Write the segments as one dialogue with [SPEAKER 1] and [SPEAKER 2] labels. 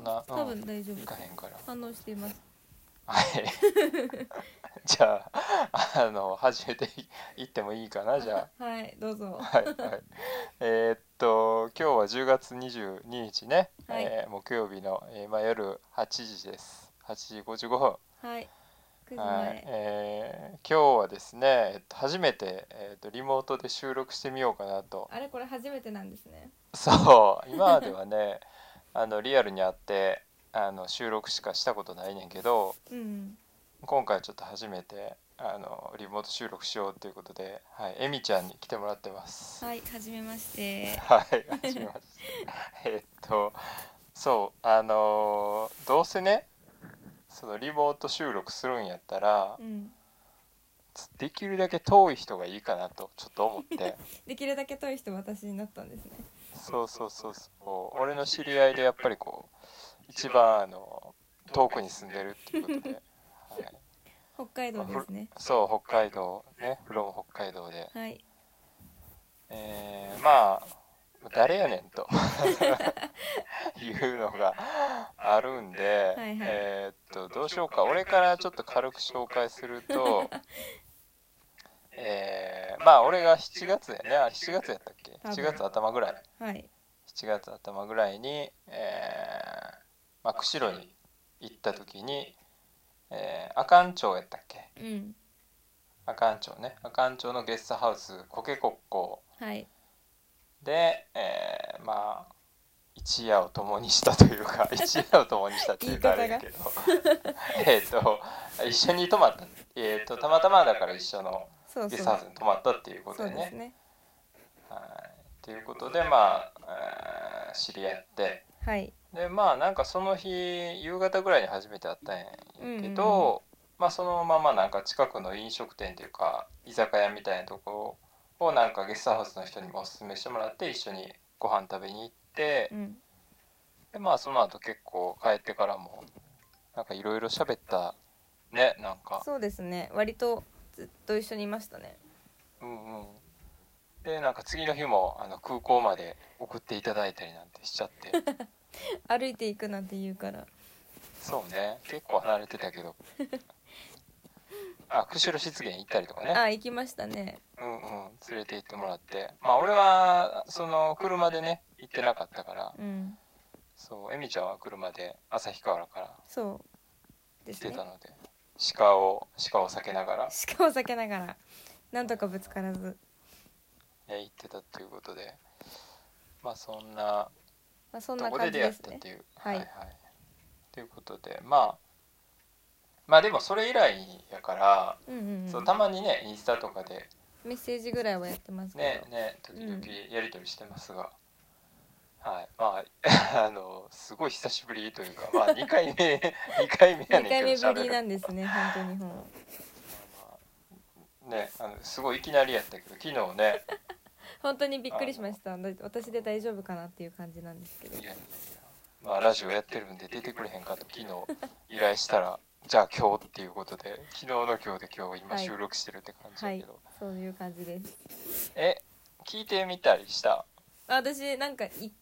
[SPEAKER 1] そんな、うん、
[SPEAKER 2] 多分大丈夫
[SPEAKER 1] いかへんから
[SPEAKER 2] 反応しています
[SPEAKER 1] はい じゃああの始めていってもいいか なじゃあ
[SPEAKER 2] はいどうぞ
[SPEAKER 1] はいはい、えーっと今日は10月22日ね、
[SPEAKER 2] はい
[SPEAKER 1] えー木曜日の、えーまあ、夜8時です8時55分、
[SPEAKER 2] はい9時前、
[SPEAKER 1] はいえー今日はですね、えっと、初めて、えーっとリモートで収録してみようかなと
[SPEAKER 2] あれこれ初めてなんですね
[SPEAKER 1] そう今までは ねあのリアルに会ってあの収録しかしたことないねんけど
[SPEAKER 2] うん
[SPEAKER 1] 今回ちょっと初めてあのリモート収録しようということで、はい、えみちゃんに来てもらってます。
[SPEAKER 2] はいはじめまして
[SPEAKER 1] はい、はじめましてえっと、そう、あのーどうせね、そのリモート収録するんやったら
[SPEAKER 2] う、ん
[SPEAKER 1] できるだけ遠い人がいいかなとちょっと思って、
[SPEAKER 2] できるだけ遠い人私になったんですね
[SPEAKER 1] そうそうそうそう、俺の知り合いでやっぱりこう、一番あの遠くに住んでるっていうことで、はい、
[SPEAKER 2] 北海道ですね
[SPEAKER 1] そう、北海道、ね、フロム北海道で、
[SPEAKER 2] はい
[SPEAKER 1] えーまあ誰やねんと いうのがあるんで、
[SPEAKER 2] はい
[SPEAKER 1] えーっとどうしようか俺からちょっと軽く紹介するとえーまあ俺が7月やねあ7月やったっけ
[SPEAKER 2] 多
[SPEAKER 1] 7
[SPEAKER 2] 分
[SPEAKER 1] 月頭ぐらい
[SPEAKER 2] はい
[SPEAKER 1] 7月頭ぐらいに、えーまあ、釧路に行った時に、えー、阿寒町やったっけ
[SPEAKER 2] うん
[SPEAKER 1] 阿寒町ね阿寒町のゲストハウスコケコッコー
[SPEAKER 2] はい
[SPEAKER 1] で、えーまあ一夜を共にしたという か一夜を共にしたっていうかあれだけど えっと一緒に泊まった、えー、とたまたまだから一緒の
[SPEAKER 2] そう
[SPEAKER 1] ゲ
[SPEAKER 2] そ
[SPEAKER 1] ス
[SPEAKER 2] う
[SPEAKER 1] トハウスに泊まったっていうこと
[SPEAKER 2] そう
[SPEAKER 1] で
[SPEAKER 2] で
[SPEAKER 1] ね。
[SPEAKER 2] すね
[SPEAKER 1] はいということでまあえー知り合って
[SPEAKER 2] はい
[SPEAKER 1] でまあなんかその日夕方ぐらいに初めて会ったんやけど、
[SPEAKER 2] うんうん
[SPEAKER 1] まあそのままなんか近くの飲食店というか居酒屋みたいなところをなんかゲストハウスの人にもおすすめしてもらって一緒にご飯食べに行って、
[SPEAKER 2] うん
[SPEAKER 1] でまあその後結構帰ってからもなんかいろいろ喋ったねなんか
[SPEAKER 2] そうですね割とずっと一緒にいましたね
[SPEAKER 1] うんうんでなんか次の日もあの空港まで送っていただいたりなんてしちゃって
[SPEAKER 2] 歩いていくなんて言うから
[SPEAKER 1] そうね結構離れてたけ どあ釧路湿原行ったりとかね
[SPEAKER 2] あ行きましたね
[SPEAKER 1] うんうん連れて行ってもらってまあ俺はその車でね行ってなかったから
[SPEAKER 2] うん
[SPEAKER 1] そうエミちゃんは車で旭川から
[SPEAKER 2] そうで
[SPEAKER 1] 来
[SPEAKER 2] す
[SPEAKER 1] て
[SPEAKER 2] ね
[SPEAKER 1] たので鹿を鹿を避けながら
[SPEAKER 2] 鹿を避けながらなんとかぶつからず、
[SPEAKER 1] ね行ってたということでまあそんな
[SPEAKER 2] まあ、そん
[SPEAKER 1] と
[SPEAKER 2] な
[SPEAKER 1] こで
[SPEAKER 2] 感じ
[SPEAKER 1] 出会
[SPEAKER 2] で
[SPEAKER 1] っ
[SPEAKER 2] す
[SPEAKER 1] たっ
[SPEAKER 2] ね
[SPEAKER 1] ていう
[SPEAKER 2] はい
[SPEAKER 1] ということでまあまあでもそれ以来やから、
[SPEAKER 2] うんうんうん
[SPEAKER 1] そうたまにねインスタとかで
[SPEAKER 2] メッセージぐらいはやってますけど、
[SPEAKER 1] ねね時々やり取りしてますが、はいまあ あのすごい久しぶりというかまあ2回目2回 目や
[SPEAKER 2] 2
[SPEAKER 1] ねん
[SPEAKER 2] 回
[SPEAKER 1] け
[SPEAKER 2] 目
[SPEAKER 1] ど
[SPEAKER 2] ぶりな
[SPEAKER 1] 喋る
[SPEAKER 2] んですね本当にもう
[SPEAKER 1] ねあのすごいいきなりやったけど昨日ね
[SPEAKER 2] 本当にびっくりしましただ私で大丈夫かなっていう感じなんですけど
[SPEAKER 1] いやいやいやまあラジオやってるんで出てくれへんかと昨日依頼したらじゃあ今日っていうことで昨日の今日で今日今
[SPEAKER 2] はい
[SPEAKER 1] 収録してるって感じだ
[SPEAKER 2] は
[SPEAKER 1] け
[SPEAKER 2] い
[SPEAKER 1] ど、
[SPEAKER 2] そういう感じです
[SPEAKER 1] え聞いてみたりした
[SPEAKER 2] あ私なんかいい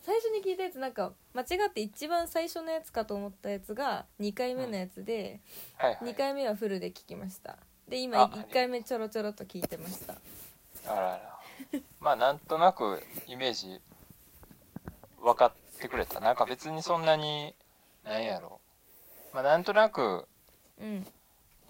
[SPEAKER 2] 最初に聞いたやつなんか間違って一番最初のやつかと思ったやつが2回目のやつで、
[SPEAKER 1] はいは
[SPEAKER 2] 2
[SPEAKER 1] い
[SPEAKER 2] 回目はフルで聞きましたで
[SPEAKER 1] あ
[SPEAKER 2] 今1回目ちょろちょろと聞いてました
[SPEAKER 1] あらあら まあなんとなくイメージ分かってくれたなんか別にそんなになんやろまあなんとなく
[SPEAKER 2] うん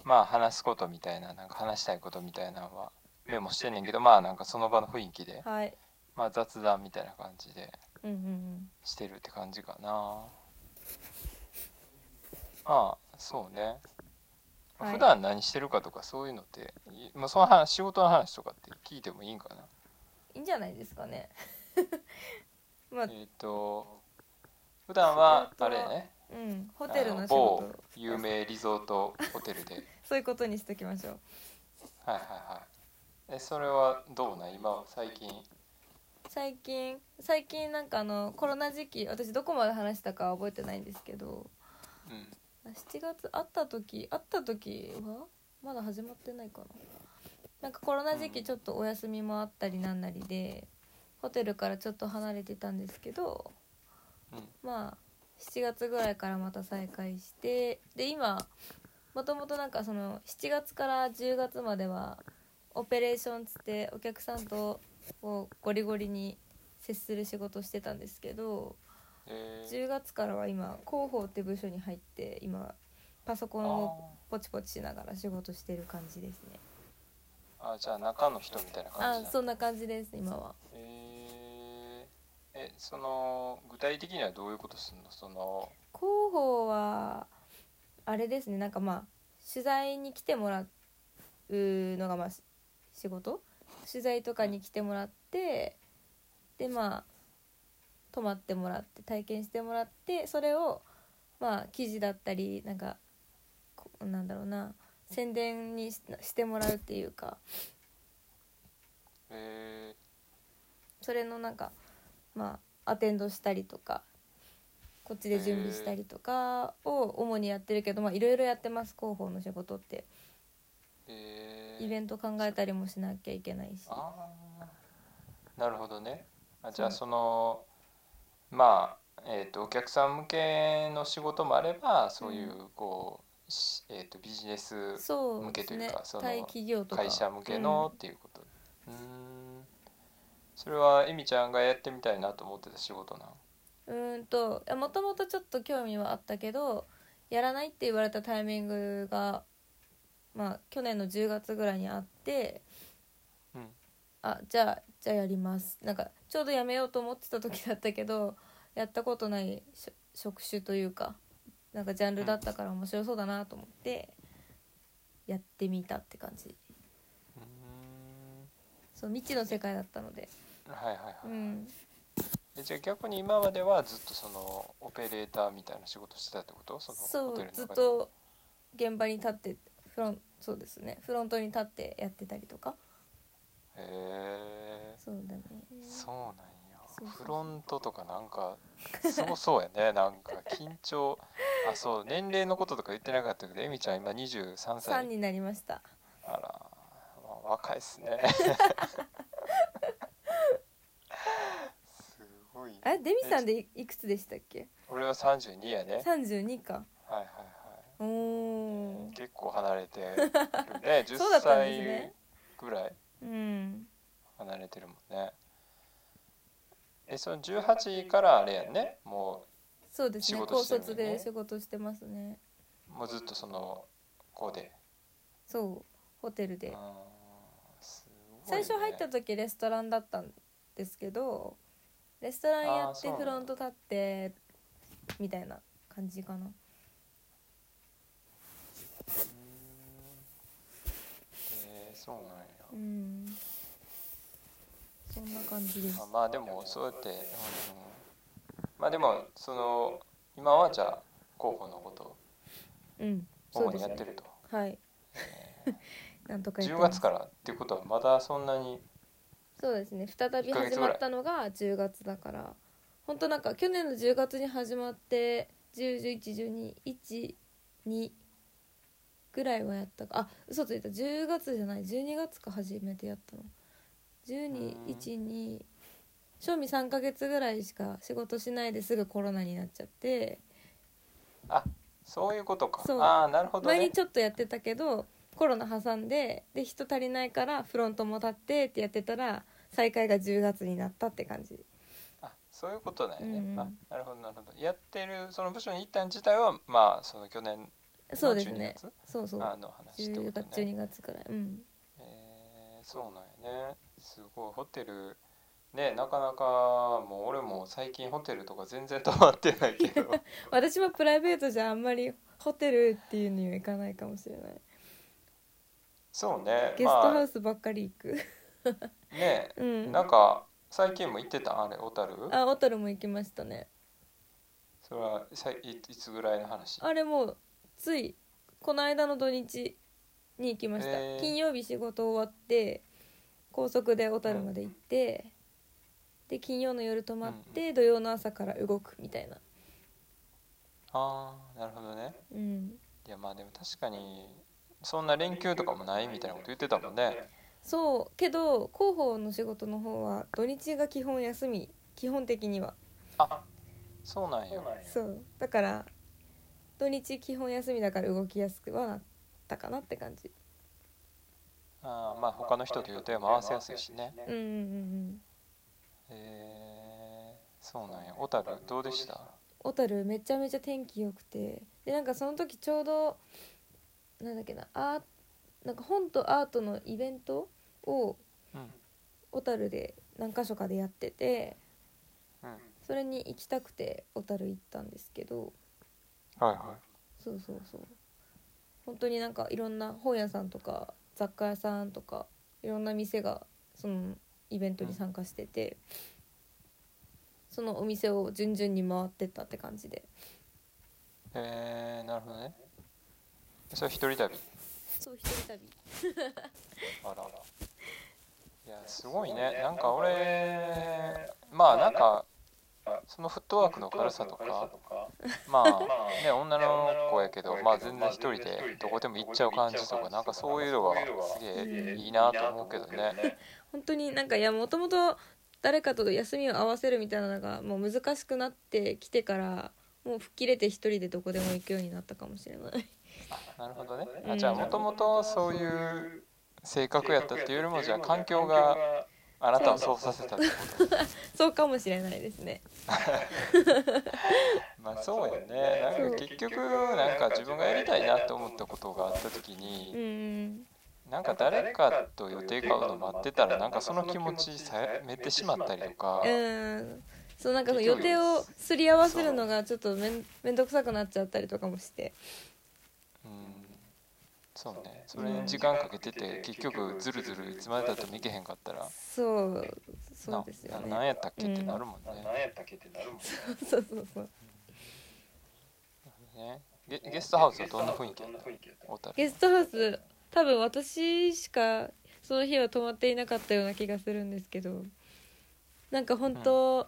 [SPEAKER 1] まあ話すことみたいななんか話したいことみたいなのはメモしてんねんけどまあなんかその場の雰囲気で、
[SPEAKER 2] はい
[SPEAKER 1] まあ、雑談みたいな感じで
[SPEAKER 2] うんうんうん
[SPEAKER 1] してるって感じかなまあそうね、
[SPEAKER 2] はい
[SPEAKER 1] 普段何してるかとかそういうのって、いまあ、その話仕事の話とかって聞いてもいいんかない
[SPEAKER 2] いんじゃないですかね まあ
[SPEAKER 1] えっ、と普段は
[SPEAKER 2] 仕事
[SPEAKER 1] あ
[SPEAKER 2] は
[SPEAKER 1] れね
[SPEAKER 2] うんホテル
[SPEAKER 1] あ
[SPEAKER 2] の
[SPEAKER 1] の
[SPEAKER 2] 仕
[SPEAKER 1] 某
[SPEAKER 2] 事
[SPEAKER 1] 有名リゾートホテ ルではい
[SPEAKER 2] そういうことにしときましょう
[SPEAKER 1] はいはいえそれはどうなん今は最近
[SPEAKER 2] 最近最近なんかあのコロナ時期私どこまで話したかは覚えてないんですけど
[SPEAKER 1] うん
[SPEAKER 2] 7月会った時会った時はまだ始まってないかななんかコロナ時
[SPEAKER 1] う
[SPEAKER 2] 期
[SPEAKER 1] ん
[SPEAKER 2] ちょっとお休みもあったりなんなりでホテルからちょっと離れてたんですけど
[SPEAKER 1] うん
[SPEAKER 2] まあ7月ぐらいからまた再開してで今もともとなんかその7月から10月まではオペレーションつってお客さんとこうゴリゴリに接する仕事をしてたんですけど
[SPEAKER 1] えー
[SPEAKER 2] 10月からは今広報って部署に入って今パソコンをポチポチしながら仕事してる感じですね
[SPEAKER 1] あじゃあ中の人みたいな感じ
[SPEAKER 2] あ
[SPEAKER 1] なんだ
[SPEAKER 2] そんな感じです今は
[SPEAKER 1] えーえその具体的にはどういうことするのその
[SPEAKER 2] 広報はあれですねなんかまあ取材に来てもらうのがまあし仕事取材とかに来てもらってでまあ泊まってもらって体験してもらってそれをまあ記事だったりなんかこなんだろうな宣伝にししてもらうっていうか
[SPEAKER 1] え
[SPEAKER 2] それのなんかまあアテンドしたりとかこっちで準備したりとかを主にやってるけどまあいろいろやってます広報の仕事って
[SPEAKER 1] ー、えー、
[SPEAKER 2] イベント考えたりもしなきゃいけないし
[SPEAKER 1] あーなるほどねあじゃあ
[SPEAKER 2] そう
[SPEAKER 1] そのまあえっ、とお客さん向けの仕事もあればそういうこう、しえっ、とビジネス
[SPEAKER 2] そう
[SPEAKER 1] 向け
[SPEAKER 2] で
[SPEAKER 1] と
[SPEAKER 2] す
[SPEAKER 1] いう
[SPEAKER 2] ね
[SPEAKER 1] かその
[SPEAKER 2] 対企業とか
[SPEAKER 1] 会社向けのっていうことうーんそれはエミちゃんがやってみたいなと思ってた仕事なの
[SPEAKER 2] うんうーんともともとちょっと興味はあったけどやらないって言われたタイミングがまあ去年の10月ぐらいにあって
[SPEAKER 1] うん
[SPEAKER 2] あじゃあじゃあやりますなんかちょうどやめようと思ってた時だったけどやったことないしょ職種というかなんかジャンルだったから面白そうだなと思ってやってみたって感じ
[SPEAKER 1] うー
[SPEAKER 2] そう未知の世界だったので
[SPEAKER 1] んはいはいはい、
[SPEAKER 2] うん
[SPEAKER 1] えじゃあ逆に今まではずっとそのオペレーターみたいな仕事してたってことその
[SPEAKER 2] そ
[SPEAKER 1] ホテ
[SPEAKER 2] う
[SPEAKER 1] ルの
[SPEAKER 2] ずっ
[SPEAKER 1] 中で
[SPEAKER 2] と現場に立ってフロンそうですねフロントに立ってやってたりとか
[SPEAKER 1] へえ
[SPEAKER 2] そうだね
[SPEAKER 1] そうなんや
[SPEAKER 2] そうそうそう
[SPEAKER 1] フロントとかなんかすごそうやね なんか緊張あそう年齢のこととか言ってなかったけどエミちゃん今23
[SPEAKER 2] 3
[SPEAKER 1] 歳
[SPEAKER 2] になりました
[SPEAKER 1] あら、まあ若いっす ねすごい
[SPEAKER 2] あれデミさんでいいくつでしたっけ
[SPEAKER 1] 俺は32やね
[SPEAKER 2] 32か
[SPEAKER 1] はいはい
[SPEAKER 2] お
[SPEAKER 1] は
[SPEAKER 2] お
[SPEAKER 1] い結構離れて るね10
[SPEAKER 2] そうだったんです
[SPEAKER 1] 歳
[SPEAKER 2] ね
[SPEAKER 1] ぐらい
[SPEAKER 2] うん
[SPEAKER 1] 離れてるもんねえその18からあれやんねも
[SPEAKER 2] そうですね
[SPEAKER 1] 仕事
[SPEAKER 2] 高
[SPEAKER 1] してるの
[SPEAKER 2] 卒
[SPEAKER 1] ね
[SPEAKER 2] で仕事してますね
[SPEAKER 1] うもうずっとそのこうで
[SPEAKER 2] そうホテルで、
[SPEAKER 1] あーすごい
[SPEAKER 2] 最
[SPEAKER 1] ね
[SPEAKER 2] 初入った時レストランだったんですけどレストランや
[SPEAKER 1] あー
[SPEAKER 2] っ
[SPEAKER 1] そう
[SPEAKER 2] て
[SPEAKER 1] なんだ
[SPEAKER 2] フロント立ってみたいな感じかな
[SPEAKER 1] うーんえーそうなんや
[SPEAKER 2] うんそんな感じです
[SPEAKER 1] あまあでもそうやって、うんうんまあでもその今はじゃあ広報のことを
[SPEAKER 2] うんそ
[SPEAKER 1] 主
[SPEAKER 2] うで
[SPEAKER 1] に
[SPEAKER 2] す
[SPEAKER 1] やっ
[SPEAKER 2] ね
[SPEAKER 1] てると、
[SPEAKER 2] はい なんとかやって
[SPEAKER 1] 10
[SPEAKER 2] ます
[SPEAKER 1] 月からっていうことはまだそんなに
[SPEAKER 2] そうですね再び
[SPEAKER 1] 1ヶ
[SPEAKER 2] 始
[SPEAKER 1] 月ぐ
[SPEAKER 2] ま
[SPEAKER 1] らい
[SPEAKER 2] ったのが10月だから本当なんか去年の10月に始まって10111212ぐらいはやったかあ嘘ついた10月じゃない12月か初めてやったの
[SPEAKER 1] うん
[SPEAKER 2] 1212正味3ヶ月ぐらいしか仕事しないですぐコロナになっちゃって
[SPEAKER 1] あそういうことか
[SPEAKER 2] そう
[SPEAKER 1] ああなるほど
[SPEAKER 2] 前
[SPEAKER 1] ね
[SPEAKER 2] にちょっとやってたけどコロナ挟んでで人足りないからフロントも立ってってやってたら再開が10月になったって感じ
[SPEAKER 1] あそういうことだよね、
[SPEAKER 2] うんうん
[SPEAKER 1] あなるほどなるほどやってるその部署に行ったん自体はまあその去年
[SPEAKER 2] そうですね
[SPEAKER 1] 12
[SPEAKER 2] そうそう
[SPEAKER 1] あの話ってこ
[SPEAKER 2] 10
[SPEAKER 1] と
[SPEAKER 2] 月
[SPEAKER 1] ね
[SPEAKER 2] 12月くらいうん
[SPEAKER 1] えーそうなんやねすごいホテルねなかなかもう俺も最近ホテルとか全然泊まってないけ ど
[SPEAKER 2] 私はプライベートじゃあんまりホテルっていうにはいかないかもしれない
[SPEAKER 1] そうね
[SPEAKER 2] ゲストハ
[SPEAKER 1] ま
[SPEAKER 2] ウスばっかり行く
[SPEAKER 1] あね
[SPEAKER 2] うん
[SPEAKER 1] なんか最近も行ってたあれ小樽
[SPEAKER 2] あ小樽も行きましたね
[SPEAKER 1] それはさいいつぐらいの話
[SPEAKER 2] あれもうついこの間の土日に行きました、
[SPEAKER 1] へー
[SPEAKER 2] 金曜日仕事終わって高速で小樽まで行って、で金曜の夜泊まって、土曜の朝から動くみたいな
[SPEAKER 1] ああなるほどね
[SPEAKER 2] うん
[SPEAKER 1] いやまあでも確かにそんな連休とかもないみたいなこと言ってたもんね
[SPEAKER 2] そうけど広報の仕事の方は土日が基本休み基本的には
[SPEAKER 1] あそうなんよ
[SPEAKER 2] そうだから土日基本休みだから動きやすくはなったかなって感じ
[SPEAKER 1] あーまあ他の人と予定を回せやすいしね
[SPEAKER 2] うんうんうんうん
[SPEAKER 1] えー、そうなんや小樽どうでした
[SPEAKER 2] 小樽めちゃめちゃ天気良くてでなんかその時ちょうどなんだっけなあなんか本とアートのイベントを
[SPEAKER 1] うん
[SPEAKER 2] 小樽で何か所かでやってて
[SPEAKER 1] うんはい
[SPEAKER 2] それに行きたくて小樽行ったんですけど
[SPEAKER 1] は
[SPEAKER 2] そうそうそう本当になんかいろんな本屋さんとか雑貨屋さんとかいろんな店がそのイベントに参加してて、そのお店を順々に回ってったって感じで
[SPEAKER 1] いえー、なるほどねそれ一人旅
[SPEAKER 2] そう一人旅
[SPEAKER 1] あらいやすごいねなんか俺まあなんかそのフットワークの軽さとかまあね女の子やけどまあ全然一人でどこでも行っちゃう感じとかなんかそういうのはすげえいいなと思うけどね
[SPEAKER 2] 本当になんかいやもともと誰かと休みを合わせるみたいなのがもう難しくなってきてからもう吹っ切れて一人でどこでも行くようになったかもしれない
[SPEAKER 1] なるほどね
[SPEAKER 2] う
[SPEAKER 1] あ
[SPEAKER 2] ん
[SPEAKER 1] じゃあもともとそういう性格やったっていうよりもじゃあ環境があなたをそうさせたってこと
[SPEAKER 2] そうかもしれないですね
[SPEAKER 1] まあそうよねなんか結局なんか自分がやりたいなと思ったことがあった時
[SPEAKER 2] う
[SPEAKER 1] に
[SPEAKER 2] ん
[SPEAKER 1] なんか誰かと予定買うの待ってたらなんかその気持ちさえめてしまったりとか
[SPEAKER 2] うんそうなんかその
[SPEAKER 1] 結
[SPEAKER 2] 予
[SPEAKER 1] 局
[SPEAKER 2] 定をすり合わせるのがちょっとめんめんどくさくなっちゃったりとかもして
[SPEAKER 1] うんそうねそれに時間かけてて結局ずるずるいつまでたってもいけへんかったら
[SPEAKER 2] そうそう
[SPEAKER 1] な
[SPEAKER 2] ですよ
[SPEAKER 1] ななん
[SPEAKER 2] ね
[SPEAKER 1] やったっけってなるもん
[SPEAKER 3] な
[SPEAKER 1] ね
[SPEAKER 3] なんやったっけってなるもんね
[SPEAKER 2] そうそうそう
[SPEAKER 1] ねゲゲストハウスはどんな雰囲気や
[SPEAKER 3] どん
[SPEAKER 1] っ
[SPEAKER 3] な
[SPEAKER 1] た
[SPEAKER 3] 雰囲気やった
[SPEAKER 1] 小樽
[SPEAKER 2] ゲストハウス多分私しかその日は泊まっていなかったような気がするんですけどなんか本当、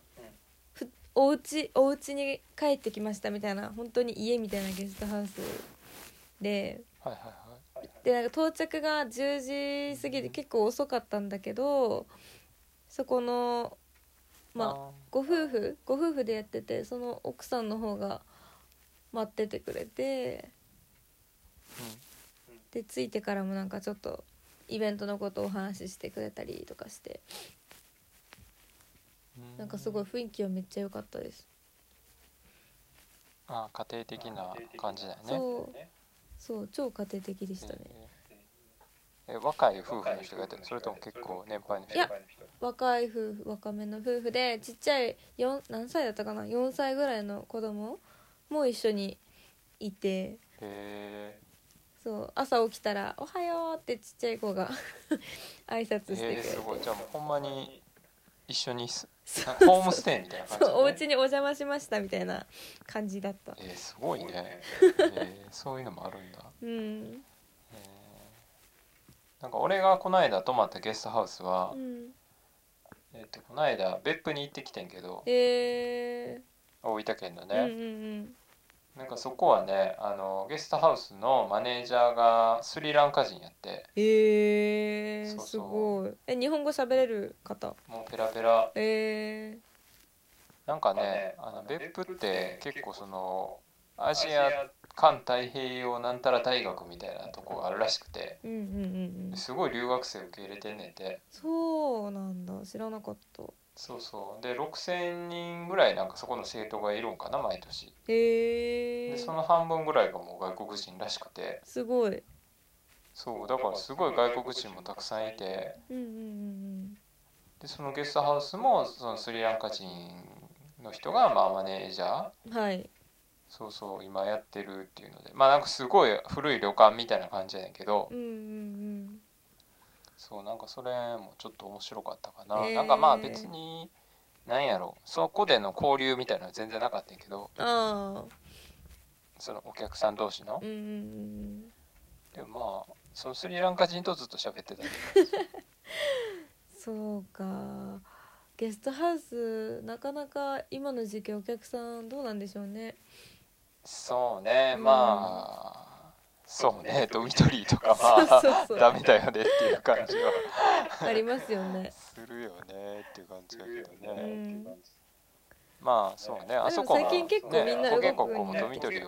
[SPEAKER 2] ふお家お家に帰ってきましたみたいな本当に家みたいなゲストハウスで
[SPEAKER 1] はいはいはい
[SPEAKER 2] でなんか到着が10時過ぎで結構遅かったんだけどそこのまあご夫婦ご夫婦でやっててその奥さんの方が待っててくれてで着いてからもなんかちょっとイベントのことをお話ししてくれたりとかして
[SPEAKER 1] うう
[SPEAKER 2] なんかすごい雰囲気はめっちゃ良かったです、
[SPEAKER 1] あ家庭的な感じだよね
[SPEAKER 2] そうそう超家庭的でしたね
[SPEAKER 1] えーえ若い夫婦の人がやってるそれとも結構年配の人
[SPEAKER 2] いや若い夫婦若めの夫婦でちっちゃい4何歳だったかな4歳ぐらいの子供も一緒にいて
[SPEAKER 1] え
[SPEAKER 2] そう朝起きたら「おはよう」ってちっちゃい子が 挨拶してくれ
[SPEAKER 1] え
[SPEAKER 2] て
[SPEAKER 1] ー、すごいじゃあもうほんまに一緒にす
[SPEAKER 2] そう
[SPEAKER 1] なホームステイみたいな感じ、ね、
[SPEAKER 2] そうお家にお邪魔しましたみたいな感じだった
[SPEAKER 1] えー、すごい
[SPEAKER 3] 多い
[SPEAKER 1] ね
[SPEAKER 3] ね、
[SPEAKER 1] えー、そういうのもあるんだ、
[SPEAKER 2] うん
[SPEAKER 1] えー、なんか俺がこの間泊まったゲストハウスは、
[SPEAKER 2] うん
[SPEAKER 1] えー、とこの間別府に行ってきてんけど
[SPEAKER 2] え
[SPEAKER 1] 大分県の
[SPEAKER 2] ー、う
[SPEAKER 1] ね、
[SPEAKER 2] んうん
[SPEAKER 1] なんかそこはねあのゲストハウスのマネージャーがスリランカ人やって
[SPEAKER 2] うんえー、
[SPEAKER 1] そうそう
[SPEAKER 2] すごいえ日本語喋れる方
[SPEAKER 1] もうペラペラ
[SPEAKER 2] え
[SPEAKER 1] なんか
[SPEAKER 3] なんか
[SPEAKER 1] ね
[SPEAKER 3] ね
[SPEAKER 1] あの
[SPEAKER 3] あの
[SPEAKER 1] 別府っ
[SPEAKER 3] 別府って
[SPEAKER 1] て結構そのア
[SPEAKER 3] ア
[SPEAKER 1] ジ
[SPEAKER 3] ジ
[SPEAKER 1] ア
[SPEAKER 3] ア
[SPEAKER 1] 環太平洋なんたら大学みたいなとこがあるらしくて
[SPEAKER 2] ー、うんうんうんうん
[SPEAKER 1] すごい留学生受け入れてんねんて
[SPEAKER 2] そうなんだ知らなかった
[SPEAKER 1] そうそうで6,000人ぐらいなんかそこの生徒がいるんかな毎年
[SPEAKER 2] え
[SPEAKER 1] でそ
[SPEAKER 2] ー、
[SPEAKER 1] の半分ぐらいがもう外国人らしくて
[SPEAKER 2] すごい
[SPEAKER 1] そうだからすごい外国人もたくさんいて
[SPEAKER 2] うんうんうん
[SPEAKER 1] でそのゲストハウスもそのスリランカ人の人がまあマネージャー
[SPEAKER 2] うんはい
[SPEAKER 1] そうそう今やってるっていうのでまあなんかすごい古い旅館みたいな感じやねんけど
[SPEAKER 2] うんうん
[SPEAKER 1] そうなんかそれもちょっと面白かったかな、
[SPEAKER 2] えー
[SPEAKER 1] なんかまあ別になんやろそこでの交流みたいなのは全然なかったんやけど
[SPEAKER 2] うんああ
[SPEAKER 1] そのお客さん同士の
[SPEAKER 2] うんうんうん
[SPEAKER 1] でもまあそのスリランカ人とずっと喋ってたけど
[SPEAKER 2] そうかゲストハウスなかなか今の時期お客さんどうなんでしょうね
[SPEAKER 1] そうね
[SPEAKER 2] うん
[SPEAKER 1] まあそう ねドミトリーとか
[SPEAKER 2] そう
[SPEAKER 1] ま
[SPEAKER 2] そうそ
[SPEAKER 1] あ
[SPEAKER 2] う
[SPEAKER 1] ダメだよねっていう感じは
[SPEAKER 2] ありますよね
[SPEAKER 1] するよねっていう感じだけど
[SPEAKER 2] う
[SPEAKER 1] ね
[SPEAKER 2] ん
[SPEAKER 1] まあそうねあそこ
[SPEAKER 2] 最近結構みんな動くようになって
[SPEAKER 1] 保健国もドミトリ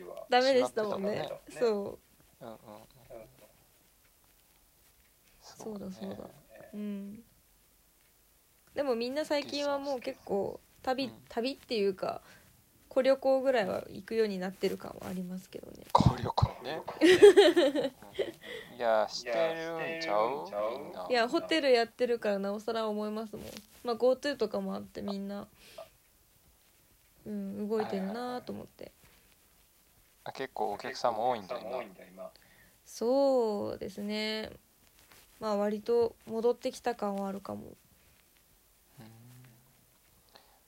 [SPEAKER 1] ーは、
[SPEAKER 2] ダメでしたもんね
[SPEAKER 1] しまって
[SPEAKER 3] たもんね
[SPEAKER 2] そう
[SPEAKER 1] うんうん、
[SPEAKER 2] そうだそうだうんでもみんな最近はもう結構旅、
[SPEAKER 1] うん
[SPEAKER 2] 旅っていうか小旅行ぐらいは行くようになってる感はありますけどね
[SPEAKER 1] 効力 ねいやしてるんちゃうみんない
[SPEAKER 2] やホテルやってるからなおさら思いますもんまあ GoTo とかもあってみんなうん動いてるなと思って
[SPEAKER 1] あ結構お客さんも多いんだ今
[SPEAKER 2] そうですねまあ割と戻ってきた感はあるかも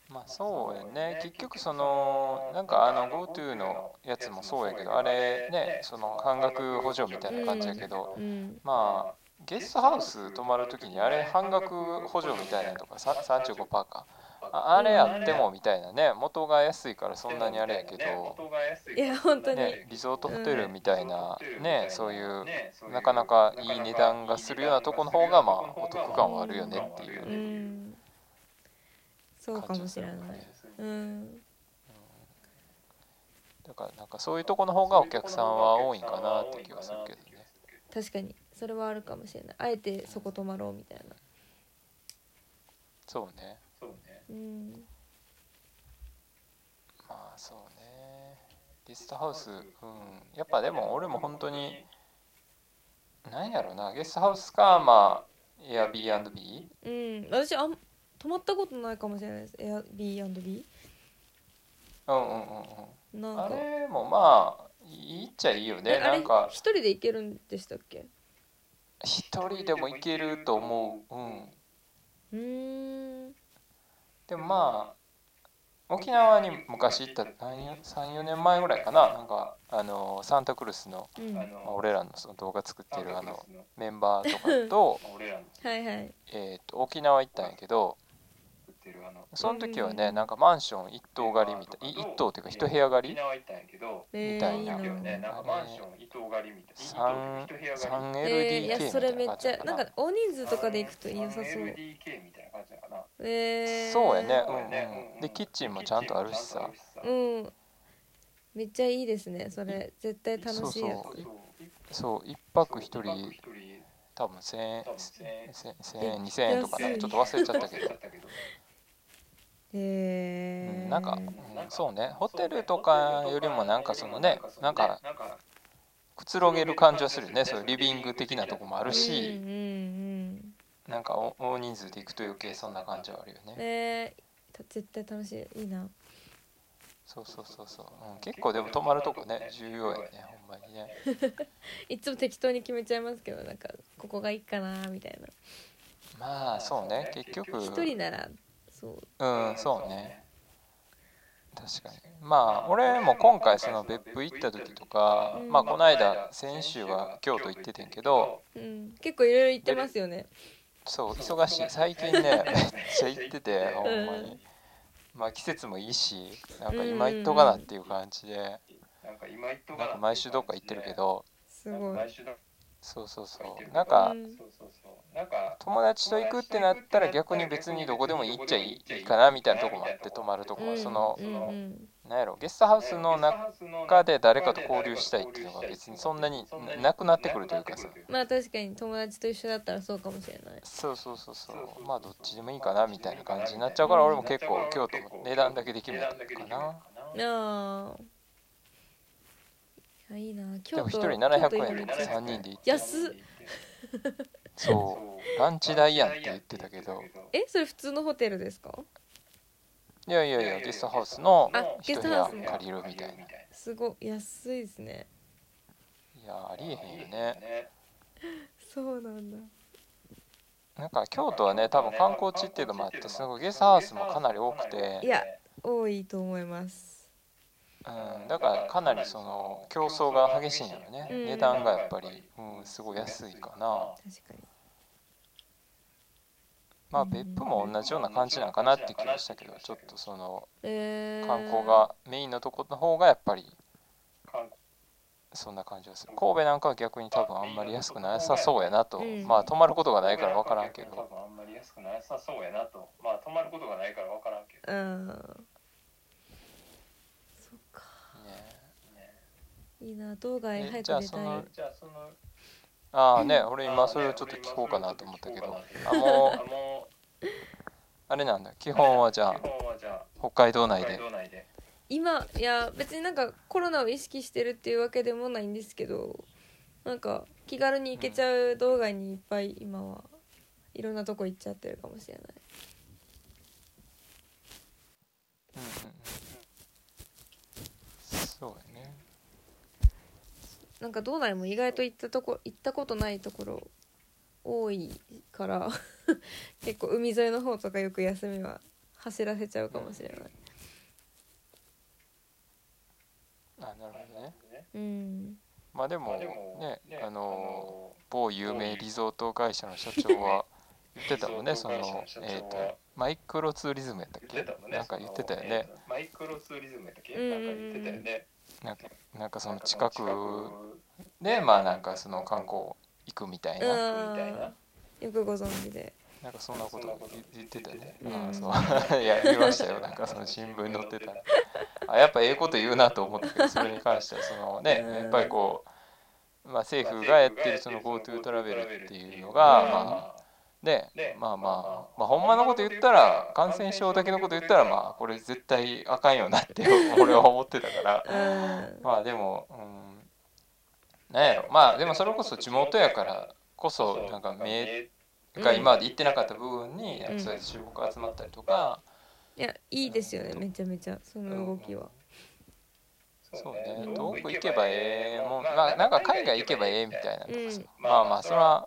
[SPEAKER 1] まあそうやね結局そのなんかあの GoTo のやつもそうやけどあれねその半額補助みたいな感じやけど、
[SPEAKER 2] うん
[SPEAKER 1] まあゲストハウス泊まるときにあれ半額補助みたいなのとかさ35%かああれやってもみたいなね元が安いからそんなにあれやけど、
[SPEAKER 2] いや本当に
[SPEAKER 1] ね、リゾートホテルみたいな
[SPEAKER 3] うん
[SPEAKER 1] ねそういう
[SPEAKER 3] ねそういう
[SPEAKER 1] なかなかいい値段がするようなとこの方がまあお得感はあるよねっていうう。
[SPEAKER 2] んそうかもしれない
[SPEAKER 1] 感じが
[SPEAKER 2] うん
[SPEAKER 1] だからなんかそういうとこの方がお客さんは多いんかなって気がするけどね。
[SPEAKER 2] 確かにそれはあるかもしれないあえてそこ泊まろうみたいな
[SPEAKER 1] そうね。
[SPEAKER 3] そうね
[SPEAKER 2] うん
[SPEAKER 1] まあそうね。ゲストハウス、うん、やっぱでも俺も本当になんやろなゲストハウスかまあ Airbnb
[SPEAKER 2] うん私あん泊まったことないかもしれないです Airbnb
[SPEAKER 1] うんうんうん
[SPEAKER 2] な
[SPEAKER 1] うんん
[SPEAKER 2] か
[SPEAKER 1] あれもまあいいっちゃいいよ
[SPEAKER 2] え
[SPEAKER 1] ね
[SPEAKER 2] あ
[SPEAKER 1] な
[SPEAKER 2] れ
[SPEAKER 1] んか
[SPEAKER 2] 一人で行けるんでしたっけ
[SPEAKER 1] 一人でも行けると思ううん
[SPEAKER 2] うーん
[SPEAKER 1] でもまあ沖縄に昔行った34年前ぐらいかななんかあのサンタクルスの、
[SPEAKER 2] うん
[SPEAKER 3] あ
[SPEAKER 2] は
[SPEAKER 3] の
[SPEAKER 1] まあ、俺らのその動画作ってるあ
[SPEAKER 3] の
[SPEAKER 1] のメンバーとか と
[SPEAKER 3] 俺らの
[SPEAKER 2] いはい
[SPEAKER 1] えーと沖縄行ったんやけど
[SPEAKER 3] 作ってるあの
[SPEAKER 1] その時は
[SPEAKER 2] うんうん
[SPEAKER 1] ね
[SPEAKER 2] うん
[SPEAKER 1] なんかマンション一棟借りみたいい一棟っていうか一部屋借り
[SPEAKER 3] 沖縄行ったんやけど
[SPEAKER 2] え
[SPEAKER 1] み
[SPEAKER 2] ー
[SPEAKER 1] たいな
[SPEAKER 3] 行くよね
[SPEAKER 2] いいな
[SPEAKER 3] なんかマンション伊藤狩りみたいな
[SPEAKER 1] 三
[SPEAKER 3] 一棟一部屋狩り
[SPEAKER 2] え
[SPEAKER 1] 3LDK
[SPEAKER 2] ー、い
[SPEAKER 1] み
[SPEAKER 2] や
[SPEAKER 1] たい
[SPEAKER 2] それめっ
[SPEAKER 1] な感
[SPEAKER 2] ち
[SPEAKER 1] じ
[SPEAKER 2] ゃ
[SPEAKER 1] か
[SPEAKER 2] なん
[SPEAKER 1] な
[SPEAKER 2] か大人数とかで行くと良さそう
[SPEAKER 3] LDK みたいな感じかな
[SPEAKER 2] えー、
[SPEAKER 1] そうやねうん
[SPEAKER 3] ね
[SPEAKER 1] うんでキッチンもちゃんとあるしさ
[SPEAKER 2] うんめっちゃいいですねそれ絶対楽しいやつ
[SPEAKER 1] そうそう一泊一人多分1000円
[SPEAKER 3] 多分1000円
[SPEAKER 1] 1000 1000円2000円とかな
[SPEAKER 2] 安い
[SPEAKER 1] ちょっと忘れちゃったけど
[SPEAKER 2] へ
[SPEAKER 1] う
[SPEAKER 2] え
[SPEAKER 1] んなんか、うんそうねホテルとかよりもなんかそのねなんかくつろげる感じはするよねそういうリビング的なとこもある
[SPEAKER 2] う
[SPEAKER 1] し
[SPEAKER 2] んうん
[SPEAKER 1] なんかお大人数で行くと余計そんな感じはあるよ
[SPEAKER 2] うん
[SPEAKER 1] ね
[SPEAKER 2] えー、た絶対楽しいいいな
[SPEAKER 1] そうそうそうそう、うん、結構でも泊まるとこね重要やねほんまにね
[SPEAKER 2] いつも適当に決めちゃいますけどなんかここがいいかなみたいな
[SPEAKER 1] まあそうね結局
[SPEAKER 2] 一人ならそう
[SPEAKER 1] うんそうね確かにまあ俺も今回その別府行った時とか
[SPEAKER 2] うん
[SPEAKER 1] まあこの間先週は京都行っててんけど
[SPEAKER 2] うん、結構いろいろ言ってますよね。
[SPEAKER 1] そう忙しい最近ね めっちゃ行っててほんま
[SPEAKER 2] う
[SPEAKER 1] に
[SPEAKER 2] ん
[SPEAKER 1] まあ季節もいいしなんか
[SPEAKER 2] うん
[SPEAKER 1] 今行っとかなっていう感じで
[SPEAKER 3] なんか今行っと
[SPEAKER 1] なんか毎週どっか行ってるけど
[SPEAKER 2] すごい。
[SPEAKER 3] 毎週どっか
[SPEAKER 1] そうそう
[SPEAKER 3] 行っ
[SPEAKER 1] そ
[SPEAKER 3] てる
[SPEAKER 1] うなんか
[SPEAKER 2] うん
[SPEAKER 3] そうそうそうなんか
[SPEAKER 1] 友達と行くってなったら逆に別にどこでも行っちゃいいかなみたいなとこもあって泊まるとこ
[SPEAKER 2] う
[SPEAKER 1] は
[SPEAKER 2] ん
[SPEAKER 1] その
[SPEAKER 2] うんうん
[SPEAKER 1] なんやろゲストハウスの中
[SPEAKER 3] 中
[SPEAKER 1] 他で誰かと交流したいっていうのが別にそんなにななくなってくるというかさ
[SPEAKER 2] まあ確かに友達と一緒だったらそうかもしれない。
[SPEAKER 1] そうそうそうそうまあどっちでもいいかなみたいな感じになっちゃうから俺も結構京都も値段だけで決めたかな
[SPEAKER 2] ああ。いやいいな。京
[SPEAKER 1] で
[SPEAKER 2] 都
[SPEAKER 1] も
[SPEAKER 2] は
[SPEAKER 1] 一人
[SPEAKER 2] 京都
[SPEAKER 1] 700
[SPEAKER 2] いい
[SPEAKER 1] 円で
[SPEAKER 2] ですね
[SPEAKER 1] 3人で行って
[SPEAKER 2] 安っ
[SPEAKER 1] そうランチ代やんって言ってたけど
[SPEAKER 2] え、それ普通のホテルですか？
[SPEAKER 1] いやいやいやゲストハウスの
[SPEAKER 2] あゲ
[SPEAKER 1] 一部
[SPEAKER 2] ストハ
[SPEAKER 1] 屋
[SPEAKER 2] ウスの
[SPEAKER 1] 借りるみたいな
[SPEAKER 2] すごい安いですね。
[SPEAKER 1] いやありえへんよね
[SPEAKER 2] そうなんだ。
[SPEAKER 1] なんか京都はね多分観光地っていうのもあってすごいゲストハウスもかなり多くて
[SPEAKER 2] いや多いと思います。
[SPEAKER 1] うん、だからかなりその競争が激しいんやろね、
[SPEAKER 2] うん
[SPEAKER 1] 値段がやっぱり、うん、すごい安いかな
[SPEAKER 2] 確かに。
[SPEAKER 1] まあ別府も同じような感じなんかなって気がしたけどちょっとその
[SPEAKER 2] えー、
[SPEAKER 1] 観光がメインのとこの方がやっぱりそんな感じがする神戸なんかは逆に多分あんまり安くなさそうやなと、まあ泊まることがないから分からんけ
[SPEAKER 3] 多
[SPEAKER 1] ど
[SPEAKER 3] 分あんまり安くなさそうやなと。まあ、泊まることがないからわからんけど。
[SPEAKER 2] うんそっか
[SPEAKER 1] ね
[SPEAKER 2] いいな道外
[SPEAKER 1] え
[SPEAKER 2] 早
[SPEAKER 1] じゃあ
[SPEAKER 2] く出
[SPEAKER 1] そ
[SPEAKER 2] た
[SPEAKER 1] の
[SPEAKER 2] い
[SPEAKER 3] じゃあ、その。
[SPEAKER 1] ああね俺
[SPEAKER 3] あ
[SPEAKER 1] 今
[SPEAKER 3] ー
[SPEAKER 1] それをちょっと聞こうかなと思ったけどあもう
[SPEAKER 3] あ、もう。
[SPEAKER 1] あれなんだ基本はじゃあ
[SPEAKER 3] 基本はじゃあ、
[SPEAKER 1] 北海道内
[SPEAKER 3] 北海
[SPEAKER 1] で
[SPEAKER 3] 道内で。
[SPEAKER 2] 今いや別になんかコロナを意識してるっていうわけでもないんですけどなんか気軽に行けちゃう道外にいっぱい今はいろんなとこ行っちゃってるかもしれない
[SPEAKER 1] うんうんうんそうやね
[SPEAKER 2] なんか道内も意外と行ったとこ行ったことないところ多いから 結構海沿いの方とかよく休みは走らせちゃうかもしれない
[SPEAKER 1] あなるほどね
[SPEAKER 2] うん
[SPEAKER 1] まあでも
[SPEAKER 3] まあ、でも、
[SPEAKER 1] ね
[SPEAKER 3] ね
[SPEAKER 1] あのー某有名リゾート会社の社長は言ってたもんねそのえっ、とマイクロツーリズムやったっ
[SPEAKER 3] 言って
[SPEAKER 1] け
[SPEAKER 3] たもんね
[SPEAKER 1] なんか言ってたよね。
[SPEAKER 3] そのマイクロツーリズムやったっけ
[SPEAKER 2] うん
[SPEAKER 3] なんか言ってたよね。
[SPEAKER 1] なんかそ
[SPEAKER 3] なん
[SPEAKER 1] の
[SPEAKER 3] か
[SPEAKER 1] 近
[SPEAKER 3] そ
[SPEAKER 1] く
[SPEAKER 3] の
[SPEAKER 1] でまあなんかその観光行くみたいな、
[SPEAKER 2] うん
[SPEAKER 3] 近くみたいな。
[SPEAKER 2] よくご存知で
[SPEAKER 1] なんかそんなこと
[SPEAKER 3] そんなこと
[SPEAKER 1] 言言ってたよね、
[SPEAKER 2] うん
[SPEAKER 1] ああそう いや言いましたよなんかその新聞に載ってたあやっぱええこと言うなと思ったけどそれに関してはそのね
[SPEAKER 2] うん
[SPEAKER 1] やっぱりこう、まあ、政府がやってるその GoTo トラベルっていうのがまあ
[SPEAKER 3] あ、
[SPEAKER 1] ね
[SPEAKER 3] ね
[SPEAKER 1] まあ
[SPEAKER 3] ま
[SPEAKER 1] ま
[SPEAKER 3] あま
[SPEAKER 1] あまあほんまのこと言ったら感染症だけのこと言ったらまあこれ絶対あかんよなって 俺は思ってたから
[SPEAKER 2] うん
[SPEAKER 1] まあでもうんなんやろまあでもそれこそ地元やからこそなんか目が今まで行ってなかった部分になんかそうやって注目が集まったりとか、
[SPEAKER 2] いやいいですよねめちゃめちゃその動きは
[SPEAKER 1] そうね遠く行けばええもんまあなんか海外行けばええみたいなとかさ、
[SPEAKER 3] うん
[SPEAKER 1] まあまあそれは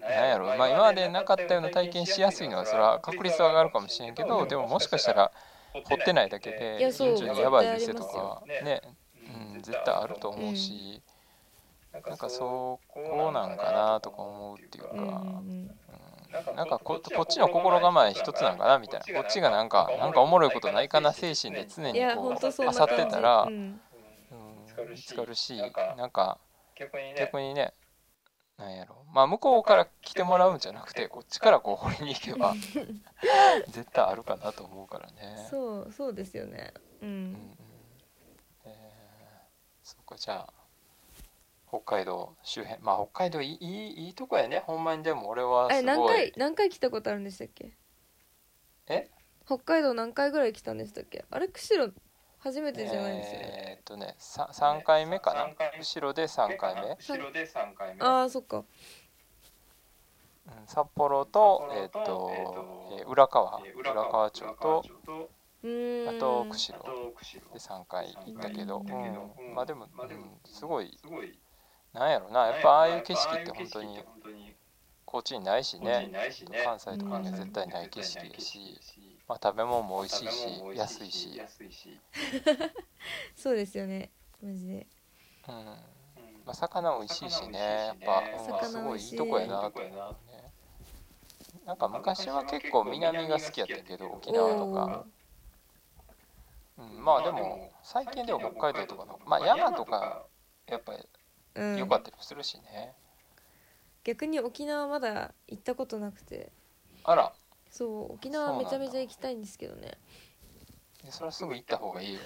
[SPEAKER 3] な
[SPEAKER 1] なんやろ、まあ、今までなかったような体験しやすいのはそれは確率は上がるかもしれんけどでももしかしたら掘ってないだけ
[SPEAKER 2] い
[SPEAKER 1] で
[SPEAKER 2] やそう
[SPEAKER 1] 順調にやばい店とかは
[SPEAKER 3] 絶対ありますよ
[SPEAKER 1] ね、うん、絶対あると思うし、なんかそこなんかなとか思うっていうか、
[SPEAKER 2] うんうん
[SPEAKER 1] うんなんかここっちの心構え一つなんかなみたいなこっちがなんかなんかおもろいことないかな精神で常
[SPEAKER 2] うんい
[SPEAKER 1] に
[SPEAKER 2] や
[SPEAKER 1] こ
[SPEAKER 2] 本
[SPEAKER 1] う
[SPEAKER 2] 当そんな
[SPEAKER 1] 漁
[SPEAKER 2] 感
[SPEAKER 1] っ
[SPEAKER 2] じ
[SPEAKER 1] てたら
[SPEAKER 2] う
[SPEAKER 1] う
[SPEAKER 2] ん
[SPEAKER 1] ん見つかるし
[SPEAKER 3] なんか
[SPEAKER 1] なんか
[SPEAKER 3] 逆にね
[SPEAKER 1] 逆にねなんやろまあ向こうから来てもらうんじゃなくてこっちからこう掘りに行け ば絶対あるかなと思うからね。
[SPEAKER 2] そうそうですよねう
[SPEAKER 1] うんうん
[SPEAKER 2] ん
[SPEAKER 1] えー、そっかじゃあ北海道周辺まあ北海道いいいいいいとこやねほんまにでも俺は
[SPEAKER 2] え
[SPEAKER 1] す
[SPEAKER 2] 何
[SPEAKER 1] ご
[SPEAKER 2] 回
[SPEAKER 1] い
[SPEAKER 2] 何回来たことあるんでしたっけ
[SPEAKER 1] え
[SPEAKER 2] 北海道何回ぐらい来たんでしたっけあれ釧路初めてじゃないですよね、
[SPEAKER 1] えーっとねさ三回目か
[SPEAKER 3] 三回
[SPEAKER 1] な
[SPEAKER 3] 目
[SPEAKER 1] 後ろで三回目、
[SPEAKER 3] 後ろで3回目
[SPEAKER 2] ああそっか
[SPEAKER 1] うん、札幌とえーっ
[SPEAKER 3] 札幌と
[SPEAKER 1] と
[SPEAKER 3] えーっと
[SPEAKER 1] えー浦河
[SPEAKER 3] えー
[SPEAKER 1] 浦河町と
[SPEAKER 2] うーん
[SPEAKER 1] あと
[SPEAKER 3] あ
[SPEAKER 1] 釧路
[SPEAKER 3] と釧路
[SPEAKER 1] で三回行ったけど、
[SPEAKER 2] 三
[SPEAKER 3] 回
[SPEAKER 1] う
[SPEAKER 3] 行ったけど
[SPEAKER 1] ん
[SPEAKER 3] うん
[SPEAKER 1] まあでも、
[SPEAKER 3] まあでも
[SPEAKER 1] うんすごい
[SPEAKER 3] すごい
[SPEAKER 1] なんやろなやっぱああいう景色って本当に
[SPEAKER 3] ああいう景色って本当に
[SPEAKER 1] 高知にないし
[SPEAKER 3] こっちに
[SPEAKER 1] ね
[SPEAKER 3] ないしね
[SPEAKER 1] 関西とかには絶対ない景色やし、まあ、食べ物も美味しいし
[SPEAKER 3] 食べ物も美味
[SPEAKER 1] 安いし、
[SPEAKER 3] 安いし、
[SPEAKER 2] そうですよねマジで
[SPEAKER 1] うんま
[SPEAKER 3] うん
[SPEAKER 1] あ、魚も美味しいしねやっぱ、うん
[SPEAKER 2] 魚
[SPEAKER 1] す
[SPEAKER 2] も
[SPEAKER 1] ご
[SPEAKER 2] 美
[SPEAKER 1] い
[SPEAKER 2] 味
[SPEAKER 1] い
[SPEAKER 2] しい
[SPEAKER 1] いとこやなと思うねなんか昔は結構南が好きやったけど沖縄とか、うん、まあでも最近では北海道とかの、まあ、山とかやっぱ
[SPEAKER 2] う
[SPEAKER 1] り
[SPEAKER 2] ん
[SPEAKER 1] 良かったりもするしね、
[SPEAKER 2] 逆に沖縄まだ行ったことなくて
[SPEAKER 1] あら
[SPEAKER 2] そう沖
[SPEAKER 1] そう
[SPEAKER 2] 縄
[SPEAKER 1] なん
[SPEAKER 2] め
[SPEAKER 1] だ
[SPEAKER 2] ちゃめちゃ行きたいんですけどね
[SPEAKER 1] それはすぐ行った方がいいよ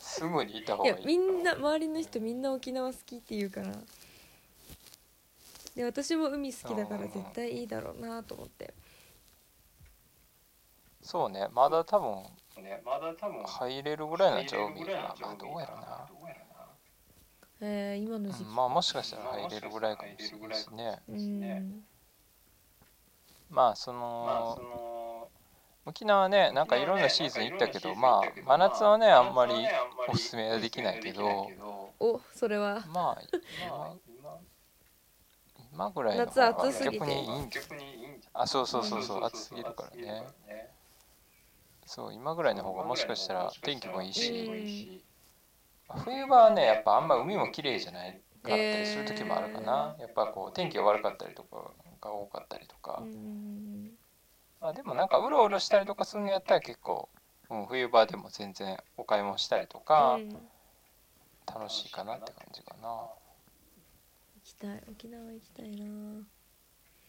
[SPEAKER 1] すぐに行った方
[SPEAKER 2] い
[SPEAKER 1] が
[SPEAKER 2] や
[SPEAKER 1] いい
[SPEAKER 2] みんな周りの人みんな沖縄好きって言うからで私も海好きだから絶対いいだろうなと思って
[SPEAKER 1] そうねまだ多分
[SPEAKER 3] ねまだ多分
[SPEAKER 1] 入れるぐらいなんちゃう
[SPEAKER 3] 入れ
[SPEAKER 1] 海
[SPEAKER 3] るぐらい
[SPEAKER 1] か
[SPEAKER 3] なんち
[SPEAKER 1] な、
[SPEAKER 3] ゃ
[SPEAKER 1] まあ、どうやろな、
[SPEAKER 3] どうや
[SPEAKER 2] えー、今の時期
[SPEAKER 1] うん、まあもしかしたら入れるぐらいかもしれないしね
[SPEAKER 2] う
[SPEAKER 3] ろなね
[SPEAKER 2] ん
[SPEAKER 1] まあそ
[SPEAKER 3] ろなまあそ
[SPEAKER 1] の
[SPEAKER 3] の
[SPEAKER 1] 沖縄ねなんかいろんなシーズン行ったけどまあ真夏はねあんまりおすすめはできないけど
[SPEAKER 2] おそれは
[SPEAKER 1] まあ
[SPEAKER 3] まあ
[SPEAKER 1] 今ぐらいの方が
[SPEAKER 2] 夏暑すぎて
[SPEAKER 1] 逆にいいんじゃ
[SPEAKER 3] 逆にいいんじゃ
[SPEAKER 1] あそうそうそうそう暑すぎるからねそう今ぐらいの方がもしかしたら天気もいいし冬場はねやっぱあんま海も綺麗じゃないかったりする時もあるかなやっぱこう天気が悪かったりとかが多かったりとか
[SPEAKER 2] うん
[SPEAKER 1] あでもなんかうろうろしたりとかするのやったら結構、うん、冬場でも全然お買い物したりとか、
[SPEAKER 2] うん
[SPEAKER 1] 楽しいかなって感じかな
[SPEAKER 2] 行きたい沖縄行きたいな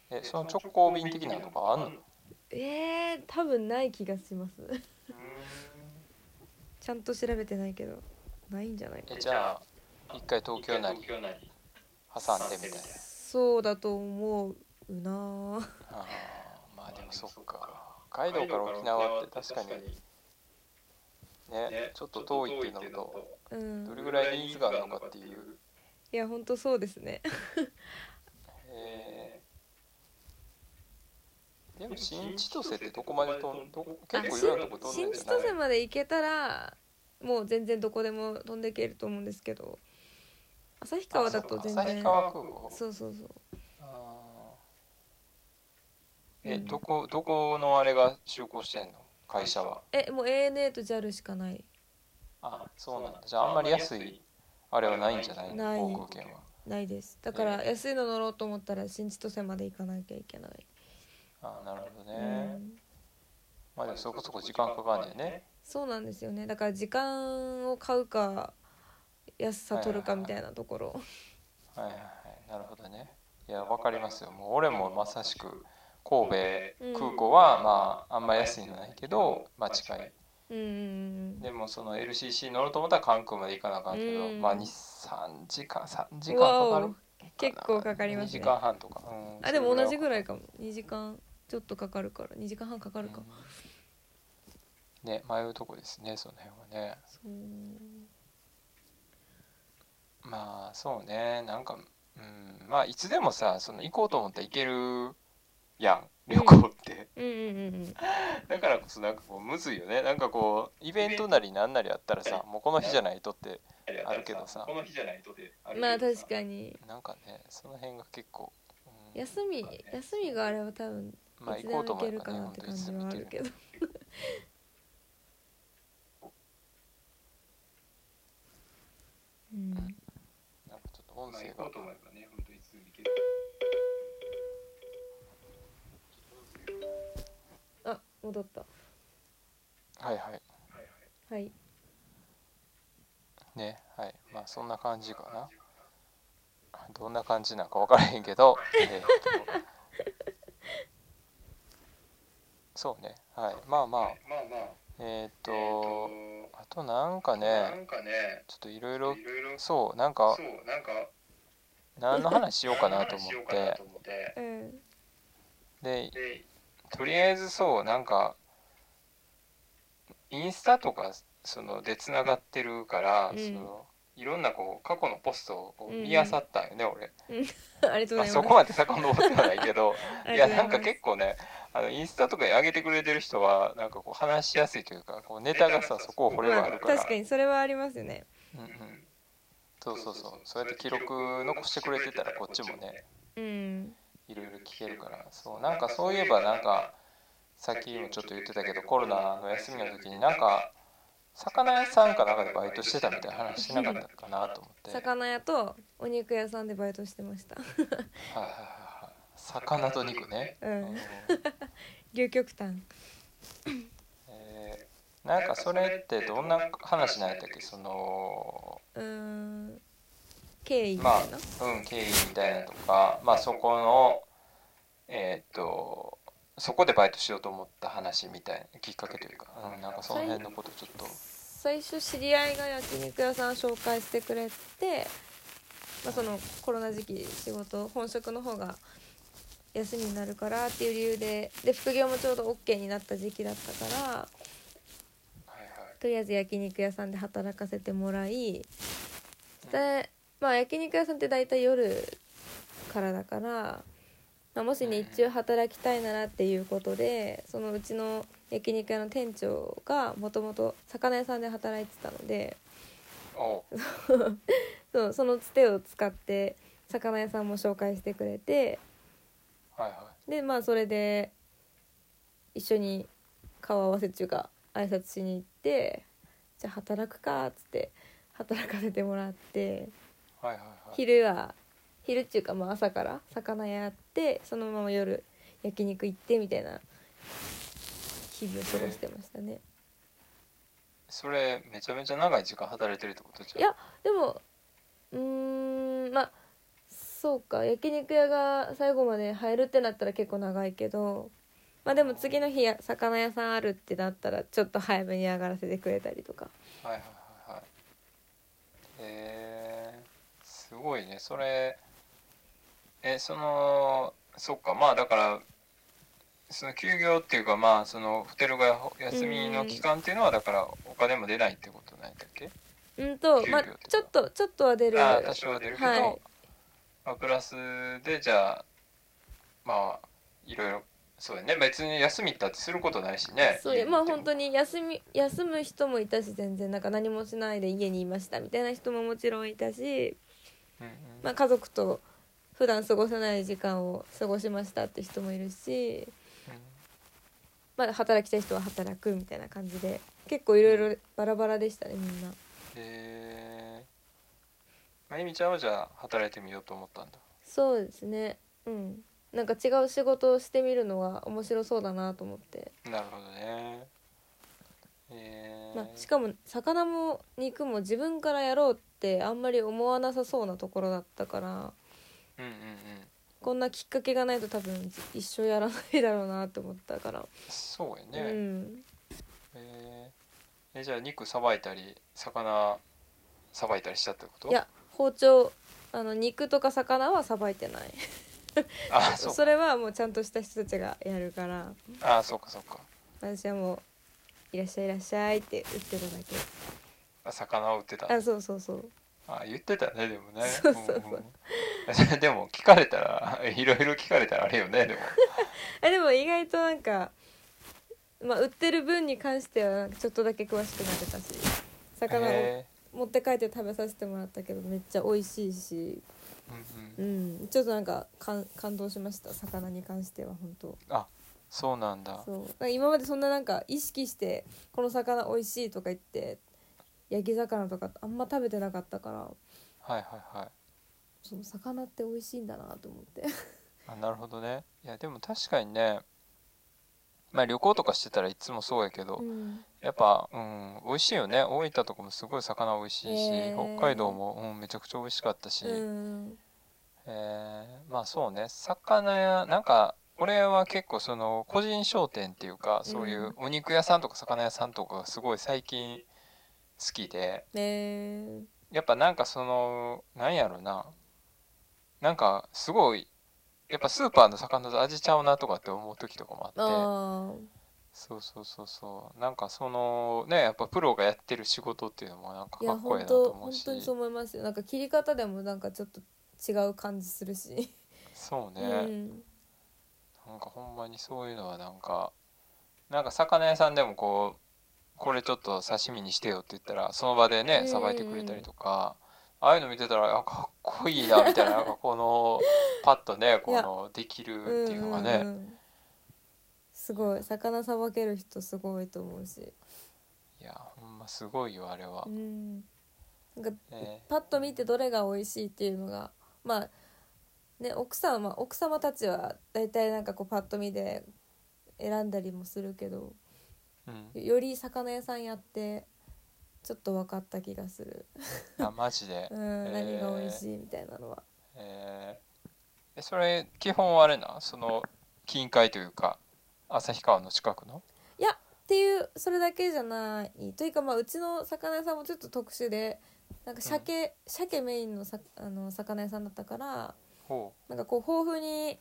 [SPEAKER 1] えその直行便的なのがあんの
[SPEAKER 2] えー、多分ない気がします ちゃんと調べてないけどないんじゃないか
[SPEAKER 1] えじゃあ一回東京なり
[SPEAKER 3] 東京なり
[SPEAKER 1] 挟んでみたいな
[SPEAKER 2] そうだと思うなあ
[SPEAKER 1] あーまあでもそっか北海道から沖縄って確かにねちょっと遠いっていうのと
[SPEAKER 2] う
[SPEAKER 1] ど
[SPEAKER 2] ん
[SPEAKER 1] れぐらいニーズがあるのかっていう
[SPEAKER 2] いやほんとそうですね
[SPEAKER 1] えーでも新千歳ってどこまで飛んどこ 結構いろんなとこ飛ん
[SPEAKER 2] 新
[SPEAKER 1] でんじゃ
[SPEAKER 2] 千
[SPEAKER 1] ない
[SPEAKER 2] 歳まで行けたらもう全然どこでも飛んでいけると思うんですけど旭川だと全
[SPEAKER 1] 旭
[SPEAKER 2] 然
[SPEAKER 1] 川空港
[SPEAKER 2] そうそうそう
[SPEAKER 1] あーえどこどこのあれが就航してんの会社は
[SPEAKER 2] えもう ANA と JAL しかない
[SPEAKER 1] あそうなんだじゃああんまり安いあれはないんじゃない
[SPEAKER 2] ない
[SPEAKER 1] の航空券は
[SPEAKER 2] ないですだから
[SPEAKER 1] えー
[SPEAKER 2] 安いの乗ろうと思ったら新千歳まで行かなきゃいけない、
[SPEAKER 1] あーなるほど
[SPEAKER 2] う
[SPEAKER 1] ね
[SPEAKER 2] ん
[SPEAKER 1] まあでもそこそこ時間かかるんだよね
[SPEAKER 2] そうなんですよねだから時間を買うか安さ取るかみたいなところ、
[SPEAKER 1] はいはいはいなるほどねいやわかりますよもう俺もまさしく神戸空港は、まああんま安いのないけどまあ近い
[SPEAKER 2] うんうん
[SPEAKER 1] でもその LCC 乗ろうと思ったら関空まで行かなあかんけど、
[SPEAKER 2] うん
[SPEAKER 1] まあ23時間3時
[SPEAKER 2] うん
[SPEAKER 1] 間かか
[SPEAKER 2] わ
[SPEAKER 1] る
[SPEAKER 2] お結構かかります
[SPEAKER 1] 2時
[SPEAKER 2] ね
[SPEAKER 1] 間半とか、うん
[SPEAKER 2] あでも同じ
[SPEAKER 1] らい
[SPEAKER 2] ぐらいかも2時間ちょっとかかるから2時間半かかるか、
[SPEAKER 1] うんね迷うとこですねその辺はね
[SPEAKER 2] そう
[SPEAKER 1] まあそうねなんかうんまあいつでもさその行こうと思ったら行けるやん旅行って、
[SPEAKER 2] うんうんうんうん
[SPEAKER 1] だからこそなんかこうむずいよねなんかこうイベントなりなんなりあったらさもうこの日じゃないとってあるけどさ
[SPEAKER 3] この日じゃないとでるけど
[SPEAKER 2] まあ
[SPEAKER 3] さ
[SPEAKER 2] 確かに
[SPEAKER 1] なんかねその辺が結構、うん
[SPEAKER 2] 休み
[SPEAKER 3] そうだね
[SPEAKER 2] 休みがあれば多分
[SPEAKER 1] まあ
[SPEAKER 2] い
[SPEAKER 1] 行
[SPEAKER 2] つ
[SPEAKER 1] こ
[SPEAKER 2] でも
[SPEAKER 1] うと
[SPEAKER 2] 行
[SPEAKER 1] 思
[SPEAKER 2] け
[SPEAKER 1] え
[SPEAKER 2] る
[SPEAKER 1] ば
[SPEAKER 2] か
[SPEAKER 1] ね
[SPEAKER 2] なっ
[SPEAKER 1] 本
[SPEAKER 2] て
[SPEAKER 1] 当い
[SPEAKER 2] 感
[SPEAKER 1] つ
[SPEAKER 2] じ
[SPEAKER 1] でも
[SPEAKER 2] は
[SPEAKER 1] 行け
[SPEAKER 2] ある
[SPEAKER 1] る
[SPEAKER 2] けど うん
[SPEAKER 1] なんかちょっと音
[SPEAKER 3] まあ
[SPEAKER 1] 声
[SPEAKER 3] 行こ
[SPEAKER 1] が
[SPEAKER 3] うと思えばね本当いつでも行ける
[SPEAKER 2] あ戻った
[SPEAKER 1] はいはい
[SPEAKER 3] はいはい
[SPEAKER 2] はい
[SPEAKER 1] ねはいまあそんな感じかなどんな感じなんか分からへんけど、えーっとそうねはいまあまあ
[SPEAKER 3] まあまあ
[SPEAKER 1] えーっ
[SPEAKER 3] えー
[SPEAKER 1] とあとなんか
[SPEAKER 3] な
[SPEAKER 1] ね
[SPEAKER 3] んかね
[SPEAKER 1] ちょっといろい
[SPEAKER 3] いろ
[SPEAKER 1] ろ
[SPEAKER 3] いろそ
[SPEAKER 1] そうなんか
[SPEAKER 3] うなんか
[SPEAKER 1] 何の話しようかなと思
[SPEAKER 3] しよ
[SPEAKER 1] っ
[SPEAKER 3] うかな
[SPEAKER 1] て
[SPEAKER 3] と思って
[SPEAKER 2] うん
[SPEAKER 1] で
[SPEAKER 3] で
[SPEAKER 1] とりあえずそうなんかインスタとかそのでつながってるから、
[SPEAKER 2] うん
[SPEAKER 1] そのいろんなこう過去のポストをこう
[SPEAKER 2] うんうん
[SPEAKER 1] 見漁ったんよね、俺、
[SPEAKER 2] ありがとう
[SPEAKER 1] まあ、
[SPEAKER 2] ござい
[SPEAKER 1] そ
[SPEAKER 2] ます
[SPEAKER 1] こまで遡ってはないけど
[SPEAKER 2] あ
[SPEAKER 1] い
[SPEAKER 2] り
[SPEAKER 1] や
[SPEAKER 2] がとうございます
[SPEAKER 1] なんか結構ねあのインスタとかに上げてくれてる人はなんかこう話しやすいというかこうネタがさそこを掘ればあるから
[SPEAKER 2] まあ確かにそれはありますよね
[SPEAKER 1] うんうん、そうそうそうそうやって記録残してくれてたらこっちもね
[SPEAKER 2] うん
[SPEAKER 1] いろいろ聞けるからそうなんかそういえばなんかさっきもちょっと言ってたけどコロナの休みの時になんか魚屋さんかなんかでバイトしてたみたいな話しなかったかなと思ってはい
[SPEAKER 2] 魚屋とお肉屋さんでバイトしてました
[SPEAKER 1] はいはいはい魚と肉ね、
[SPEAKER 2] う
[SPEAKER 1] うんん
[SPEAKER 2] 牛極端
[SPEAKER 1] えーなんかそれってどんな話なんやったっけその
[SPEAKER 2] うーん経緯み
[SPEAKER 1] ま
[SPEAKER 2] たいな、
[SPEAKER 1] あうん経緯みたいなとかまあそこのえーっとそこでバイトしようと思った話みたいなきっかけというか、うん、なんかその辺のことちょっと
[SPEAKER 2] 最初知り合いが焼肉屋さん紹介してくれて、まあ、そのコロナ時期仕事本職の方が休みになるからっていう理由でで副業もちょうど OK になった時期だったから
[SPEAKER 1] はいはい
[SPEAKER 2] とりあえず焼肉屋さんで働かせてもらいで、まあ、焼肉屋さんって大体夜からだから、まあ、もし日中働きたいならっていうことでそのうちの焼肉屋の店長がもともと魚屋さんで働いてたので
[SPEAKER 1] おう
[SPEAKER 2] そうそのつてを使って魚屋さんも紹介してくれて
[SPEAKER 1] はいは
[SPEAKER 2] でまあそれで一緒に顔合わせ中が挨拶しに行ってじゃあ働くかっつって働かせてもらって。
[SPEAKER 1] いはいはいはい
[SPEAKER 2] 昼は昼っていうかまあ朝から魚屋やってそのまま夜焼肉行ってみたいな日々を過ごしてましたね。
[SPEAKER 1] それめちゃめちゃ長い時間働いてるってことじゃん
[SPEAKER 2] いやでもうーんまあそうか焼肉屋が最後まで入るってなったら結構長いけどまあでも次の日や魚屋さんあるってなったらちょっと早めに上がらせてくれたりとか
[SPEAKER 1] はいはいはいはいえー、すごいねそれえそのそっかまあだからその休業っていうかまあそのホテルがほ休みの期間っていうのはだからお金も出ないってことないんだっけ
[SPEAKER 2] うんと
[SPEAKER 1] 給料
[SPEAKER 2] まあ
[SPEAKER 1] とか
[SPEAKER 2] ちょっとちょっとは出る
[SPEAKER 1] ああ多少は出るけど、
[SPEAKER 2] はい
[SPEAKER 1] まあ、プラスでじゃあまあいろいろそうやね別に休みったってすることないしね
[SPEAKER 2] そうまあ本当
[SPEAKER 1] に
[SPEAKER 2] に休み休む人もいたし全然なんか何もしないで家にいましたみたいな人ももちろんいたし、
[SPEAKER 1] うんうん
[SPEAKER 2] まあ、家族と普段過ごせない時間を過ごしましたって人もいるし、まあ、働きたい人は働くみたいな感じで結構いろいろバラバラでしたねみんな
[SPEAKER 1] えー、まゆみちゃんはじゃあ働いてみようと思ったんだ
[SPEAKER 2] そうですねうんなんか違う仕事をしてみるのは面白そうだなと思って、
[SPEAKER 1] なるほどねえー
[SPEAKER 2] まあ、しかも魚も肉も自分からやろうってあんまり思わなさそうなところだったから
[SPEAKER 1] うんうんうん
[SPEAKER 2] こんなきっかけがないと多分一生やらないだろうなって思ったから、
[SPEAKER 1] そうや
[SPEAKER 2] う
[SPEAKER 1] ね、
[SPEAKER 2] ん
[SPEAKER 1] えーえじゃあ肉さばいたり魚さばいたりしたってこと
[SPEAKER 2] いや包丁あの肉とか魚はさばいてない
[SPEAKER 1] あ
[SPEAKER 2] そ
[SPEAKER 1] そう
[SPEAKER 2] れはもうちゃんとした人たちがやるから
[SPEAKER 1] あそうかそうか
[SPEAKER 2] 私はもう「いらっしゃいいらっしゃい」って言ってただ
[SPEAKER 1] あ魚を売ってた
[SPEAKER 2] けあそうそうそう
[SPEAKER 1] あ言ってたねでもね
[SPEAKER 2] そうそうそうん
[SPEAKER 1] ん うんでも聞かれたら いろいろ聞かれたらあれよねでも
[SPEAKER 2] えでも意外となんか、まあ、売ってる分に関してはなんかちょっとだけ詳しくなれたし魚を
[SPEAKER 1] へ
[SPEAKER 2] 持って帰って食べさせてもらったけどめっちゃ美味しいし
[SPEAKER 1] ーうんう、
[SPEAKER 2] うんんちょっとなんか感感動しました魚に関しては本当
[SPEAKER 1] そうなんだ
[SPEAKER 2] そうなんか今までそんななんか意識してこの魚美味しいとか言って焼き魚とかあんま食べてなかったから
[SPEAKER 1] はいはいはい
[SPEAKER 2] その魚って美味しいんだなと思って
[SPEAKER 1] あなるほどねいやでも確かにねまあ旅行とかしてたらいつもそうやけど、
[SPEAKER 2] うん
[SPEAKER 1] やっぱうん美味しいよね大分とかもすごい魚美味しいし、
[SPEAKER 2] へー
[SPEAKER 1] 北海道も、うん、めちゃくちゃ美味しかったし、
[SPEAKER 2] うん
[SPEAKER 1] えーまあそうね魚屋なんか俺は結構その個人商店っていうかそういうお肉屋さんとか魚屋さんとかがすごい最近好きで
[SPEAKER 2] ね
[SPEAKER 1] やっぱなんかそのなんやろななんかすごいやっぱスーパーの魚と味ちゃうなとかって思う時とかも
[SPEAKER 2] あ
[SPEAKER 1] あって
[SPEAKER 2] ー
[SPEAKER 1] そうそうそうそうなんかそのねやっぱプロがやってる仕事っていうのもなんか
[SPEAKER 2] い
[SPEAKER 1] か
[SPEAKER 2] や
[SPEAKER 1] っこいい
[SPEAKER 2] 本
[SPEAKER 1] なと
[SPEAKER 2] 当
[SPEAKER 1] 思
[SPEAKER 2] 本
[SPEAKER 1] うし
[SPEAKER 2] 当にそう思いますよなんか切り方でもなんかちょっと違う感じするし、
[SPEAKER 1] そう
[SPEAKER 2] う
[SPEAKER 1] ね。
[SPEAKER 2] ん
[SPEAKER 1] なんかほんまにそういうのはなんかなんか魚屋さんでもこうこれちょっと刺身にしてよって言ったらその場で
[SPEAKER 2] う
[SPEAKER 1] ね
[SPEAKER 2] ん
[SPEAKER 1] さばいてくれたりとか、ああいうの見てたらあかっこいいなみたいななんかこのパッとねこのできるっていうのがね、
[SPEAKER 2] うんうんうんすごい魚さばける人すごいと思うし、
[SPEAKER 1] いやほんますごいよあれは
[SPEAKER 2] う。ん、なんか
[SPEAKER 1] ね
[SPEAKER 2] パッと見てどれが美味しいっていうのがまあね奥さんは奥様たちは大体なんかこうパッと見で選んだりもするけど
[SPEAKER 1] うん、
[SPEAKER 2] より魚屋さんやってちょっと分かった気がする、
[SPEAKER 1] あマジで
[SPEAKER 2] うん、何
[SPEAKER 1] えー
[SPEAKER 2] が美味しいみたいなのは
[SPEAKER 1] えーえそれ基本はあれなその近海というか旭川の近くの
[SPEAKER 2] っていうそれだけじゃないというかまあうちの魚屋さんもちょっと特殊でなんか鮭、鮭メインのさあの魚屋さんだったから
[SPEAKER 1] ほ
[SPEAKER 2] なんかこう豊富に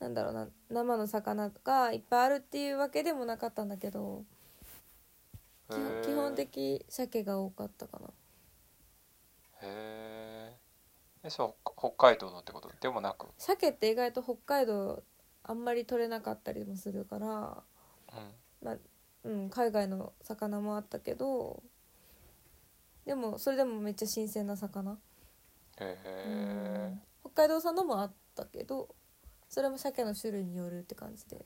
[SPEAKER 2] なんだろうな生の魚がいっぱいあるっていうわけでもなかったんだけど
[SPEAKER 1] う
[SPEAKER 2] 基本
[SPEAKER 1] へー
[SPEAKER 2] 基本的鮭が多かったかな
[SPEAKER 1] へえ。え、そう、北北海道のってことでもなく。
[SPEAKER 2] 鮭って意外と北海道あんまり取れなかったりもするから、
[SPEAKER 1] うん。
[SPEAKER 2] うん、海外の魚もあったけどでもそれでもめっちゃ新鮮な魚、
[SPEAKER 1] へ
[SPEAKER 2] う
[SPEAKER 1] え
[SPEAKER 2] ん。北海道産のもあったけどそれも鮭の種類によるって感じで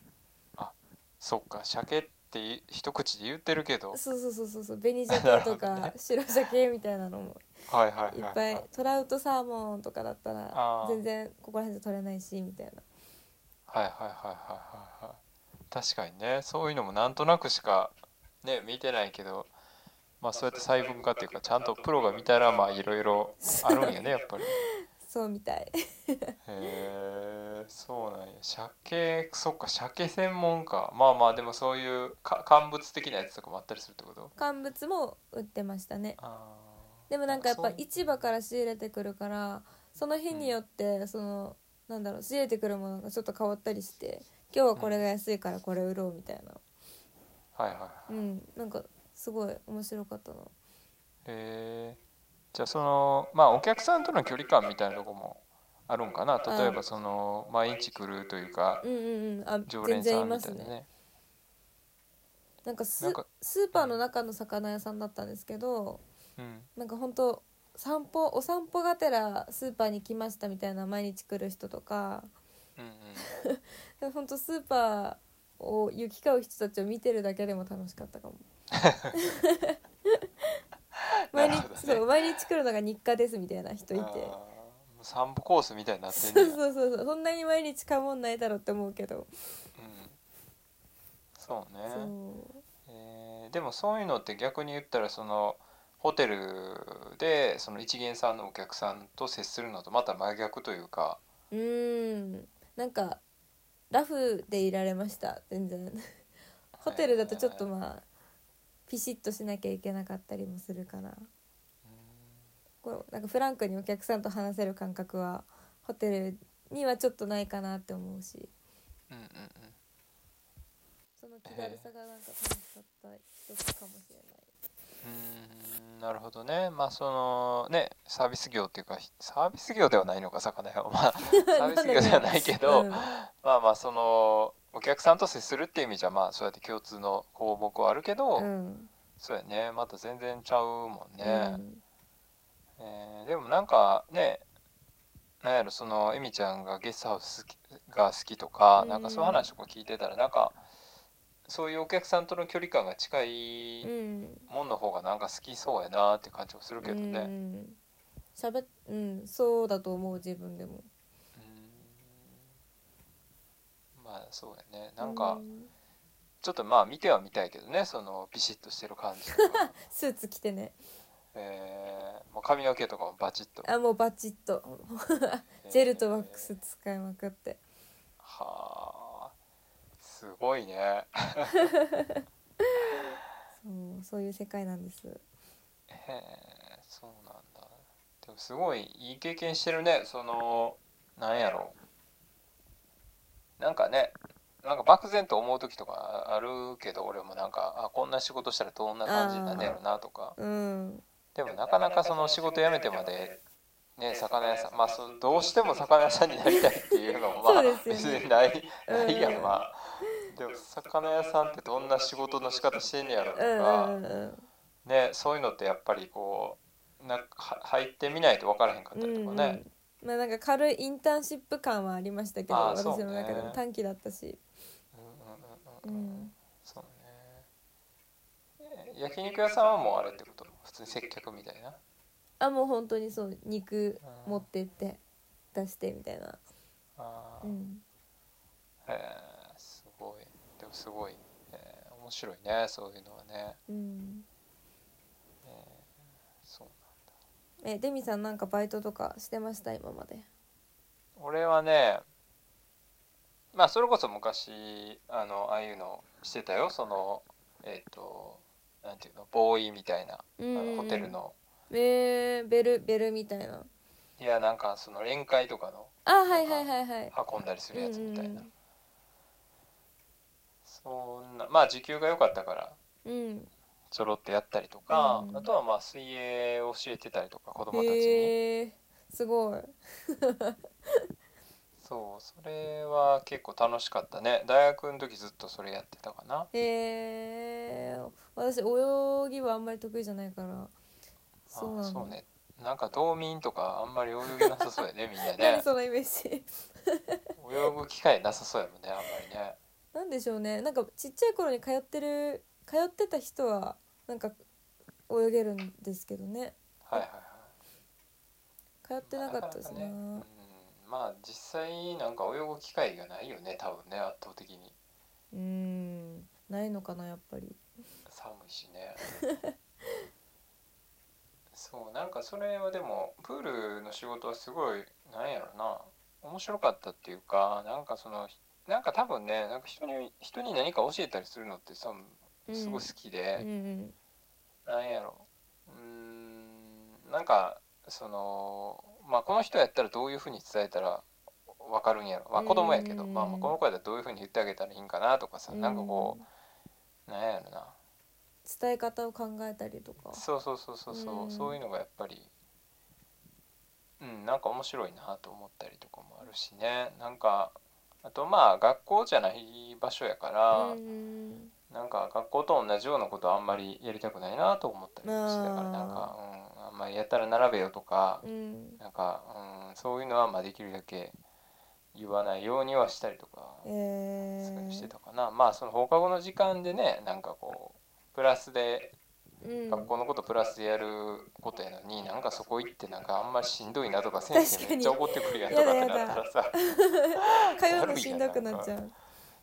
[SPEAKER 1] そっか、鮭ってい一口で言ってるけど。
[SPEAKER 2] そうそうそうそうそう紅鮭
[SPEAKER 1] なるほ
[SPEAKER 2] と
[SPEAKER 1] ど
[SPEAKER 2] か
[SPEAKER 1] ね
[SPEAKER 2] 白鮭みたいなの も
[SPEAKER 1] はいはいはいい、
[SPEAKER 2] っ
[SPEAKER 1] はい。
[SPEAKER 2] ぱいトラウトサーモンとかだった
[SPEAKER 1] あ
[SPEAKER 2] ら
[SPEAKER 1] ー
[SPEAKER 2] 全然ここら辺じゃ取れないしみたいな
[SPEAKER 1] はいはいはいはいはいはい。確かにね、そういうのもなんとなくしか。ね、見てないけど。まあそうやって細分化っていうかちゃんとプロが見たらまあいろいろあるんやねやっ ぱり。
[SPEAKER 2] そうみたい
[SPEAKER 1] へえそうなんや鮭そっか鮭専門かまあまあでもそういうか乾物的なやつとかもあったりするってこと
[SPEAKER 2] 乾物も売ってましたね
[SPEAKER 1] あー
[SPEAKER 2] でもなんかやっぱ
[SPEAKER 1] そう
[SPEAKER 2] 市場から仕入れてくるからその日によってそのなんだろう仕入れてくるものがちょっと変わったりして今日はこれが安いからこれ売ろうみたいな
[SPEAKER 1] はいはいはい
[SPEAKER 2] うんなんかすごい面白かったな
[SPEAKER 1] えー、じゃあそのまあお客さんとの距離感みたいなとこもあるんかな
[SPEAKER 2] うん
[SPEAKER 1] 例えばその毎日来るというか
[SPEAKER 2] うんうんうんあ
[SPEAKER 1] 常
[SPEAKER 2] 全
[SPEAKER 1] 連
[SPEAKER 2] 然
[SPEAKER 1] さ
[SPEAKER 2] い
[SPEAKER 1] ん
[SPEAKER 2] ま
[SPEAKER 1] みた
[SPEAKER 2] す
[SPEAKER 1] いな
[SPEAKER 2] ね
[SPEAKER 1] ね
[SPEAKER 2] なんかス
[SPEAKER 1] なんか
[SPEAKER 2] スーパーの中の魚屋さんだったんですけど
[SPEAKER 1] うん
[SPEAKER 2] なんかほんと散歩お散歩がてらスーパーに来ましたみたいな毎日来る人とか
[SPEAKER 1] うんうん
[SPEAKER 2] でもほんとスーパーを行き交う人たちを見てるだけでも楽しかったかも 毎日
[SPEAKER 1] なるほどね
[SPEAKER 2] そう毎日来るのが日課ですみたいな人いて
[SPEAKER 1] あーもう散歩コースみたいになってん
[SPEAKER 2] そ
[SPEAKER 1] ね
[SPEAKER 2] う
[SPEAKER 1] や
[SPEAKER 2] そうそうそうそんなに毎日買うもんないだろうって思うけ
[SPEAKER 1] う
[SPEAKER 2] ど、
[SPEAKER 1] んそうね
[SPEAKER 2] そう
[SPEAKER 1] えーでもそういうのって逆に言ったらそのホテルでその一元さんのお客さんと接するのとまた真逆というか
[SPEAKER 2] うーんなんかラフでいられました全然 ホテルだとちょっとまあピシッとしなきゃいけなかったりもするからこうなんかフランクにお客さんと話せる感覚はホテルにはちょっとないかなって思うし
[SPEAKER 1] うんうんうん
[SPEAKER 2] その気軽さがなんか楽しかった一つかもしれない。
[SPEAKER 1] うんうーんなるほどねまあそのねサービス業っていうかサービス業ではないのか魚屋は まあサービス業ではないけど、
[SPEAKER 2] うん
[SPEAKER 1] まあまあそのお客さんと接するっていう意味じゃまあそうやって共通の項目はあるけど、
[SPEAKER 2] うん
[SPEAKER 1] そうやねまた全然ちゃうもんね。
[SPEAKER 2] うん
[SPEAKER 1] えーでもなんかねなんやろそのエミちゃんがゲストハウス好きが好きとか
[SPEAKER 2] うん
[SPEAKER 1] なんかそういう話とか聞いてたらなんかそういうお客さんとの距離感が近
[SPEAKER 2] う
[SPEAKER 1] い
[SPEAKER 2] ん
[SPEAKER 1] もんの方がなんか好きそうやなって感じもするけど
[SPEAKER 2] う
[SPEAKER 1] ね。
[SPEAKER 2] ん喋っうんそうだと思う自分でも
[SPEAKER 1] うんまあそうやねなんか
[SPEAKER 2] うん
[SPEAKER 1] ちょっとまあ見ては見たいけどねそのビシッとしてる感じと か、
[SPEAKER 2] スーツ着てね
[SPEAKER 1] えーもう髪の毛とかもバチッと、
[SPEAKER 2] あもうバチッとジェルとワック
[SPEAKER 1] え
[SPEAKER 2] ス
[SPEAKER 1] ー
[SPEAKER 2] 使いまくって
[SPEAKER 1] はあすごいね。
[SPEAKER 2] そうそういう世界なんです
[SPEAKER 1] へえそうなんだでもすごいいい経験してるねそのなんやろなんかねなんか漠然と思う時とかあるけど俺もなんかあこんな仕事したらどんな感じになんねやろなとか
[SPEAKER 2] うん
[SPEAKER 1] でもなかなかその仕事辞めてまでね魚屋さんまあそうどうしても魚屋さんになりたいっていうのもまあ、
[SPEAKER 2] そうです
[SPEAKER 1] 別
[SPEAKER 2] よね
[SPEAKER 1] にない
[SPEAKER 2] うん
[SPEAKER 1] ないやんまあでも魚屋さんってどんな仕事の仕方してんねやろと
[SPEAKER 2] う
[SPEAKER 1] か。
[SPEAKER 2] んうんうん
[SPEAKER 1] ね、そういうのってやっぱりこうなんかは入ってみないと分からへんかったりとか
[SPEAKER 2] うん
[SPEAKER 1] ね、
[SPEAKER 2] うんまあなんか軽いインターンシップ感はありましたけど
[SPEAKER 1] あー
[SPEAKER 2] 私
[SPEAKER 1] そうね
[SPEAKER 2] の中でも短期だったし
[SPEAKER 1] うんうんうんうんう
[SPEAKER 2] うん
[SPEAKER 1] んそうねえ焼肉屋さんはもうあれってこと普通に接客みたいな
[SPEAKER 2] あもう本当にそう肉
[SPEAKER 1] うん
[SPEAKER 2] 持ってって出してみたいな、
[SPEAKER 1] あー、
[SPEAKER 2] うん、
[SPEAKER 1] へえすごいでもすごい、えー面白いねそういうのはね、
[SPEAKER 2] うん、
[SPEAKER 1] えーそう
[SPEAKER 2] えデミさんなんかバイトとかしてました今まで
[SPEAKER 1] 俺はねまあそれこそ昔あのああいうのしてたよそのえっ、となんていうのボーイみたいな
[SPEAKER 2] う
[SPEAKER 1] あ
[SPEAKER 2] んうんう
[SPEAKER 1] の
[SPEAKER 2] ん
[SPEAKER 1] ホテルの
[SPEAKER 2] えー、ベルベルみたいない
[SPEAKER 1] やなんかその宴会とかの
[SPEAKER 2] あはいはいはいはい
[SPEAKER 1] 運んだりするやつみたいな、
[SPEAKER 2] うん
[SPEAKER 1] そんなまあ時給が良かったから
[SPEAKER 2] うん
[SPEAKER 1] ちょろっとやったりとか、
[SPEAKER 2] うん
[SPEAKER 1] あとはまあ水泳を教えてたりとか子供たちに、
[SPEAKER 2] へえー、すごい
[SPEAKER 1] そうそれは結構楽しかったね大学の時ずっとそれやってたかな
[SPEAKER 2] へえー、私泳ぎはあんまり得意じゃないからそうな
[SPEAKER 1] あ
[SPEAKER 2] んだ
[SPEAKER 1] そうねなんか道民とかあんまり泳ぎなさそうやねみん な
[SPEAKER 2] 何
[SPEAKER 1] ね
[SPEAKER 2] そのイメージ
[SPEAKER 1] 泳ぐ機会なさそうやもんねあんまりね
[SPEAKER 2] なんでしょうねなんかちっちゃい頃に通ってる通ってた人はなんか泳げるんですけどね
[SPEAKER 1] はいはいはい
[SPEAKER 2] 通ってなかったし
[SPEAKER 1] かか
[SPEAKER 2] な
[SPEAKER 1] ねうん、まあ実際なんか泳ぐ機会がないよね多分ね圧倒的に
[SPEAKER 2] うーんないのかなやっぱり
[SPEAKER 1] 寒いしねそうなんかそれはでもプールの仕事はすごいなんやろな面白かったっていうかなんかそのなんか多分ねなんか人に人に何か教えたりするのってさ
[SPEAKER 2] うん
[SPEAKER 1] すごい好き
[SPEAKER 2] う
[SPEAKER 1] で、
[SPEAKER 2] ん
[SPEAKER 1] なんやろうーんなんかそのまあこの人やったらどういうふうに伝えたら分かるんやろ、まあ、子供やけど、
[SPEAKER 2] うん
[SPEAKER 1] まあ、まあこの子やったらどういうふうに言ってあげたらいいんかなとかさ、
[SPEAKER 2] うん
[SPEAKER 1] なんかこうなんやろな
[SPEAKER 2] 伝え方を考えたりとか
[SPEAKER 1] そうそうそうそうそう、
[SPEAKER 2] うん
[SPEAKER 1] そういうのがやっぱりうんなんか面白いなと思ったりとかもあるしねなんかあとまあ学校じゃない場所やから、
[SPEAKER 2] うん
[SPEAKER 1] なんか学校と同じようなことはあんまりやりたくないなと思ったりもしてだから
[SPEAKER 2] あー
[SPEAKER 1] なんか、うん、あんまりやったら並べよとか
[SPEAKER 2] う、ん
[SPEAKER 1] なんか、うん、そういうのはまあできるだけ言わないようにはしたりとか、
[SPEAKER 2] え
[SPEAKER 1] そういうのして
[SPEAKER 2] ー
[SPEAKER 1] たかなまあその放課後の時間でねなんかこうプラスで
[SPEAKER 2] うん
[SPEAKER 1] 学校のことプラスでやることやのになんかそこ行ってなんかあんまりしんどいなとか先生めっちゃ怒ってくるやんとかってなったらさ
[SPEAKER 2] 通うのしんどくなっちゃう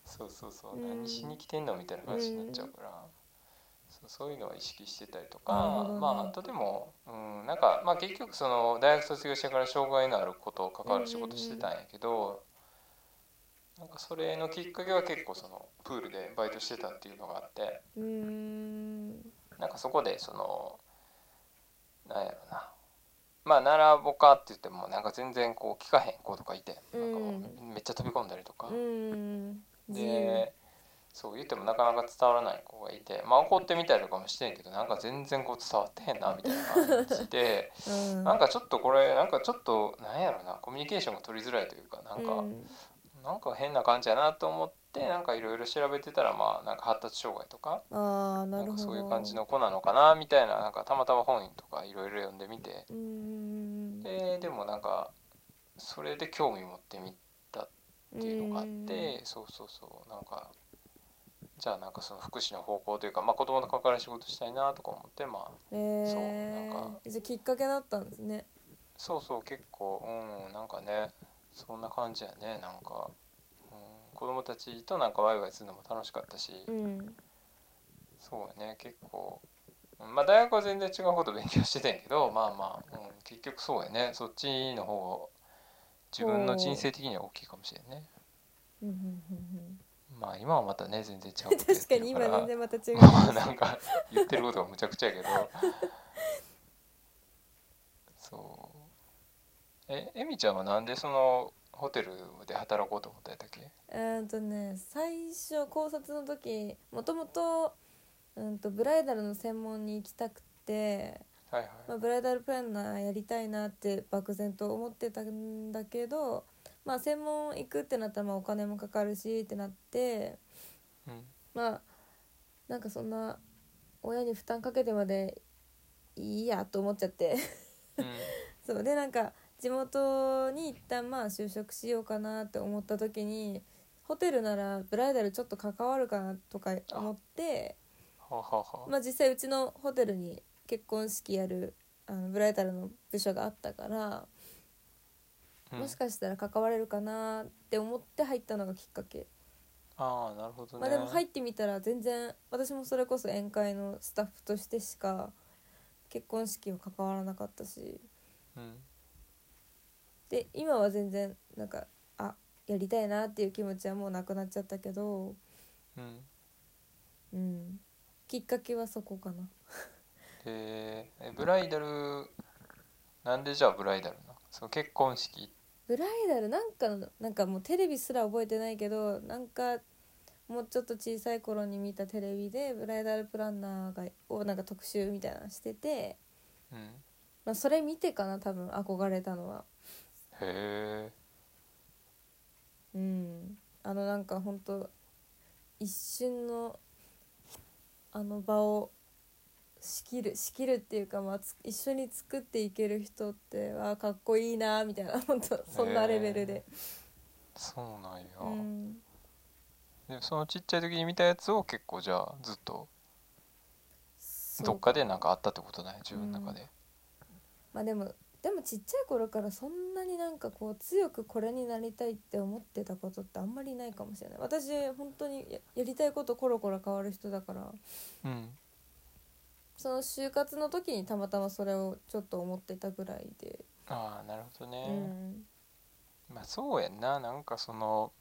[SPEAKER 1] そうそうそう
[SPEAKER 2] うん
[SPEAKER 1] 何しに来てんのみたいな話になっちゃうから、そうそういうのは意識してたりと
[SPEAKER 2] なるほ
[SPEAKER 1] か、
[SPEAKER 2] どね
[SPEAKER 1] まああとでも、うん、なんか、まあ、結局その大学卒業してから障害のあることを関わる仕事してたんやけど、なんかそれのきっかけは結構そのプールでバイトしてたっていうのがあって。
[SPEAKER 2] うん
[SPEAKER 1] なんかそこでそのなんやろなまあ奈良ボカって言ってもなんか全然こう聞かへん子とかいてなんかもうめっちゃ飛び込んだりとか、
[SPEAKER 2] うん自由
[SPEAKER 1] でそう言ってもなかなか伝わらない子がいてまあ怒ってみたりとかもしてんけどなんか全然こう伝わってへんなみたいな感じで
[SPEAKER 2] うん
[SPEAKER 1] なんかちょっとこれなんかちょっとなんやろなコミュニケーションが取りづらいというかなんか、
[SPEAKER 2] うん
[SPEAKER 1] なんか変な感じやなと思ってなんかいろいろ調べてたらまあなんか発達障害とか
[SPEAKER 2] ああな
[SPEAKER 1] なんか
[SPEAKER 2] るほど
[SPEAKER 1] そういう感じの子なのかなみたいななんかたまたま本とかいろいろ読んでみて
[SPEAKER 2] うん
[SPEAKER 1] ででもなんかそれで興味持ってみっていうのがあってそうそうそうなんかじゃあなんかその福祉の方向というか、まあ、子供の関わる仕事したいなとか思ってまあ
[SPEAKER 2] うんえー、
[SPEAKER 1] そうなんか
[SPEAKER 2] じゃあきっかけだったんですね
[SPEAKER 1] そうそう結構うんなんかねそんな感じやねなんか、うん、子供たちとなんかワイワイするのも楽しかったし、
[SPEAKER 2] うん
[SPEAKER 1] そうね結構うんまあ大学は全然違うこと勉強してたんやけどまあまあ、うん、結局そうやねそっちの方が自分の人生的には大きいかもしれんね
[SPEAKER 2] うんうんうん
[SPEAKER 1] まあ今はまたね全然違う
[SPEAKER 2] うん
[SPEAKER 1] ことやっ
[SPEAKER 2] 確か
[SPEAKER 1] て
[SPEAKER 2] に
[SPEAKER 1] る
[SPEAKER 2] 今
[SPEAKER 1] から
[SPEAKER 2] 全然また違う
[SPEAKER 1] もうなんか言ってることがむちゃくちゃやけどそうええみちゃんはなんでそのホテルで働こうと思ったんやったっけ
[SPEAKER 2] えーっとね最初考察の時もともとうんとブライダルの専門に行きたくて、
[SPEAKER 1] はいはい、
[SPEAKER 2] まあ、ブライダルプランナーやりたいなって漠然と思ってたんだけどまあ専門行くってなったらまあお金もかかるしってなって
[SPEAKER 1] うん
[SPEAKER 2] まあなんかそんな親に負担かけてまでいいやと思っちゃって
[SPEAKER 1] うん
[SPEAKER 2] そうでなんか地元に一旦まあ就職しようかなって思った時にホテルならブライダルちょっと関わるかなとか思って
[SPEAKER 1] はあはあはあ
[SPEAKER 2] まあ、実際うちのホテルに結婚式やるあのブライダルの部署があったから、
[SPEAKER 1] うん
[SPEAKER 2] もしかしたら関われるかなって思って入ったのがきっかけ、
[SPEAKER 1] ああなるほどね
[SPEAKER 2] まあ、でも入ってみたら全然私もそれこそ宴会のスタッフとしてしか結婚式を関わらなかったし。
[SPEAKER 1] うん
[SPEAKER 2] で今は全然なんかあやりたいなっていう気持ちはもうなくなっちゃったけど、
[SPEAKER 1] うん
[SPEAKER 2] うん、きっかけはそこかな
[SPEAKER 1] えーえブライダルなんでじゃあブライダルなその結婚式
[SPEAKER 2] ブライダルなんかのなんかもうテレビすら覚えてないけどなんかもうちょっと小さい頃に見たテレビでブライダルプランナーがをなんか特集みたいなのしてて、
[SPEAKER 1] うんへ
[SPEAKER 2] まあ、それ見てかな多分憧れたのは
[SPEAKER 1] え
[SPEAKER 2] うんあのなんかほんと一瞬のあの場を仕切る仕切るっていうか、まあ、つ一緒に作っていける人ってあーかっこいいなーみたいな 本当そんなレベルで、
[SPEAKER 1] そうなんや、
[SPEAKER 2] うん、
[SPEAKER 1] でそのちっちゃい時に見たやつを結構じゃあずっと
[SPEAKER 2] そう
[SPEAKER 1] どっかでなんかあったってことない自分の中で、
[SPEAKER 2] まあでもでもちっちゃい頃からそんなになんかこう強くこれになりたいって思ってたことってあんまりないかもしれない私本当にややりたいことコロコロ変わる人だから
[SPEAKER 1] うん
[SPEAKER 2] その就活の時にたまたまそれをちょっと思ってたぐらいで、
[SPEAKER 1] ああなるほどね、
[SPEAKER 2] うん
[SPEAKER 1] まあそうやんななんかその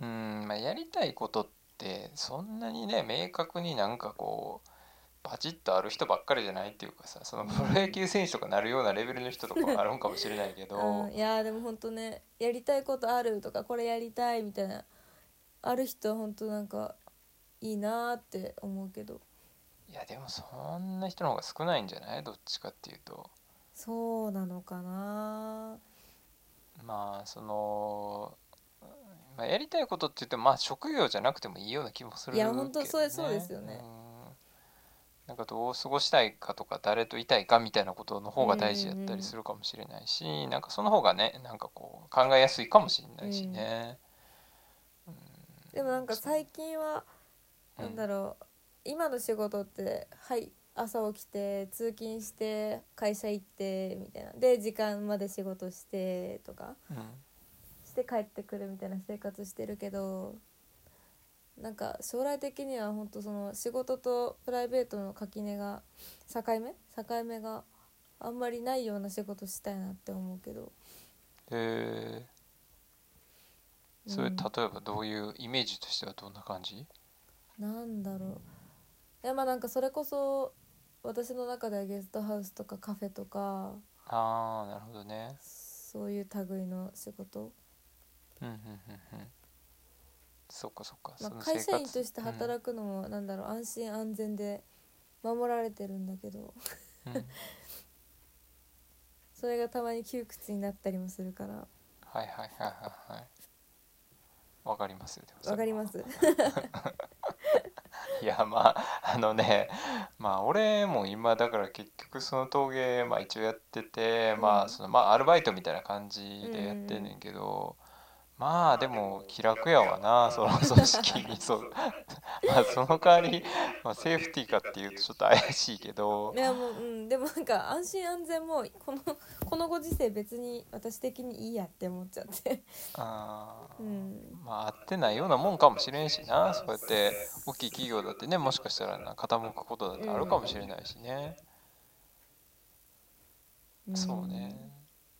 [SPEAKER 1] うんまあやりたいことってそんなにね明確になんかこうバチッとある人ばっかりじゃないっていうかさそのプロ野球選手とかなるようなレベルの人とかあるんかもしれないけ ど、
[SPEAKER 2] うん、いやーでも本当ねやりたいことあるとかこれやりたいみたいなある人は本当なんかいいなーって思うけど
[SPEAKER 1] いやでもそんな人の方が少ないんじゃないどっちかっていうと
[SPEAKER 2] そうなのかな
[SPEAKER 1] まあその、まあ、やりたいことって言ってもまあ職業じゃなくてもいいような気もする
[SPEAKER 2] いやほんと
[SPEAKER 1] けど
[SPEAKER 2] そうそうですよね
[SPEAKER 1] うんなんかどう過ごしたいかとか誰といたいかみたいなことの方が大事やったりするかもしれないし、なんかその方がねなんかこう考えやすいかもしれないしね、
[SPEAKER 2] ーでもなんか最近は
[SPEAKER 1] う
[SPEAKER 2] なんだろう今の仕事ってはい朝起きて通勤して会社行ってみたいなで時間まで仕事してとか
[SPEAKER 1] うん
[SPEAKER 2] して帰ってくるみたいな生活してるけどなんか将来的には本当その仕事とプライベートの垣根が境目境目があんまりないような仕事したいなって思うけど
[SPEAKER 1] えーそれ
[SPEAKER 2] うん
[SPEAKER 1] 例えばどういうイメージとしてはどんな感じ、
[SPEAKER 2] なんだろういやまあなんかそれこそ私の中ではゲストハウスとかカフェとか
[SPEAKER 1] ああなるほどね
[SPEAKER 2] そういう類の仕事、
[SPEAKER 1] うんうんうんうんそっかそっか、
[SPEAKER 2] ま
[SPEAKER 1] そ
[SPEAKER 2] あ、
[SPEAKER 1] の
[SPEAKER 2] 会
[SPEAKER 1] 生
[SPEAKER 2] 社員
[SPEAKER 1] 活
[SPEAKER 2] として働くのもなんだろう安心安全で守られてるんだけど
[SPEAKER 1] うんうん
[SPEAKER 2] それがたまに窮屈になったりもするから
[SPEAKER 1] はいはいはいはいはいわかりますよでもそれ
[SPEAKER 2] わ
[SPEAKER 1] は
[SPEAKER 2] かります
[SPEAKER 1] いやまああのねまあ俺も今だから結局その陶芸まあ一応やってて、
[SPEAKER 2] うん
[SPEAKER 1] まあそのまあアルバイトみたいな感じでやってんねんけど、まあでも気楽やわなその組織にそう まあその代わり、まあ、セーフティーかっていうとちょっと怪しいけど
[SPEAKER 2] いやもううんでもなんか安心安全もこの このご時世別に私的にいいやって思っちゃって
[SPEAKER 1] あー
[SPEAKER 2] うん
[SPEAKER 1] まあ合ってないようなもんかもしれんしなそうやって大きい企業だってねもしかしたらな傾くことだってあるかもしれないしね、
[SPEAKER 2] う ん
[SPEAKER 1] そうね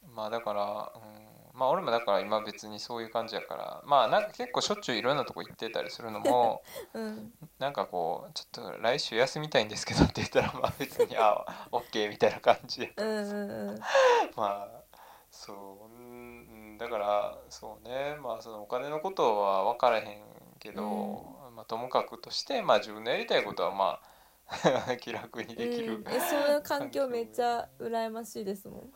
[SPEAKER 1] まあだから、うん、まあ俺もだから今別にそういう感じやからまあなんか結構しょっちゅういろんなとこ行ってたりするの も
[SPEAKER 2] うん
[SPEAKER 1] なんかこうちょっと来週休みたいんですけどって言ったらまあ別にあ OK みたいな感じで
[SPEAKER 2] うんうんうん
[SPEAKER 1] まあそううんうんだからそうねまあそのお金のことは分からへんけど、まあ、ともかくとして、まあ、自分のやりたいことはまあ 気楽にできる、
[SPEAKER 2] うん、えそういう環境めっちゃ羨ましいですもん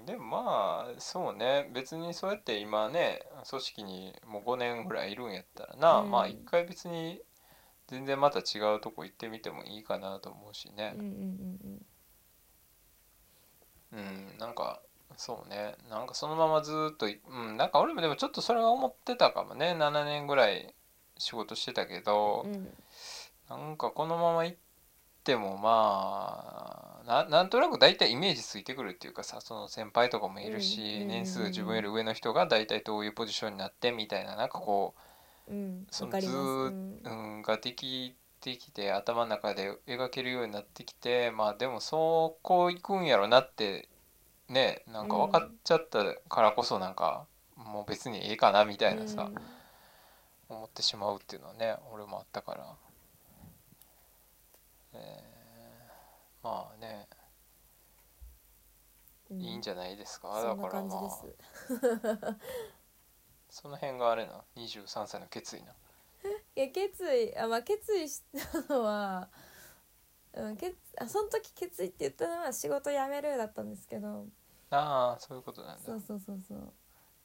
[SPEAKER 1] うんでもまあそうね別にそうやって今ね組織にもう5年ぐらいいるんやったらな、
[SPEAKER 2] うん
[SPEAKER 1] まあ一回別に全然また違うとこ行ってみてもいいかなと思うしね
[SPEAKER 2] うんうんうん
[SPEAKER 1] うん、なんかそうねなんかそのままずっというんなんか俺もでもちょっとそれは思ってたかもね7年ぐらい仕事してたけど、
[SPEAKER 2] うんうん
[SPEAKER 1] なんかこのまま行ってもまあななんとなく大体イメージついてくるっていうかさその先輩とかもいるし、
[SPEAKER 2] うんうんうん
[SPEAKER 1] 年数自分より上の人が大体どういうポジションになってみたいななんかこ
[SPEAKER 2] うん
[SPEAKER 1] そ
[SPEAKER 2] わ
[SPEAKER 1] の
[SPEAKER 2] かります
[SPEAKER 1] ずーっ
[SPEAKER 2] う
[SPEAKER 1] う、
[SPEAKER 2] ん
[SPEAKER 1] うん、ができてきて頭の中で描けるようになってきてまあでもそこ行くんやろなってねなんか分かっちゃったからこそなんか、もう別にええかなみたいなさ、思ってしまうっていうのはね俺もあったから、えーまあね、
[SPEAKER 2] うん
[SPEAKER 1] いいんじゃないですか
[SPEAKER 2] そ
[SPEAKER 1] だ
[SPEAKER 2] ん
[SPEAKER 1] か
[SPEAKER 2] な
[SPEAKER 1] ら
[SPEAKER 2] 感
[SPEAKER 1] ま
[SPEAKER 2] じ
[SPEAKER 1] あ
[SPEAKER 2] です
[SPEAKER 1] その辺があれな23歳の決意な、
[SPEAKER 2] いや決意あまあ決意したのは、うん、決あその時決意って言ったのは仕事辞めるだったんですけど
[SPEAKER 1] ああそういうことなんだ
[SPEAKER 2] そうそうそうそう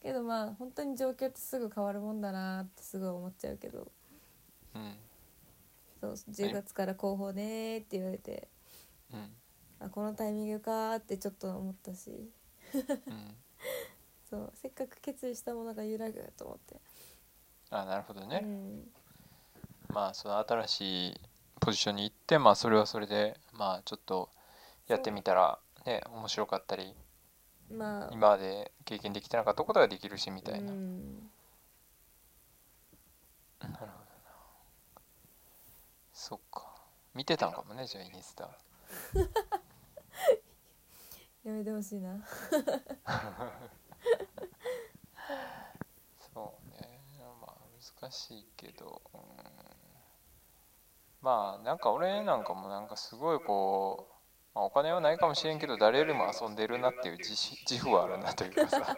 [SPEAKER 2] けどまあ本当に状況ってすぐ変わるもんだなってすごい思っちゃうけど
[SPEAKER 1] うん
[SPEAKER 2] そう10月から広報ねーって言われて
[SPEAKER 1] うん
[SPEAKER 2] あこのタイミングかーってちょっと思ったし
[SPEAKER 1] うん
[SPEAKER 2] そうせっかく決意したものが揺らぐと思って、
[SPEAKER 1] あなるほど
[SPEAKER 2] う
[SPEAKER 1] ね、
[SPEAKER 2] ん、
[SPEAKER 1] まあその新しいポジションに行ってまあそれはそれでまあちょっとやってみたらね面白かったり
[SPEAKER 2] まあ
[SPEAKER 1] 今まで経験できてなかったことができるしみたいな、
[SPEAKER 2] うん、
[SPEAKER 1] なるほどな。そっか。見てたのかもねじゃあイニスタ
[SPEAKER 2] やめてほしいな
[SPEAKER 1] そうねまあ難しいけど、うん、まあなんか俺なんかもなんかすごいこう、まあ、お金はないかもしれんけど誰よりも遊んでるなっていう自し自負はあるなというかさ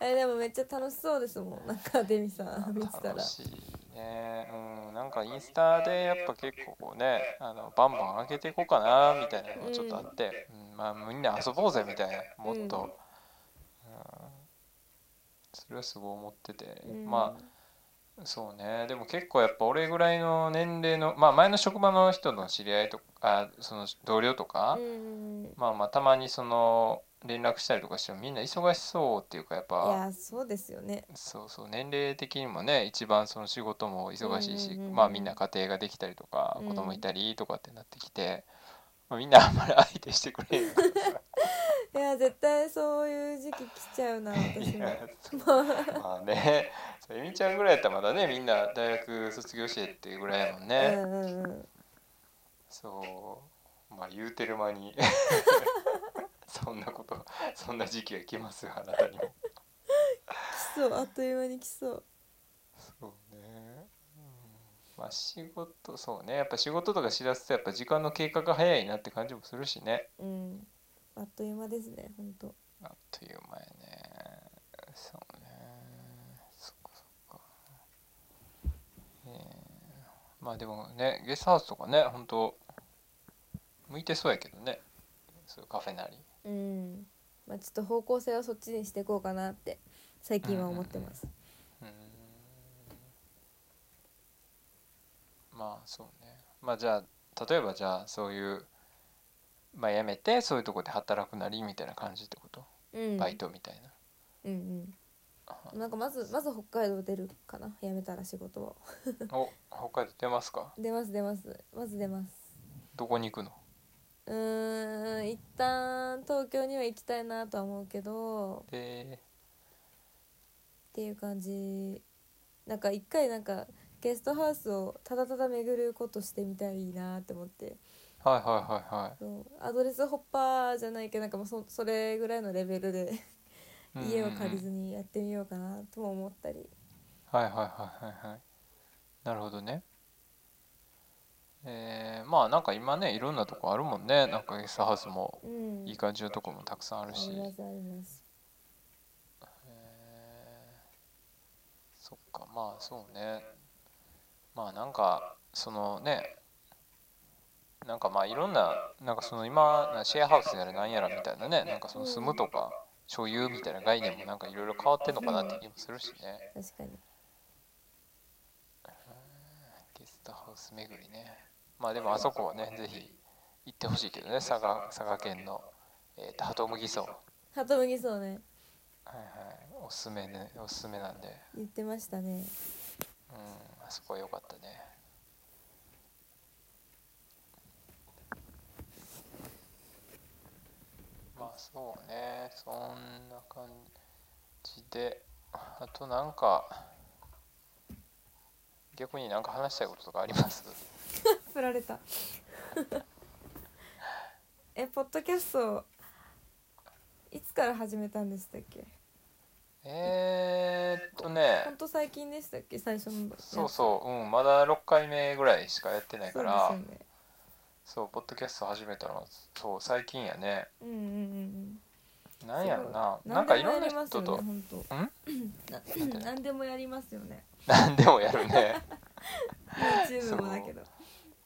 [SPEAKER 2] えでもめっちゃ楽しそうですもんなんかデミさん見てたら
[SPEAKER 1] 楽しいね、うん、なんかインスタでやっぱ結構こうねあのバンバン上げていこうかなみたいなのがちょっとあって、うんまあみんな遊ぼうぜみたいなもっと、
[SPEAKER 2] う
[SPEAKER 1] うんんそれはすごい思ってて、
[SPEAKER 2] うん
[SPEAKER 1] まあそうねでも結構やっぱ俺ぐらいの年齢のまあ前の職場の人の知り合いとかあその同僚とか、
[SPEAKER 2] うんい
[SPEAKER 1] まあまあたまにその連絡したりとかしてもみんな忙しそうっていうかやっぱ。
[SPEAKER 2] やそうですよね
[SPEAKER 1] そうそう年齢的にもね一番その仕事も忙しいし、
[SPEAKER 2] うんうんうんうん
[SPEAKER 1] まあみんな家庭ができたりとか、
[SPEAKER 2] うん
[SPEAKER 1] 子供いたりとかってなってきて、まあ、みんなあんまり相手してくれへんからさ
[SPEAKER 2] いや絶対そういう時期来ちゃうな私
[SPEAKER 1] い
[SPEAKER 2] も
[SPEAKER 1] やまあねそうえみちゃんぐらいやったらまだねみんな大学卒業してっていうぐらいやもん
[SPEAKER 2] う
[SPEAKER 1] ね、
[SPEAKER 2] んうんうん
[SPEAKER 1] そうまあ言うてる間 にそんなことそんな時期が来ますよあなたにも。
[SPEAKER 2] 来そうあっという間に来そう
[SPEAKER 1] そうね、うん、まあ仕事そうねやっぱ仕事とかしだすとやっぱ時間の経過が早いなって感じもするしね
[SPEAKER 2] うんあっという間ですね本当
[SPEAKER 1] あっという間やねそうねそっかそっかえーまあでもねゲストハウスとかね本当向いてそうやけどねそういうカフェなり
[SPEAKER 2] うんまあちょっと方向性はそっちにしていこうかなって最近は思ってます
[SPEAKER 1] うーんまあそうねまあじゃあ例えばじゃあそういうまあ辞めてそういうとこで働くなりみたいな感じってこと、
[SPEAKER 2] うん
[SPEAKER 1] バイトみたいな
[SPEAKER 2] うんうんなんかまずまず北海道出るかな辞めたら仕事を
[SPEAKER 1] お北海道出ますか
[SPEAKER 2] 出ます出ますまず出ます
[SPEAKER 1] どこに行くの
[SPEAKER 2] うーん一旦東京には行きたいなとは思うけど
[SPEAKER 1] で
[SPEAKER 2] っていう感じなんか一回なんかゲストハウスをただただ巡ることしてみたいなって思って
[SPEAKER 1] はいはいはいは
[SPEAKER 2] そうアドレスホッパーじゃないけどなんかもうそそれぐらいのレベルで
[SPEAKER 1] いうん
[SPEAKER 2] 家を借りず
[SPEAKER 1] うん
[SPEAKER 2] にやってみようかなとも思ったり
[SPEAKER 1] はいはいはいはいはいなるほどねえー、まあなんか今ねいろんなとこあるもんねなんかゲストハウスも
[SPEAKER 2] うん
[SPEAKER 1] いい感じのとこもたくさんある
[SPEAKER 2] あ
[SPEAKER 1] し
[SPEAKER 2] りますあります
[SPEAKER 1] えーそっかまあそうねまあなんかそのねなんかまあいろんななんかその今なシェアハウスやらなんやらみたいなねなんかその住むとか所有みたいな概念もなんかいろいろ変わってんのかなって気もするしね
[SPEAKER 2] 確かに
[SPEAKER 1] ゲストハウス巡りねまあでもあそこはねぜひ行ってほしいけどね佐賀佐賀県の、えー、と鳩麦荘はい
[SPEAKER 2] ハトムギソウね
[SPEAKER 1] はいおすすめねおすすめなんで
[SPEAKER 2] 言ってましたね
[SPEAKER 1] うん、あそこは良かったね。まあそうね、そんな感じで、あとなんか、逆になんか話したいこととかあります
[SPEAKER 2] 振られた えポッドキャストいつから始めたんでしたっけ
[SPEAKER 1] えーっとね、
[SPEAKER 2] ほんと最近でしたっけ最初の
[SPEAKER 1] そうそう、うん、まだ6回目ぐらいしかやって
[SPEAKER 2] う
[SPEAKER 1] ないか
[SPEAKER 2] そうで
[SPEAKER 1] ら、
[SPEAKER 2] すよね
[SPEAKER 1] そう、ポッドキャスト始めたのは、そう、最近やね。
[SPEAKER 2] うんうんうん
[SPEAKER 1] なんやろな、
[SPEAKER 2] うん
[SPEAKER 1] なんかいろんな
[SPEAKER 2] 何でもやりま
[SPEAKER 1] 人
[SPEAKER 2] すよね
[SPEAKER 1] と、
[SPEAKER 2] ほんと
[SPEAKER 1] ん
[SPEAKER 2] な 何でもやりますよ ね
[SPEAKER 1] 何でもやるね。
[SPEAKER 2] YouTube もだけど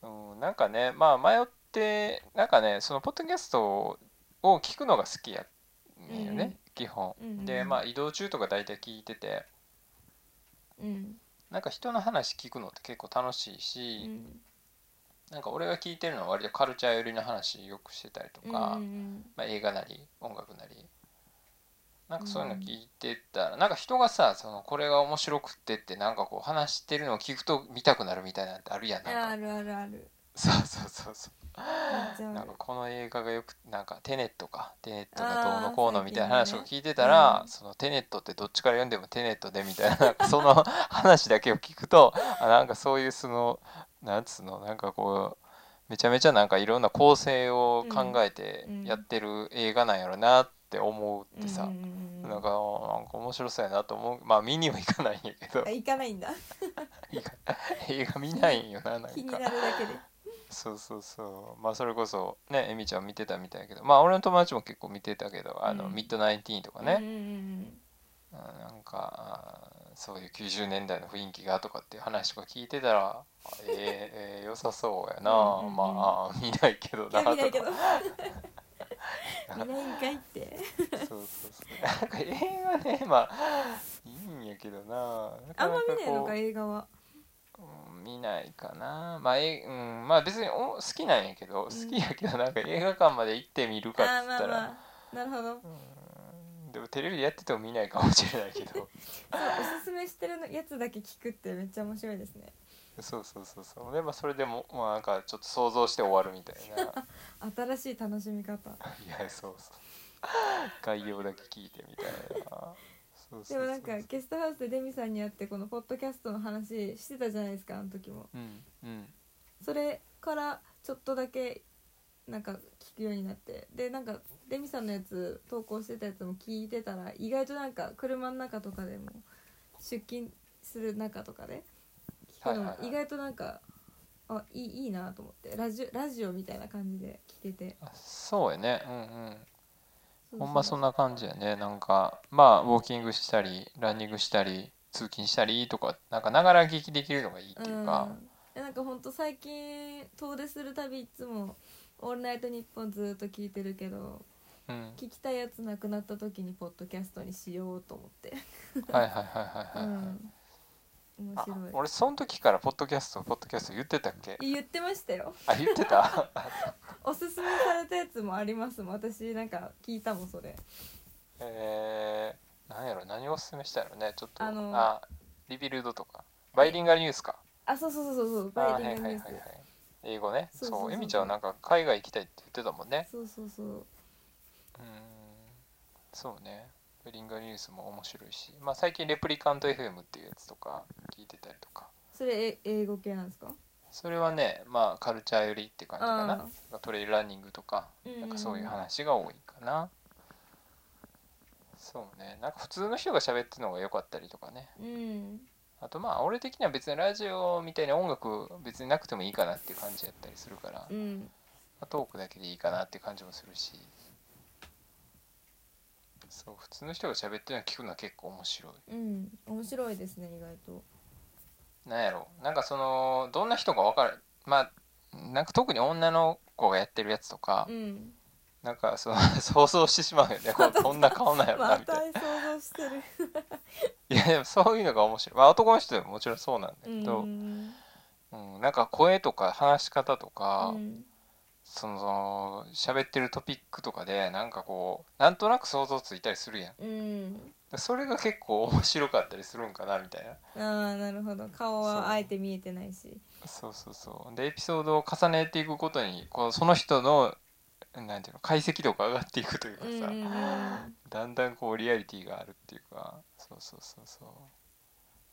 [SPEAKER 1] うん、なんかねまあ迷ってなんかねそのポッドキャストを聞くのが好きやねんよね、
[SPEAKER 2] うんうん
[SPEAKER 1] 基本、
[SPEAKER 2] うんうん
[SPEAKER 1] でまあ移動中とか大体聞いてて
[SPEAKER 2] うん
[SPEAKER 1] なんか人の話聞くのって結構楽しいうし、
[SPEAKER 2] ん
[SPEAKER 1] なんか俺が聞いてるのは割とカルチャー寄りの話よくしてたりとか、
[SPEAKER 2] うんうん
[SPEAKER 1] まあ、映画なり音楽なりなんかそういうの聞いてたら、なんか人がさそのこれが面白くってってなんかこう話してるのを聞くと見たくなるみたいなんてあるやん
[SPEAKER 2] うんい
[SPEAKER 1] なん
[SPEAKER 2] や
[SPEAKER 1] か
[SPEAKER 2] あるあるある
[SPEAKER 1] そうそうそうそう
[SPEAKER 2] めっちゃある
[SPEAKER 1] なんかこの映画がよくなんかテネットかテネットがどうのこう
[SPEAKER 2] あ
[SPEAKER 1] の
[SPEAKER 2] ー
[SPEAKER 1] みたいな話を聞いてたら、
[SPEAKER 2] うん
[SPEAKER 1] そのテネットってどっちから読んでもテネットでみたいななん かその話だけを聞くとあなんかそういうそのなんつうのなんかこうめちゃめちゃなんかいろんな構成を考えて
[SPEAKER 2] うん
[SPEAKER 1] やってる映画なんやろなって思うってさ、
[SPEAKER 2] うんうんうん
[SPEAKER 1] なんかあーなんか面白そうやなと思うまあ見には行かないんやけど
[SPEAKER 2] あ行かないんだ
[SPEAKER 1] 映画 映画見ないんよななんか
[SPEAKER 2] 気になるだけで
[SPEAKER 1] そうそうそうまあそれこそねえみちゃん見てたみたいやけどまあ俺の友達も結構見てたけどあの、
[SPEAKER 2] うん
[SPEAKER 1] ミッドナインティーンとか
[SPEAKER 2] うん
[SPEAKER 1] ね、
[SPEAKER 2] うん
[SPEAKER 1] あーなんかあーそういう90年代の雰囲気がとかっていう話とか聞いてたらえーえー良さそうやな
[SPEAKER 2] うんうんうん
[SPEAKER 1] まああー見ないけど
[SPEAKER 2] うんいや
[SPEAKER 1] なとか
[SPEAKER 2] 見ない けど見ないんかいって
[SPEAKER 1] そうそうそうなんか映画ねまあいいんやけどなな
[SPEAKER 2] あ
[SPEAKER 1] か
[SPEAKER 2] んま
[SPEAKER 1] なか
[SPEAKER 2] 見ないの
[SPEAKER 1] こ
[SPEAKER 2] か
[SPEAKER 1] う
[SPEAKER 2] 映画は
[SPEAKER 1] うん見ないかなまあ、えうん、まあ別にお好きなんやけど、
[SPEAKER 2] ん
[SPEAKER 1] 好きやけどなんか映画館まで行ってみる
[SPEAKER 2] あ
[SPEAKER 1] かっ
[SPEAKER 2] ー
[SPEAKER 1] つ
[SPEAKER 2] ま
[SPEAKER 1] った
[SPEAKER 2] あ
[SPEAKER 1] ら、
[SPEAKER 2] まあなるほど
[SPEAKER 1] でもテレビでやってても見ないかもしれないけ ど
[SPEAKER 2] そうおすすめしてるのやつだけ聞くってめっちゃ面白いですね
[SPEAKER 1] そうそうそうそうで、まあ、それでも、まあ、なんかちょっと想像して終わるみたい な
[SPEAKER 2] 新しい楽しみ方
[SPEAKER 1] いやそうそう概要だけ聞いてみたいなそうそうそう
[SPEAKER 2] でもなんかゲストハウスでデミさんに会ってこのポッドキャストの話してたじゃないですかあの時も
[SPEAKER 1] うんうん
[SPEAKER 2] それからちょっとだけなんか聞くようになってでなんかデミさんのやつ投稿してたやつも聞いてたら意外となんか車の中とかでも出勤する中とかで聞くの
[SPEAKER 1] はい
[SPEAKER 2] も
[SPEAKER 1] はいはい
[SPEAKER 2] 意外となんかあいいいいなと思ってラジオラジオみたいな感じで聞けて
[SPEAKER 1] あそうやねうんうん
[SPEAKER 2] そう
[SPEAKER 1] ほんまそん
[SPEAKER 2] な
[SPEAKER 1] な感じやねなんかまあウォーキングしたりランニングしたり通勤したりとかなんかながら聞きできるのがいいっていうか、
[SPEAKER 2] んえなんかほんと最近遠出するたびいつも「オールナイトニッポン」ずーっと聞いてるけど
[SPEAKER 1] うん
[SPEAKER 2] 聞きたいやつなくなった時にポッドキャストにしようと思って
[SPEAKER 1] はいはいはいはいはい、
[SPEAKER 2] うん、面
[SPEAKER 1] あ
[SPEAKER 2] 白い
[SPEAKER 1] 俺その時からポッドキャストポッドキャスト言ってたっけ
[SPEAKER 2] いや言ってましたよ
[SPEAKER 1] あ言ってた
[SPEAKER 2] おすすめされたやつもありますもん私なんか聞いたもんそれ
[SPEAKER 1] えー、何やろ何をおすすめしたやろねちょっと
[SPEAKER 2] あの
[SPEAKER 1] リビルドとかバイリンガルニュースか
[SPEAKER 2] あそうそうそうそうそう
[SPEAKER 1] あ
[SPEAKER 2] バイデ
[SPEAKER 1] は
[SPEAKER 2] ン
[SPEAKER 1] い
[SPEAKER 2] の
[SPEAKER 1] はいは
[SPEAKER 2] ニュ
[SPEAKER 1] い
[SPEAKER 2] ース
[SPEAKER 1] はい英語ねそ
[SPEAKER 2] そ
[SPEAKER 1] うう
[SPEAKER 2] そうそう
[SPEAKER 1] エミちゃんはなんか海外行きたいって言ってたもんね
[SPEAKER 2] そうそうそう
[SPEAKER 1] うんそうねベリンガーニュースも面白いし、まあ、最近レプリカント FM っていうやつとか聞いてたりとか
[SPEAKER 2] それえ英語系なんですか
[SPEAKER 1] それはねまあカルチャー寄りって感じか
[SPEAKER 2] あ
[SPEAKER 1] なトレイルランニングとか
[SPEAKER 2] うんうんうん
[SPEAKER 1] なんかそういう話が多いかな、そうねなんか普通の人が喋ってるのが良かったりとかね
[SPEAKER 2] うん
[SPEAKER 1] あとまあ俺的には別にラジオみたいに音楽別になくてもいいかなっていう感じやったりするから、
[SPEAKER 2] う
[SPEAKER 1] ま
[SPEAKER 2] ん
[SPEAKER 1] あトークだけでいいかなっていう感じもするしそう普通の人が喋ってるのを聞くのは結構面白い
[SPEAKER 2] うん面白いですね意外と
[SPEAKER 1] なんやろなんかそのどんな人か分かるまあなんか特に女の子がやってるやつとか、
[SPEAKER 2] うん
[SPEAKER 1] なんかその 想像してしまうよねこ うどんな顔なんやろな
[SPEAKER 2] ま
[SPEAKER 1] みたいな
[SPEAKER 2] た想像してる
[SPEAKER 1] いやでもそういうのが面白い、まあ、男の人でももちろんそうなんだ
[SPEAKER 2] う
[SPEAKER 1] け
[SPEAKER 2] ん
[SPEAKER 1] ど、うんなんか声とか話し方とか、
[SPEAKER 2] うん
[SPEAKER 1] その喋ってるトピックとかでなんかこうなんとなく想像ついたりするやん
[SPEAKER 2] うん
[SPEAKER 1] それが結構面白かったりするんかなみたいな
[SPEAKER 2] ああなるほど顔はあえて見えてないし
[SPEAKER 1] そうそうそうでエピソードを重ねていくことにこうその人のなんていうの解析度が上がっていくというか
[SPEAKER 2] う
[SPEAKER 1] さ、
[SPEAKER 2] んうんうん
[SPEAKER 1] だんだんこうリアリティがあるっていうかそうそうそうそう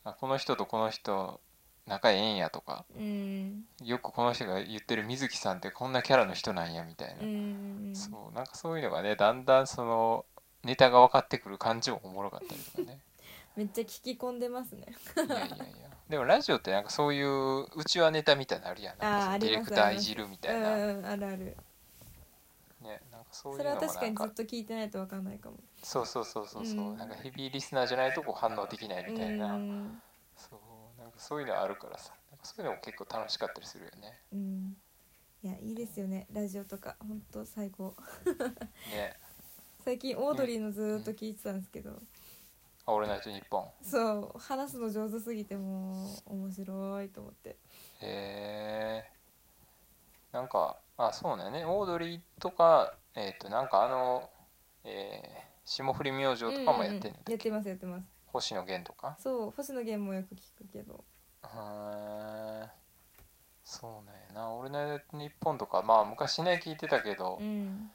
[SPEAKER 1] あこの人とこの人仲ええんやとか
[SPEAKER 2] うん
[SPEAKER 1] よくこの人が言ってる水木さんってこんなキャラの人なんやみたい
[SPEAKER 2] うんう
[SPEAKER 1] な、
[SPEAKER 2] ん
[SPEAKER 1] そうなんかそういうのがねだんだんそのネタが分かってくる感じもおもろかったりとかね
[SPEAKER 2] めっちゃ聞き込んでますね
[SPEAKER 1] いやいやいや でもラジオってなんかそういううちわネタみたいなのあるやんなんかそ
[SPEAKER 2] あー
[SPEAKER 1] のディ
[SPEAKER 2] あり
[SPEAKER 1] レ
[SPEAKER 2] ます
[SPEAKER 1] クタ
[SPEAKER 2] あ
[SPEAKER 1] ー
[SPEAKER 2] り
[SPEAKER 1] い
[SPEAKER 2] ます
[SPEAKER 1] じるみ
[SPEAKER 2] う
[SPEAKER 1] たいな、
[SPEAKER 2] んうんあるある
[SPEAKER 1] ねなんかそういうの
[SPEAKER 2] それ
[SPEAKER 1] も
[SPEAKER 2] は
[SPEAKER 1] なんか
[SPEAKER 2] 確かにずっと聞いてないとわかんないかも
[SPEAKER 1] そうそうそうそうそう、
[SPEAKER 2] うん
[SPEAKER 1] なんかヘビーリスナーじゃないとこう反応できないみたいな、
[SPEAKER 2] うん
[SPEAKER 1] そうなんかそういうのあるからさなんかそういうのも結構楽しかったりするよね
[SPEAKER 2] うんいやいいですよねラジオとかほんと最高
[SPEAKER 1] ね
[SPEAKER 2] 最近オードリーのずーっと聞いてたんですけど
[SPEAKER 1] 「オールナイトニッポン」
[SPEAKER 2] そう話すの上手すぎてもう面白いと思って
[SPEAKER 1] へえなんかあそうだよねオードリーとかえっ、となんかあの、えー霜降り明星とかもやって
[SPEAKER 2] うんん
[SPEAKER 1] の、
[SPEAKER 2] うんやってますやってます
[SPEAKER 1] 星野源とか
[SPEAKER 2] そう星野源もよく聞くけど
[SPEAKER 1] へーそうなんやな「オールナイトニッポン」とかまあ昔ね聞いてたけど
[SPEAKER 2] う、ん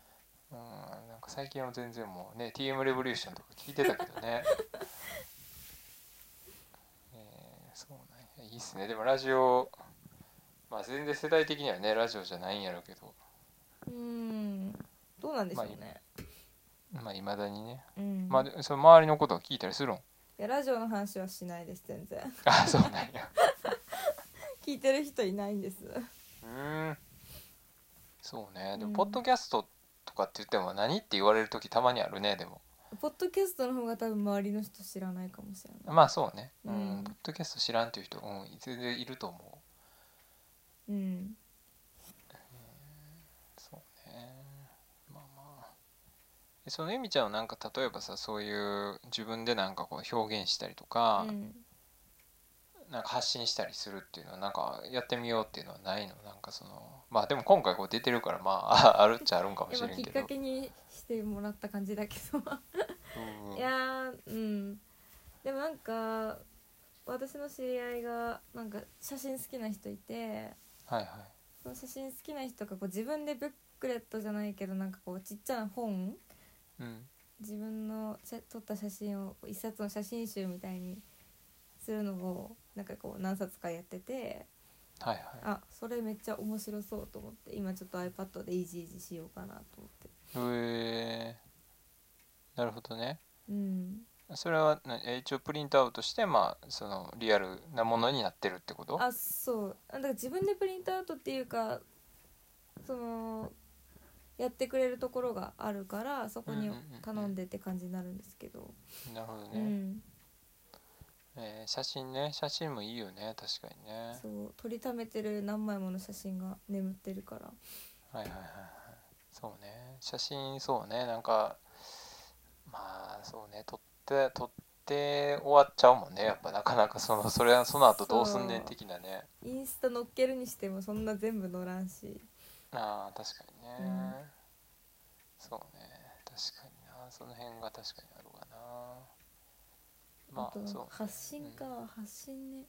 [SPEAKER 1] うん、なんか最近は全然もうね TM レボリューションとか聞いてたけどね えーそうなんやいいっすねでもラジオ、まあ全然世代的にはねラジオじゃないんやろうけど
[SPEAKER 2] うんどうなんでしょうね、
[SPEAKER 1] まあいまだにね
[SPEAKER 2] うん
[SPEAKER 1] まあでその周りのことを聞いたりするん
[SPEAKER 2] いやラジオの話はしないです全然
[SPEAKER 1] あそうなんや
[SPEAKER 2] 聞いてる人いないんです
[SPEAKER 1] うーんそうねで
[SPEAKER 2] う
[SPEAKER 1] も
[SPEAKER 2] ん
[SPEAKER 1] ポッドキャストとかって言っても何って言われる時たまにあるねでも
[SPEAKER 2] ポッドキャストの方が多分周りの人知らないかもしれない
[SPEAKER 1] まあそうねう
[SPEAKER 2] うんん
[SPEAKER 1] ポッドキャスト知らんっていう人うん全然いると思う
[SPEAKER 2] うん
[SPEAKER 1] そうねまあまあえそのえみちゃんはなんか例えばさそういう自分でなんかこう表現したりとか
[SPEAKER 2] う、ん
[SPEAKER 1] なんか発信したりするっていうのはなんかやってみようっていうのはないのなんかそのまあでも今回こう出てるからまあ あるっちゃあるんかもし
[SPEAKER 2] 今
[SPEAKER 1] れん
[SPEAKER 2] き
[SPEAKER 1] け
[SPEAKER 2] っ
[SPEAKER 1] ど
[SPEAKER 2] かけにしてもらった感じだけど
[SPEAKER 1] うんうん
[SPEAKER 2] いやーうんでもなんか私の知り合いがなんか写真好きな人いて
[SPEAKER 1] はいはい
[SPEAKER 2] その写真好きな人がこう自分でブックレットじゃないけどなんかこうちっちゃな本
[SPEAKER 1] うん
[SPEAKER 2] 自分の写撮った写真を一冊の写真集みたいにするのをなんかこう何冊かやってて
[SPEAKER 1] はいはい
[SPEAKER 2] あそれめっちゃ面白そうと思って今ちょっと iPad でイージーイージーしようかなと思って
[SPEAKER 1] へえなるほどね
[SPEAKER 2] うん
[SPEAKER 1] それはなえ一応プリントアウトしてまあそのリアルなものになってるってこと
[SPEAKER 2] あそうあだから自分でプリントアウトっていうかそのやってくれるところがあるからそこに
[SPEAKER 1] うんうんうんうん
[SPEAKER 2] 頼んでって感じになるんですけど、
[SPEAKER 1] なるほど
[SPEAKER 2] う
[SPEAKER 1] ね、
[SPEAKER 2] ん
[SPEAKER 1] えー写真ね写真もいいよね確かにね
[SPEAKER 2] そう撮りためてる何枚もの写真が眠ってるから
[SPEAKER 1] はいはいはいはいそうね写真そうねなんかまあそうね撮って撮って終わっちゃうもんねやっぱなかなかそのそれはその後どうすんねん
[SPEAKER 2] そう
[SPEAKER 1] 的なね
[SPEAKER 2] インスタ載っけるにしてもそんな全部載らんし
[SPEAKER 1] あー確かにね、
[SPEAKER 2] うん
[SPEAKER 1] そうね確かになその辺が確かにあるわな
[SPEAKER 2] あ
[SPEAKER 1] ま
[SPEAKER 2] と
[SPEAKER 1] あそうね
[SPEAKER 2] 発信か、発信ね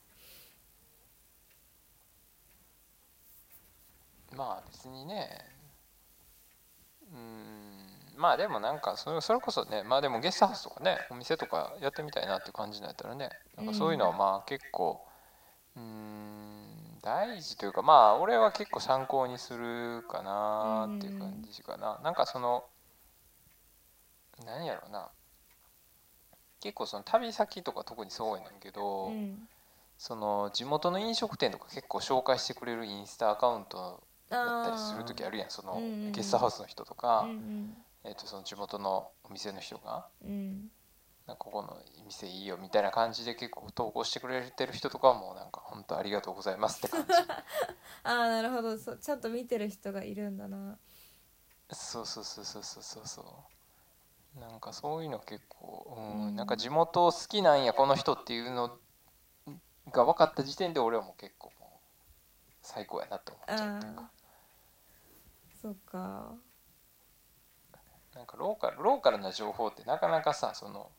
[SPEAKER 1] まあ別にねうーんまあでもなんかそれそれこそねまあでもゲストハウスとかねお店とかやってみたいなっていう感じになったらねなんかそういうのはまあ結構うーん大事というかまあ俺は結構参考にするかなっていう感じかな、なんかその何やろうな結構その旅先とか特にそうやねんけど、
[SPEAKER 2] うん
[SPEAKER 1] その地元の飲食店とか結構紹介してくれるインスタアカウントだったりする
[SPEAKER 2] ー
[SPEAKER 1] 時あるやんその
[SPEAKER 2] うんうんうん
[SPEAKER 1] ゲストハウスの人とか、
[SPEAKER 2] うん
[SPEAKER 1] えー、とその地元のお店の人が
[SPEAKER 2] うんうん
[SPEAKER 1] なんかここの店いいよみたいな感じで結構投稿してくれてる人とかはもうなんか本当ありがとうございますって 感じ
[SPEAKER 2] ああなるほどそうちゃんと見てる人がいるんだな
[SPEAKER 1] そうそうそうそうそうそうそうなんかそういうの結構、うん
[SPEAKER 2] うん
[SPEAKER 1] なんか地元好きなんやこの人っていうのが分かった時点で俺はもう結構もう最高やなって思っちゃうっていうか
[SPEAKER 2] あ。ーそうか
[SPEAKER 1] なんかローカルローカルな情報ってなかなかさその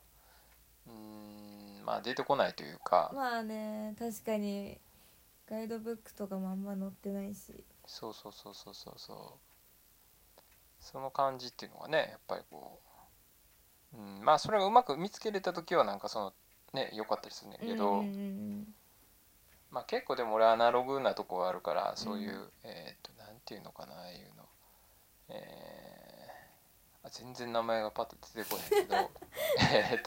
[SPEAKER 1] うーんまあ出てこないというか、
[SPEAKER 2] まあね確かにガイドブックとかもあんま載ってないし
[SPEAKER 1] そうそうそうそうそうそうその感じっていうのがねやっぱりこう、うん、まあそれがうまく見つけれた時はなんかそのね良かったりするんだけど、
[SPEAKER 2] うんうんうん
[SPEAKER 1] まあ結構でも俺アナログなとこがあるからそういう、
[SPEAKER 2] うん
[SPEAKER 1] えーっとなんていうのかなああいうのえーあ全然名前がパッと出てこないけ どえーっ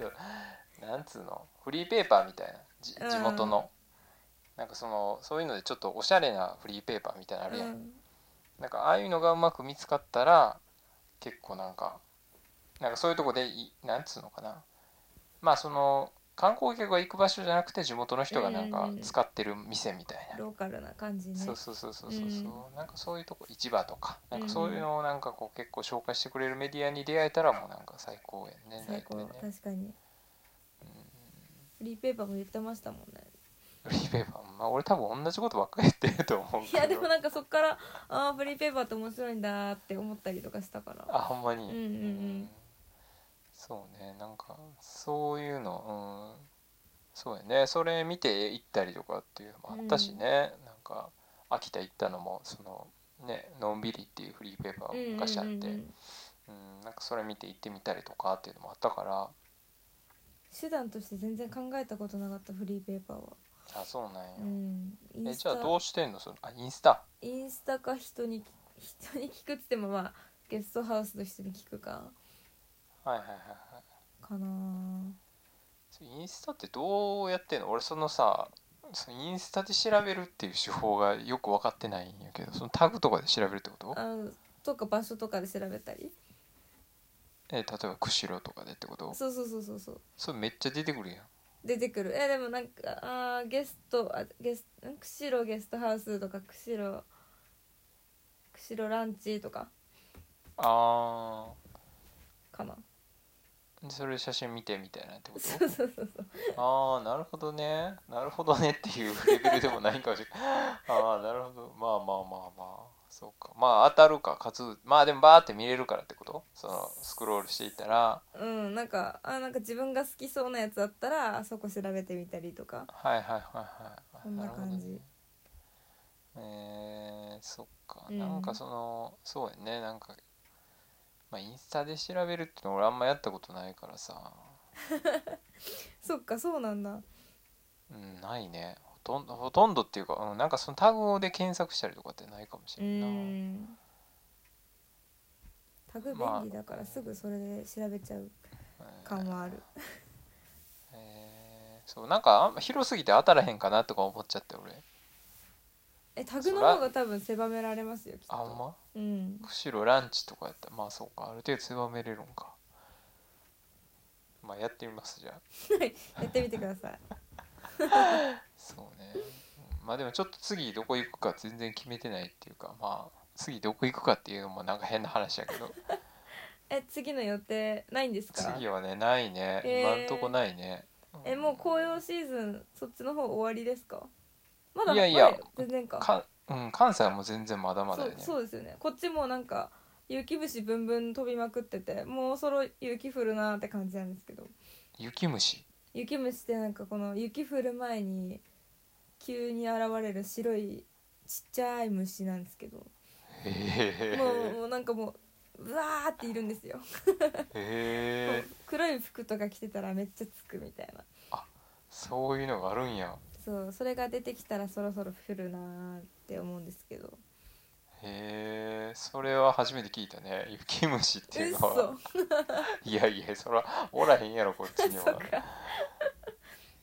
[SPEAKER 1] となんつうのフリーペーパーみたいなじ
[SPEAKER 2] うん
[SPEAKER 1] 地元の、なんかそのそういうのでちょっとおしゃれなフリーペーパーみたいなのあるやん、なんかああいうのがうまく見つかったら結構なんかなんかそういうとこでいなんつうのかなまあその観光客が行く場所じゃなくて地元の人がなん
[SPEAKER 2] うん
[SPEAKER 1] か
[SPEAKER 2] うんうん
[SPEAKER 1] 使ってる店みたい
[SPEAKER 2] うん
[SPEAKER 1] な、
[SPEAKER 2] ローカルな感じね
[SPEAKER 1] そうそうそうそうそう、う
[SPEAKER 2] う
[SPEAKER 1] なんかそういうとこ市場とかなんか
[SPEAKER 2] うん
[SPEAKER 1] そういうのをなんかこう結構紹介してくれるメディアに出会えたらもうなんか最高やんね
[SPEAKER 2] 最高、
[SPEAKER 1] だいぶね
[SPEAKER 2] 確かに
[SPEAKER 1] うん
[SPEAKER 2] フリーペーパーも言ってましたもんね
[SPEAKER 1] フリーペーパーまあ俺多分同じことばっかり言ってると思う
[SPEAKER 2] い
[SPEAKER 1] けど
[SPEAKER 2] やでもなんかそっからああフリーペーパーって面白いんだーって思ったりとかしたから
[SPEAKER 1] あほんまに、
[SPEAKER 2] うんうんうん
[SPEAKER 1] そうねなんかそういうの、うん、そうやねそれ見て行ったりとかっていうのもあったしね、なんか秋田行ったのもそのねのんびりっていうフリーペーパーが昔あって、うん
[SPEAKER 2] うんうんうん
[SPEAKER 1] なんかそれ見て行ってみたりとかっていうのもあったから
[SPEAKER 2] 手段として全然考えたことなかったフリーペーパーは
[SPEAKER 1] あそうなんや、
[SPEAKER 2] うんイ
[SPEAKER 1] え
[SPEAKER 2] ンス
[SPEAKER 1] じゃ
[SPEAKER 2] タ
[SPEAKER 1] あどうしてんのそのあインスタ
[SPEAKER 2] インスタか人に人に聞くっつってもまあゲストハウスの人に聞くか
[SPEAKER 1] はいはいはいはい
[SPEAKER 2] かな
[SPEAKER 1] それインスタってどうやってんの俺そのさそのインスタで調べるっていう手法がよく分かってないんやけどそのタグとかで調べるってこと
[SPEAKER 2] あのとか場所とかで調べたり
[SPEAKER 1] え例えば釧路とかでってこと
[SPEAKER 2] そうそうそうそうそう
[SPEAKER 1] それめっちゃ出てくるやん
[SPEAKER 2] 出てくるえでもなんかあーゲストあゲスん釧路ゲストハウスとか釧路釧路ランチとか
[SPEAKER 1] あ
[SPEAKER 2] かな
[SPEAKER 1] ーでそれ写真見てみたいな ってこ
[SPEAKER 2] そう
[SPEAKER 1] と
[SPEAKER 2] そうそうそう
[SPEAKER 1] ああなるほどねなるほどねっていうレベルでもないかもしれないああなるほどまあまあまあまあそうかまあ当たるかかつまあでもバーって見れるからってことそのスクロールしていったら
[SPEAKER 2] うんなんかあなんか自分が好きそうなやつあったらそこ調べてみたりとか
[SPEAKER 1] はいはいはいはい
[SPEAKER 2] こんな感じ
[SPEAKER 1] るほどねえー、そっか、
[SPEAKER 2] うん
[SPEAKER 1] なんかそのそうやねなんかまあインスタで調べるっての俺あんまやったことないからさ
[SPEAKER 2] そっかそうなんだ
[SPEAKER 1] うんないねほとんどほとんどっていうか、うん、なんかそのタグで検索したりとかってないかもし
[SPEAKER 2] う
[SPEAKER 1] れんな
[SPEAKER 2] ーんタグ
[SPEAKER 1] まあ
[SPEAKER 2] 便利だからすぐそれで調べちゃう感はある、
[SPEAKER 1] えーそうなんかあんま広すぎて当たらへんかなとか思っちゃって俺
[SPEAKER 2] えタグの方が多分狭められますよきっと
[SPEAKER 1] あんま
[SPEAKER 2] うん
[SPEAKER 1] 釧路ランチとかやったらまあそうかある程度狭めれるんかまあやってみますじゃあ
[SPEAKER 2] やってみてください
[SPEAKER 1] そうねうんまあでもちょっと次どこ行くか全然決めてないっていうかまあ次どこ行くかっていうのもなんか変な話やけ ど
[SPEAKER 2] え次の予定ないんですか
[SPEAKER 1] 次はねないね、
[SPEAKER 2] へー
[SPEAKER 1] 今んとこないね
[SPEAKER 2] えもう紅葉シーズンそっちの方終わりですかまだ
[SPEAKER 1] いやいや
[SPEAKER 2] まだ全然か
[SPEAKER 1] かうん関西はもう全然まだまだ
[SPEAKER 2] そ
[SPEAKER 1] や
[SPEAKER 2] う
[SPEAKER 1] ね
[SPEAKER 2] そうですよねこっちもなんか雪虫ぶんぶん飛びまくっててもうそろ雪降るなーって感じなんですけど
[SPEAKER 1] 雪虫
[SPEAKER 2] 雪虫ってなんかこの雪降る前に急に現れる白いちっちゃい虫なんですけど、
[SPEAKER 1] へ
[SPEAKER 2] もうも
[SPEAKER 1] え
[SPEAKER 2] うなんかもううわーっているんですよ、
[SPEAKER 1] へえ
[SPEAKER 2] 黒い服とか着てたらめっちゃつくみたいな
[SPEAKER 1] そういうのがあるんや
[SPEAKER 2] そうそれが出てきたらそろそろ降るなーって思うんですけど
[SPEAKER 1] へえそれは初めて聞いたね雪虫っていうの
[SPEAKER 2] うそ
[SPEAKER 1] はいやいやそらおらへんやろこっち に
[SPEAKER 2] そっ
[SPEAKER 1] は
[SPEAKER 2] か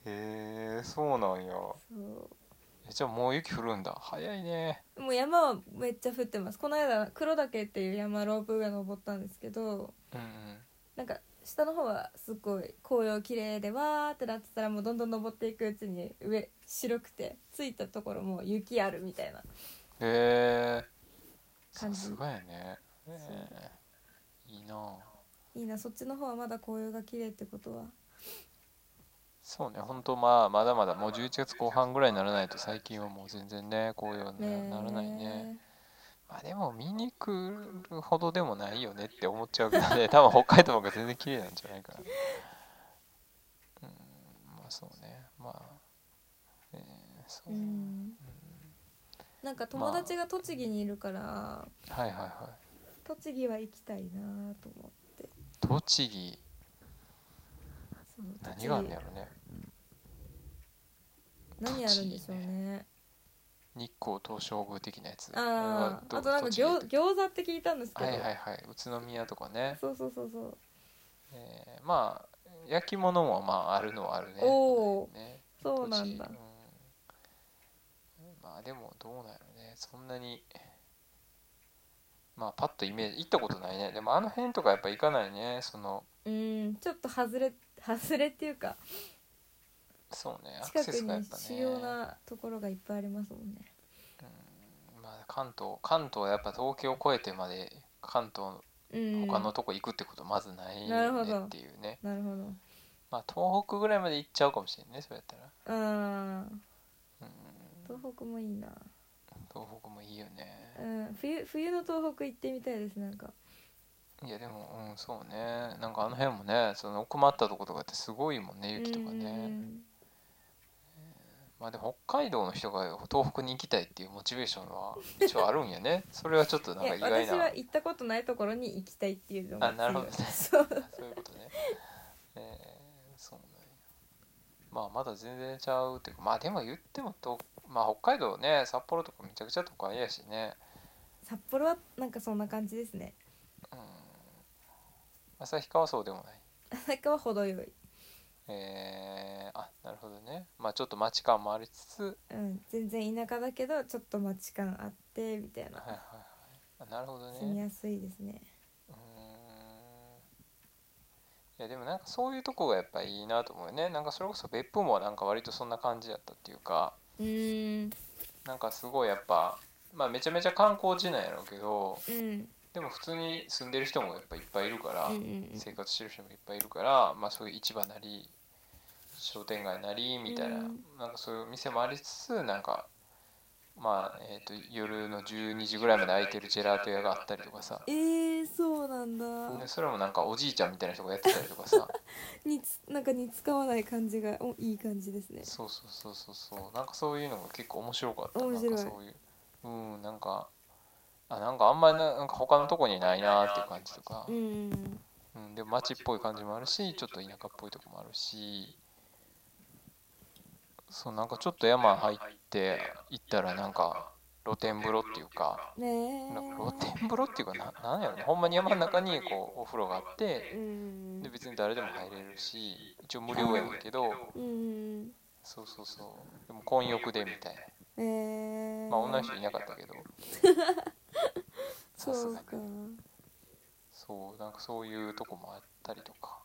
[SPEAKER 1] へえそうなんや
[SPEAKER 2] そ
[SPEAKER 1] えじゃあもう雪降るんだ早いね
[SPEAKER 2] うもう山はめっちゃ降ってますこの間黒岳っていう山ロープ上登ったんですけど
[SPEAKER 1] うんうん
[SPEAKER 2] なんか下の方はすごい紅葉綺麗でわーってなってたらもうどんどん登っていくうちに上白くて着いたところもう雪あるみたいな
[SPEAKER 1] へえさ
[SPEAKER 2] 感じ
[SPEAKER 1] すがやねええいいなあ
[SPEAKER 2] いいなそっちの方はまだ紅葉が綺麗ってことは
[SPEAKER 1] そうね本当まあまだまだもう11月後半ぐらいにならないと最近はもう全然ね紅葉
[SPEAKER 2] ねえ
[SPEAKER 1] にならないねまあでも見に来るほどでもないよねって思っちゃうけどね多分北海道の方が全然綺麗なんじゃないかなうんまあそうねまあえー、そうう、うん
[SPEAKER 2] んなんか友達が栃木にいるから、
[SPEAKER 1] はいはいはい
[SPEAKER 2] 栃木は行きたいなと思って
[SPEAKER 1] 栃木
[SPEAKER 2] そう
[SPEAKER 1] 何があるんや
[SPEAKER 2] 栃
[SPEAKER 1] ろね
[SPEAKER 2] 木何あるんでしょうね
[SPEAKER 1] 日光東照宮的なやつ
[SPEAKER 2] あ
[SPEAKER 1] れ
[SPEAKER 2] あ
[SPEAKER 1] は
[SPEAKER 2] あとなんか
[SPEAKER 1] 栃木
[SPEAKER 2] 餃餃子って聞いたんですけど、
[SPEAKER 1] はいはいはい宇都宮とかね、
[SPEAKER 2] そうそうそうそう
[SPEAKER 1] えーまあ焼き物もまああるのはあるね
[SPEAKER 2] おー
[SPEAKER 1] ね
[SPEAKER 2] そうなんだ
[SPEAKER 1] 栃木うんまあでもどうなのねそんなにまあパッとイメージ行ったことないねでもあの辺とかやっぱ行かないねその
[SPEAKER 2] うんちょっと外れ 外れっていうか
[SPEAKER 1] そうねアク
[SPEAKER 2] 近
[SPEAKER 1] セ
[SPEAKER 2] く
[SPEAKER 1] スがやっ
[SPEAKER 2] に
[SPEAKER 1] ぱね
[SPEAKER 2] 主要なところがいっぱいありますもんね
[SPEAKER 1] うんまあ関東関東はやっぱ東京を越えてまで関東
[SPEAKER 2] うん
[SPEAKER 1] 他のとこ行くってことまずない
[SPEAKER 2] なる
[SPEAKER 1] よ
[SPEAKER 2] ほ
[SPEAKER 1] ね
[SPEAKER 2] ど
[SPEAKER 1] っていうね、
[SPEAKER 2] なるほど
[SPEAKER 1] まあ東北ぐらいまで行っちゃうかもしれんねそうやったら
[SPEAKER 2] あー
[SPEAKER 1] うん
[SPEAKER 2] 東北もいいな、
[SPEAKER 1] 東北もいいよね
[SPEAKER 2] うん、冬冬の東北行ってみたいですなんか
[SPEAKER 1] いやでもうんそうねなんかあの辺もねその奥まったとことかってすごいもんね雪とか
[SPEAKER 2] う
[SPEAKER 1] ね
[SPEAKER 2] ん
[SPEAKER 1] まあでも北海道の人が東北に行きたいっていうモチベーションは一応あるんや ねそれはちょっとなん
[SPEAKER 2] い
[SPEAKER 1] か
[SPEAKER 2] や
[SPEAKER 1] 意外
[SPEAKER 2] 私
[SPEAKER 1] な
[SPEAKER 2] は行ったことないところに行きたいっていうのが
[SPEAKER 1] あなるほど
[SPEAKER 2] 強いそう
[SPEAKER 1] そういうことねえーそうなんやまあまだ全然ちゃうっていうかまあでも言ってもとまあ北海道ね札幌とかめちゃくちゃ都会やしね
[SPEAKER 2] 札幌はなんかそんな感じですね
[SPEAKER 1] うん旭川はそうでもない
[SPEAKER 2] 旭川は程よい
[SPEAKER 1] えー、あなるほどねまあちょっと街感もありつつ
[SPEAKER 2] うん全然田舎だけどちょっと街感あってみたい
[SPEAKER 1] は
[SPEAKER 2] ない
[SPEAKER 1] はいはいあなるほど
[SPEAKER 2] 住み
[SPEAKER 1] ね
[SPEAKER 2] やすいですね
[SPEAKER 1] うーんいやでもなんかそういうとこがやっぱいいなと思うよねなんかそれこそ別府もなんか割とそんな感じやったっていうか
[SPEAKER 2] うーん
[SPEAKER 1] なんかすごいやっぱまあめちゃめちゃ観光地なんやろうけど
[SPEAKER 2] うん
[SPEAKER 1] でも普通に住んでる人もやっぱいっぱいいるから、
[SPEAKER 2] うんうんうん
[SPEAKER 1] 生活してる人もいっぱいいるから、まあ、そういう市場なり商店街なりみたいな,、
[SPEAKER 2] うん
[SPEAKER 1] なんかそういう店もありつつなんか、まあえー、と夜の12時ぐらいまで空いてるジェラート屋があったりとかさ
[SPEAKER 2] えー、そうなん
[SPEAKER 1] で
[SPEAKER 2] だ
[SPEAKER 1] それもなんかおじいちゃんみたいな人がやってたりとか さ
[SPEAKER 2] につなんか似つかわない感じがおいい感じですね
[SPEAKER 1] そうそうそうそうそうなんかそういうのが結構面白かった
[SPEAKER 2] 面白い
[SPEAKER 1] なんかそういううんなんかあなんかあんまりななんか他のとこにないなーっていう感じとか。
[SPEAKER 2] うん
[SPEAKER 1] うん、でも街っぽい感じもあるしちょっと田舎っぽいとこもあるしそうなんかちょっと山入って行ったらなんか露天風呂っていうか
[SPEAKER 2] ねえ
[SPEAKER 1] なんか露天風呂っていうかななんやろなほんまに山の中にこうお風呂があって
[SPEAKER 2] うん
[SPEAKER 1] で別に誰でも入れるし一応無料やねんけど
[SPEAKER 2] うん
[SPEAKER 1] そうそうそうでも混浴でみたい
[SPEAKER 2] えー、
[SPEAKER 1] なまあ女の人いなかったけどさ
[SPEAKER 2] そ
[SPEAKER 1] す
[SPEAKER 2] う
[SPEAKER 1] がに
[SPEAKER 2] か
[SPEAKER 1] そうなんかそういうとこもあったりとか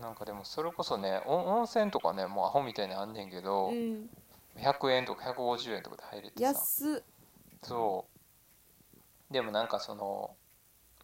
[SPEAKER 1] なんかでもそれこそねお温泉とかねもうアホみたいにあんねんけど、
[SPEAKER 2] うん
[SPEAKER 1] 100円とか150円とかで入れてさ
[SPEAKER 2] 安っ
[SPEAKER 1] そうでもなんかその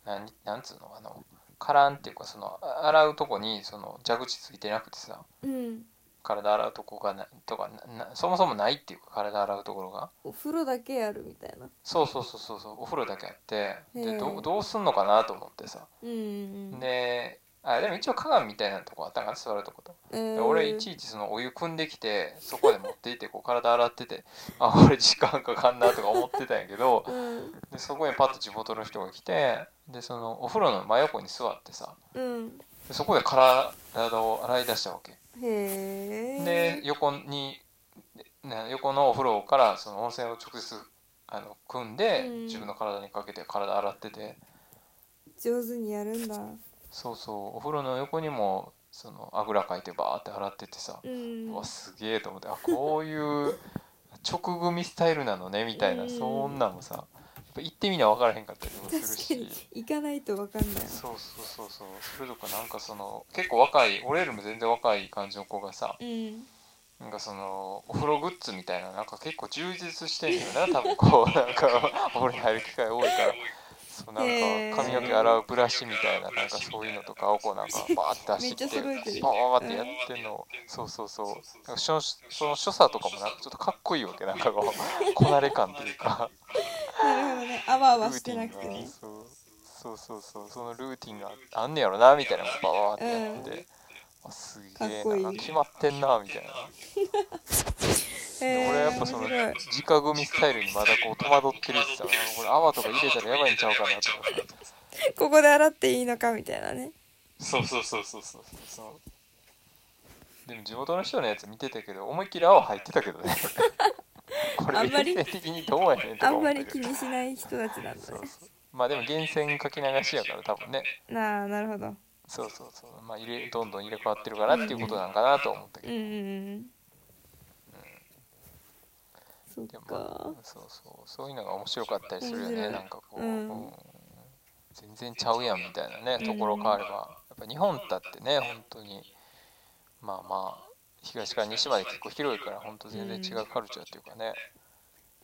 [SPEAKER 1] なんなんつうのあのカランっていうかそのあ洗うとこにその蛇口ついてなくてさ
[SPEAKER 2] うん
[SPEAKER 1] 体洗うとこがなとかななそもそもないっていうか体洗うところが
[SPEAKER 2] お風呂だけあるみたいな
[SPEAKER 1] そうそうそうそうそうお風呂だけあって
[SPEAKER 2] へ
[SPEAKER 1] で
[SPEAKER 2] え
[SPEAKER 1] どうどうすんのかなと思ってさ
[SPEAKER 2] うんうんうん
[SPEAKER 1] であでも一応鏡みたいなとこあったから座るとこと、
[SPEAKER 2] え
[SPEAKER 1] で
[SPEAKER 2] ー、
[SPEAKER 1] 俺いちいちそのお湯汲んできてそこで持っていってこう体洗っててあこれ時間かかんなとか思ってたんやけど
[SPEAKER 2] うん
[SPEAKER 1] でそこにパッと地元の人が来てでそのお風呂の真横に座ってさ
[SPEAKER 2] うん
[SPEAKER 1] でそこで体を洗い出したわけ
[SPEAKER 2] へえ
[SPEAKER 1] で横にね横のお風呂からその温泉を直接あの汲んで
[SPEAKER 2] うん
[SPEAKER 1] 自分の体にかけて体洗ってて
[SPEAKER 2] 上手にやるんだ
[SPEAKER 1] そうそうお風呂の横にもそのあぐらかいてバーって洗っててさ
[SPEAKER 2] うん
[SPEAKER 1] うわすげえと思ってあこういう直組スタイルなのねみたいな、
[SPEAKER 2] うん
[SPEAKER 1] そんなんもさやっぱ行ってみな分からへんかったりもする
[SPEAKER 2] 確かに
[SPEAKER 1] し
[SPEAKER 2] 行かないとわかんない
[SPEAKER 1] そうそうそうそうそれとかなんかその結構若い俺よりも全然若い感じの子がさ
[SPEAKER 2] うん
[SPEAKER 1] なんかそのお風呂グッズみたいななんか結構充実してんだよな多分こうなんかお風呂に入る機会多いから。そうなん
[SPEAKER 2] へー
[SPEAKER 1] か髪の毛洗うブラシみたいななんかそういうのとかをこうなんかバーって出してきて
[SPEAKER 2] めっちゃ揃えてる
[SPEAKER 1] バーってやってんのをそうそうそうなんかそのその所作とかもなんかちょっとかっこいいわけなんかこうこなれ感というか
[SPEAKER 2] なるほどねあわあ
[SPEAKER 1] ル
[SPEAKER 2] わ
[SPEAKER 1] ー
[SPEAKER 2] し
[SPEAKER 1] ティ
[SPEAKER 2] てな
[SPEAKER 1] ン
[SPEAKER 2] くてね
[SPEAKER 1] がそうそうそうそうそのルーティンがあんねやろなみたいなのをバーってやってて、あすげえ
[SPEAKER 2] かっこいい
[SPEAKER 1] ななんか決まってんなみたいな。
[SPEAKER 2] へ
[SPEAKER 1] で
[SPEAKER 2] え
[SPEAKER 1] 俺はやっぱその
[SPEAKER 2] 面白い
[SPEAKER 1] 直組スタイルにまだこう戸惑ってるしさなんかこれ泡とか入れたらやばいんちゃうかなと思って
[SPEAKER 2] ここで洗っていいのかみたいなね
[SPEAKER 1] そうそうそうそうそうそうそうでも地元の人のやつ見てたけど思いっきり青入ってたけど ねこれ
[SPEAKER 2] あんまり
[SPEAKER 1] 衛生的にどうやねんとか
[SPEAKER 2] あん
[SPEAKER 1] 思
[SPEAKER 2] ま
[SPEAKER 1] っ
[SPEAKER 2] り
[SPEAKER 1] たけ
[SPEAKER 2] 気
[SPEAKER 1] ど
[SPEAKER 2] にしない人たちなんだ
[SPEAKER 1] そう
[SPEAKER 2] ね
[SPEAKER 1] そうまあでも源泉かき流しやから多分ね
[SPEAKER 2] なあなるほど
[SPEAKER 1] そうそうそうまあ入れどんどん入れ替わってるからっていうことなんかなとは思ったけ
[SPEAKER 2] うん
[SPEAKER 1] ど、
[SPEAKER 2] うんうんそっ
[SPEAKER 1] でも
[SPEAKER 2] か
[SPEAKER 1] そうそうそういうのが面白かったりするよ
[SPEAKER 2] 面白
[SPEAKER 1] ね
[SPEAKER 2] い
[SPEAKER 1] なんかこう、
[SPEAKER 2] うん
[SPEAKER 1] うん全然ちゃうやんみたいなねところ変わればやっぱ日本だってね本当にまあまあ東から西まで結構広いから本当全然違うカルチャーっていうかね、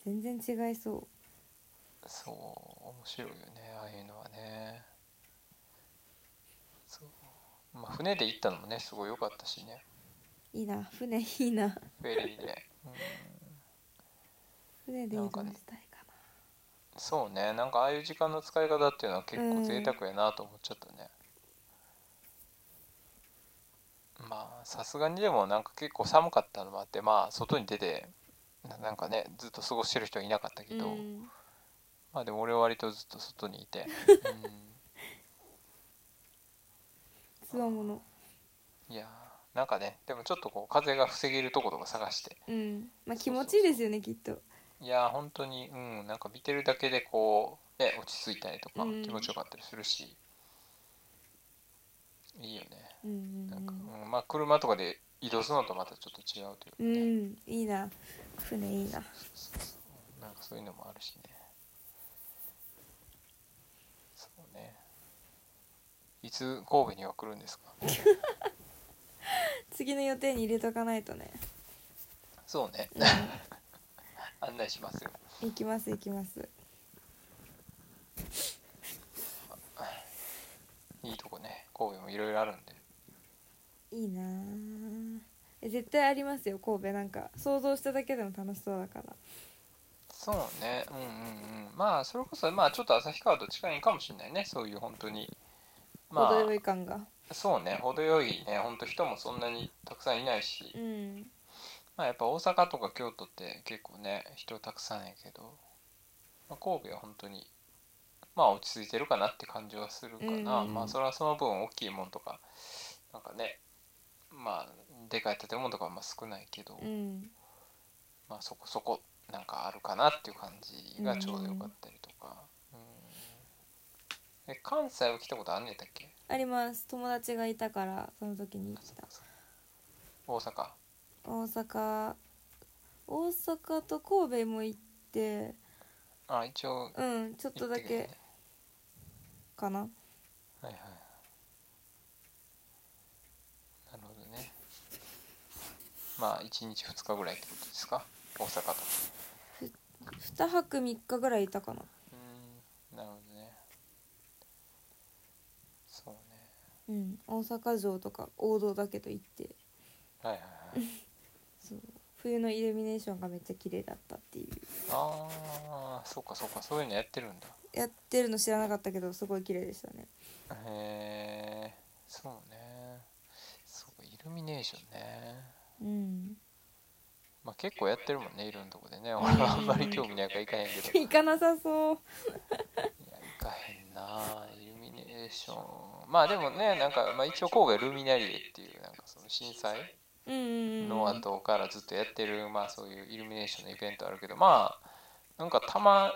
[SPEAKER 2] 全然違いそ
[SPEAKER 1] そう面白いよねああいうのはねそうまあ船で行ったのもねすごい良かったしね
[SPEAKER 2] ういいな船いいな
[SPEAKER 1] フェリーで、うん、
[SPEAKER 2] 船で移動したいか
[SPEAKER 1] そうねなんかああいう時間の使い方っていうのは結構贅沢やなと思っちゃったね、まあさすがにでもなんか結構寒かったのもあってまあ外に出てななんかねずっと過ごしてる人はいなかったけ
[SPEAKER 2] な
[SPEAKER 1] ど、
[SPEAKER 2] うん
[SPEAKER 1] まあでも俺は割とずっと外にい て、
[SPEAKER 2] つわもの
[SPEAKER 1] うん、いやーなんかねでもちょっとこう風が防げるとことか探して
[SPEAKER 2] うんまあ気持ちいいですよねきっと
[SPEAKER 1] いやー本当にうんなんか見てるだけでこう、ね、落ち着いたりとか
[SPEAKER 2] うん
[SPEAKER 1] 気持ちよかったりするし、いいよね
[SPEAKER 2] うんうん
[SPEAKER 1] なんか、うん、まあ車とかで移動するのとまたちょっと違うというか
[SPEAKER 2] う
[SPEAKER 1] ね、
[SPEAKER 2] ん、うん、いいな船いいな
[SPEAKER 1] なんかそういうのもあるしね。そうね。いつ神戸には来るんですか。
[SPEAKER 2] 次の予定に入れとかないとね、
[SPEAKER 1] そうね。
[SPEAKER 2] う
[SPEAKER 1] 案内しますよ。
[SPEAKER 2] ん、行きます行きます
[SPEAKER 1] いいとこね。神戸もいろいろあるんで。
[SPEAKER 2] いいなぁえ絶対ありますよ神戸なんか想像しただけでも楽しそうだから
[SPEAKER 1] そうね。うんうんうん。まあそれこそまあちょっと旭川と近いかもしれないね。そういう本当に。ま
[SPEAKER 2] 程よい
[SPEAKER 1] あ
[SPEAKER 2] 感が
[SPEAKER 1] そうね。程よいね。本当人もそんなにたくさんいないし
[SPEAKER 2] う。ん
[SPEAKER 1] まあやっぱ大阪とか京都って結構ね人たくさんやけど、まあ、神戸は本当にまあ落ち着いてるかなって感じはするかな、
[SPEAKER 2] うん
[SPEAKER 1] まあそれはその分大きいもんとかなんかねまあでかい建物とかはまあ少ないけど、
[SPEAKER 2] うん
[SPEAKER 1] まあそこそこなんかあるかなっていう感じがちょうどよかったりとか、うんえ関西は来たことあんねんだっけ
[SPEAKER 2] あります友達がいたからその時に来た
[SPEAKER 1] 大阪
[SPEAKER 2] 大阪大阪と神戸も行って
[SPEAKER 1] あ一応
[SPEAKER 2] うんちょっとだ
[SPEAKER 1] 行ってるよ
[SPEAKER 2] け
[SPEAKER 1] ね
[SPEAKER 2] かな
[SPEAKER 1] はいはい。なるほどね。まあ一日二日ぐらいってことですか？大阪と。
[SPEAKER 2] 2泊3日ぐらいいたかな
[SPEAKER 1] うん、なるほどね。そうね。
[SPEAKER 2] うん大阪城とか王道だけど行って
[SPEAKER 1] はいはいはい。
[SPEAKER 2] そう冬のイルミネーションがめっちゃ綺麗だったっていう
[SPEAKER 1] ああ、そうかそうか、そういうのやってるんだ。
[SPEAKER 2] やってるの知らなかったけどすごい綺麗でしたね
[SPEAKER 1] へえ、そうね。そうかイルミネーションね。
[SPEAKER 2] うん
[SPEAKER 1] まあ結構やってるもんね、いろんなとこでね。俺はあんまり興味ないから行かへんけど。
[SPEAKER 2] 行かなさそう
[SPEAKER 1] いや行かへんなあイルミネーションまあでもねなんか、まあ、一応神戸ルミナリエっていうなんかその震災
[SPEAKER 2] うんうんうん
[SPEAKER 1] の後からずっとやってる、まあそういうイルミネーションのイベントあるけどまあなんかたま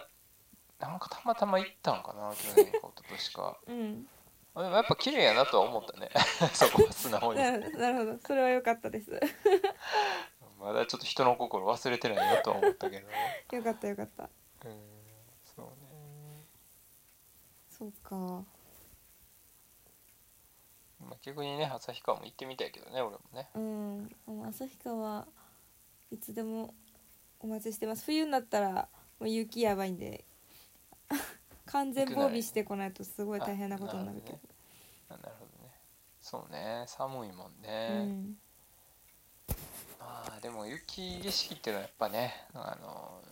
[SPEAKER 1] なんかたまたま行ったんかな去年か一昨年か
[SPEAKER 2] うん
[SPEAKER 1] でもやっぱ綺麗やなとは思ったね そこは素直に
[SPEAKER 2] なるなるほどそれは良かったです
[SPEAKER 1] まだちょっと人の心忘れてないなとは思ったけど
[SPEAKER 2] よかったよかった
[SPEAKER 1] うんそうね
[SPEAKER 2] そうか
[SPEAKER 1] まあ逆にね旭川も行ってみたいけどね俺もね
[SPEAKER 2] うんもう旭川いつでもお待ちしてます冬になったらもう雪やばいんで 完全防備してこないとすごい大変なことになるけど
[SPEAKER 1] あなるほどねそうね寒いもん
[SPEAKER 2] う
[SPEAKER 1] ね、
[SPEAKER 2] ん
[SPEAKER 1] まあでも雪景色っていうのはやっぱねあの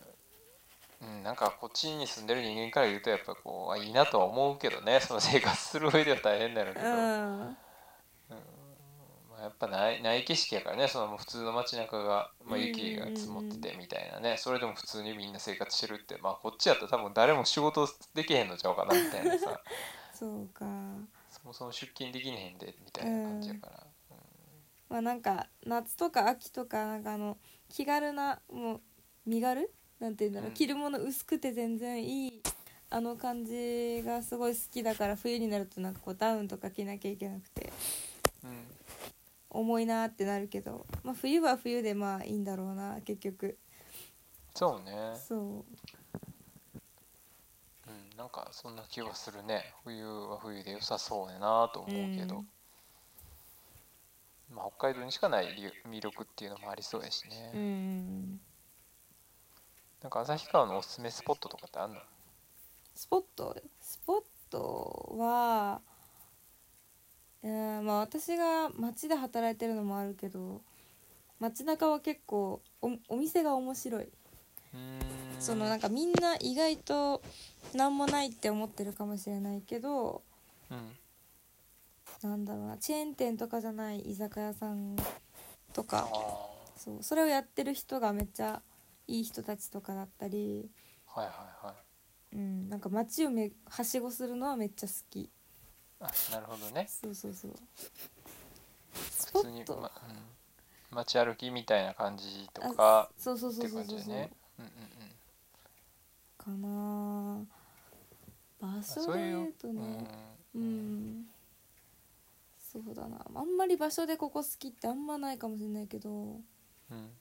[SPEAKER 1] うん、なんかこっちに住んでる人間から言うとやっぱこうあいいなとは思うけどねそ の生活する上では大変だろうけ
[SPEAKER 2] う
[SPEAKER 1] ど、ま
[SPEAKER 2] ん
[SPEAKER 1] あ、やっぱないない景色やからねその普通の街中がまあ、
[SPEAKER 2] うんうんうん
[SPEAKER 1] 雪が積もっててみたいなね、それでも普通にみんな生活してるってまあこっちやったら多分誰も仕事できへんのちゃうかなみたいな さ
[SPEAKER 2] そうか
[SPEAKER 1] そもそも出勤できへんでみたいな感じやから、うん
[SPEAKER 2] まあなんか夏とか秋とかなんかあの気軽なもう身軽なんて言うんだろう、
[SPEAKER 1] うん
[SPEAKER 2] 着るもの薄くて全然いいあの感じがすごい好きだから冬になるとなんかこうダウンとか着なきゃいけなくて
[SPEAKER 1] うん
[SPEAKER 2] 重いなってなるけど、まあ、冬は冬でまあいいんだろうな結局
[SPEAKER 1] そうね
[SPEAKER 2] そ
[SPEAKER 1] うん、なんかそんな気はするね冬は冬で良さそうやなと思うけど、まあ、北海道にしかない理由魅力っていうのもありそうやしね、
[SPEAKER 2] ううん
[SPEAKER 1] なんか旭川のおすすめスポットとかってあんの
[SPEAKER 2] スポットスポットはうんまあ私が街で働いてるのもあるけど街中は結構おお店が面白いそのなんかみんな意外と何もないって思ってるかもしれないけど
[SPEAKER 1] うん
[SPEAKER 2] なんだろうなチェーン店とかじゃない居酒屋さんと
[SPEAKER 1] あ
[SPEAKER 2] かそうそれをやってる人がめっちゃいい人たちとかだったり、
[SPEAKER 1] ーはいはいはい
[SPEAKER 2] うん、なんか街をめはしごするのはめっちゃ好き。
[SPEAKER 1] あなるほどね
[SPEAKER 2] そうそうそう。ス
[SPEAKER 1] 普
[SPEAKER 2] ポ
[SPEAKER 1] 通に
[SPEAKER 2] ッ、ト
[SPEAKER 1] まうん、街歩きみたいな感じと
[SPEAKER 2] あ
[SPEAKER 1] か
[SPEAKER 2] そうそう
[SPEAKER 1] っ
[SPEAKER 2] そう
[SPEAKER 1] て
[SPEAKER 2] そう
[SPEAKER 1] 感
[SPEAKER 2] そ
[SPEAKER 1] じで
[SPEAKER 2] うそう
[SPEAKER 1] ねうんうんうん
[SPEAKER 2] かなあ場所
[SPEAKER 1] そう
[SPEAKER 2] で
[SPEAKER 1] い
[SPEAKER 2] 言う
[SPEAKER 1] う
[SPEAKER 2] とねう
[SPEAKER 1] うん
[SPEAKER 2] んそうだなあんまり場所でここ好きってあんまないかもしれないけど
[SPEAKER 1] うん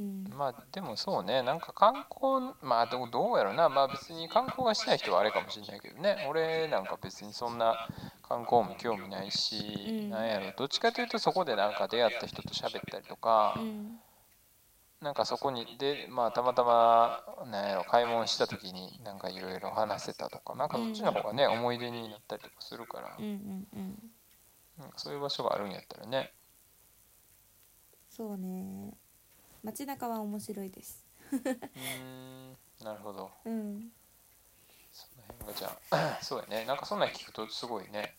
[SPEAKER 2] うん
[SPEAKER 1] まあでもそうねなんか観光まあどうどうやろうなまあ別に観光がしたい人はあれかもしれないけどね俺なんか別にそんな観光も興味ないし、
[SPEAKER 2] うん
[SPEAKER 1] なんやろどっちかというとそこでなんか出会った人と喋ったりとか
[SPEAKER 2] う、ん
[SPEAKER 1] なんかそこにでまあたまたまなんやろ買い物した時になんかいろいろ話せたとかなんかそっちの方がね、思い出になったりとかするから
[SPEAKER 2] うんう、んうん
[SPEAKER 1] なんかそういう場所があるんやったらね
[SPEAKER 2] そうね街中は面白いです
[SPEAKER 1] うーんなるほど
[SPEAKER 2] うん
[SPEAKER 1] その辺がじゃあ そうやねなんかそんなん聞くとすごいね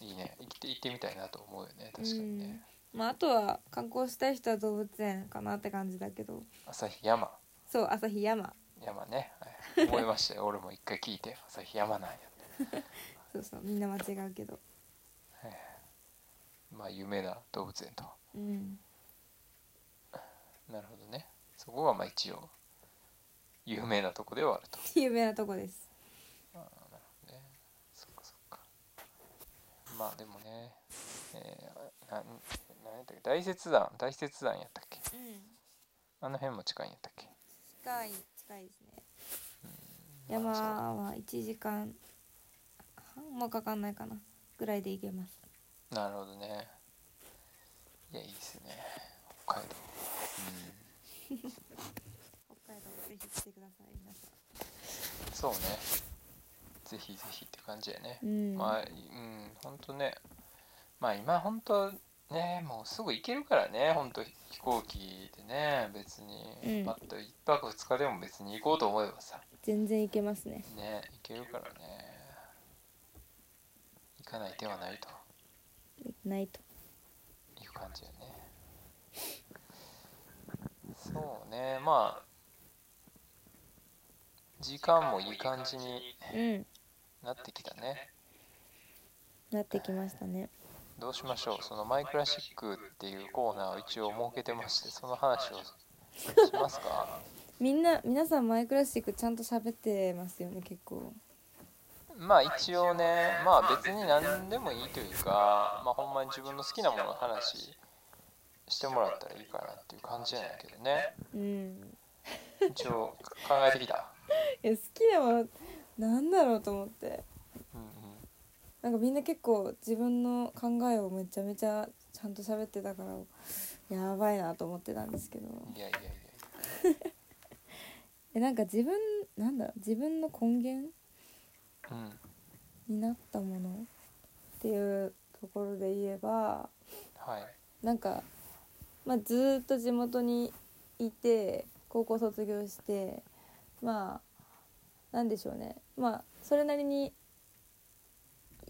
[SPEAKER 1] いいね行って行ってみたいなと思うよね確かにね、
[SPEAKER 2] まああとは観光したい人は動物園かなって感じだけど
[SPEAKER 1] 旭山
[SPEAKER 2] そう旭山
[SPEAKER 1] 山ね、はい、思いましたよ俺も一回聞いて旭山なんやって
[SPEAKER 2] そうそうみんな間違うけど
[SPEAKER 1] まあ有名な動物園と
[SPEAKER 2] うん
[SPEAKER 1] なるほどねそこがまあ一応有名なとこではあると
[SPEAKER 2] 有名なとこです
[SPEAKER 1] ねそっかそっかまあでもねえー、ななんやったっけ大雪山大雪山やったっけ
[SPEAKER 2] うん
[SPEAKER 1] あの辺も近いんやったっけ
[SPEAKER 2] 近い近いですね
[SPEAKER 1] ま
[SPEAKER 2] 山
[SPEAKER 1] あそう
[SPEAKER 2] は1時間半もかかんないかなぐらいで行けます
[SPEAKER 1] なるほどね。いや、いいですね。北海道。
[SPEAKER 2] 北海道ぜひ来てください皆さ
[SPEAKER 1] うん、そうね。ぜひぜひって感じやね。
[SPEAKER 2] んうん、
[SPEAKER 1] まあ、うん、ほんとね。まあ、今ほんとね、もうすぐ行けるからね、ほんと飛行機でね、別
[SPEAKER 2] うん
[SPEAKER 1] に。パッと1泊2日でも別に行こうと思えばさ、
[SPEAKER 2] 全然行けますね
[SPEAKER 1] ね、行けるからね。行かない手はないと。
[SPEAKER 2] ないと
[SPEAKER 1] いう感じよね。そうね、まあ時間もいい感じに
[SPEAKER 2] うん
[SPEAKER 1] なってきたね。
[SPEAKER 2] なってきましたね
[SPEAKER 1] どうしましょう、そのマイクラシックっていうコーナーを一応設けてまして、その話をしますか。
[SPEAKER 2] みんな皆さんマイクラシックちゃんと喋ってますよね結構
[SPEAKER 1] まあ一応ね、まあ別に何でもいいというか、まあほんまに自分の好きなものの話してもらったらいいかなっていう感じじゃないけどね。
[SPEAKER 2] うん
[SPEAKER 1] 一応考えてきた。
[SPEAKER 2] いや好きなものなんだろうと思って
[SPEAKER 1] うんうん。
[SPEAKER 2] なんかみんな結構自分の考えをめちゃめちゃちゃんと喋ってたからやばいなと思ってたんですけど
[SPEAKER 1] いやいやいやいや。
[SPEAKER 2] えなんか自分なんだろう自分の根源
[SPEAKER 1] うん。
[SPEAKER 2] になったものっていうところで言えば
[SPEAKER 1] はい。
[SPEAKER 2] なんか、まあ、ずーっと地元にいて高校卒業してまあなんでしょうねまあそれなりに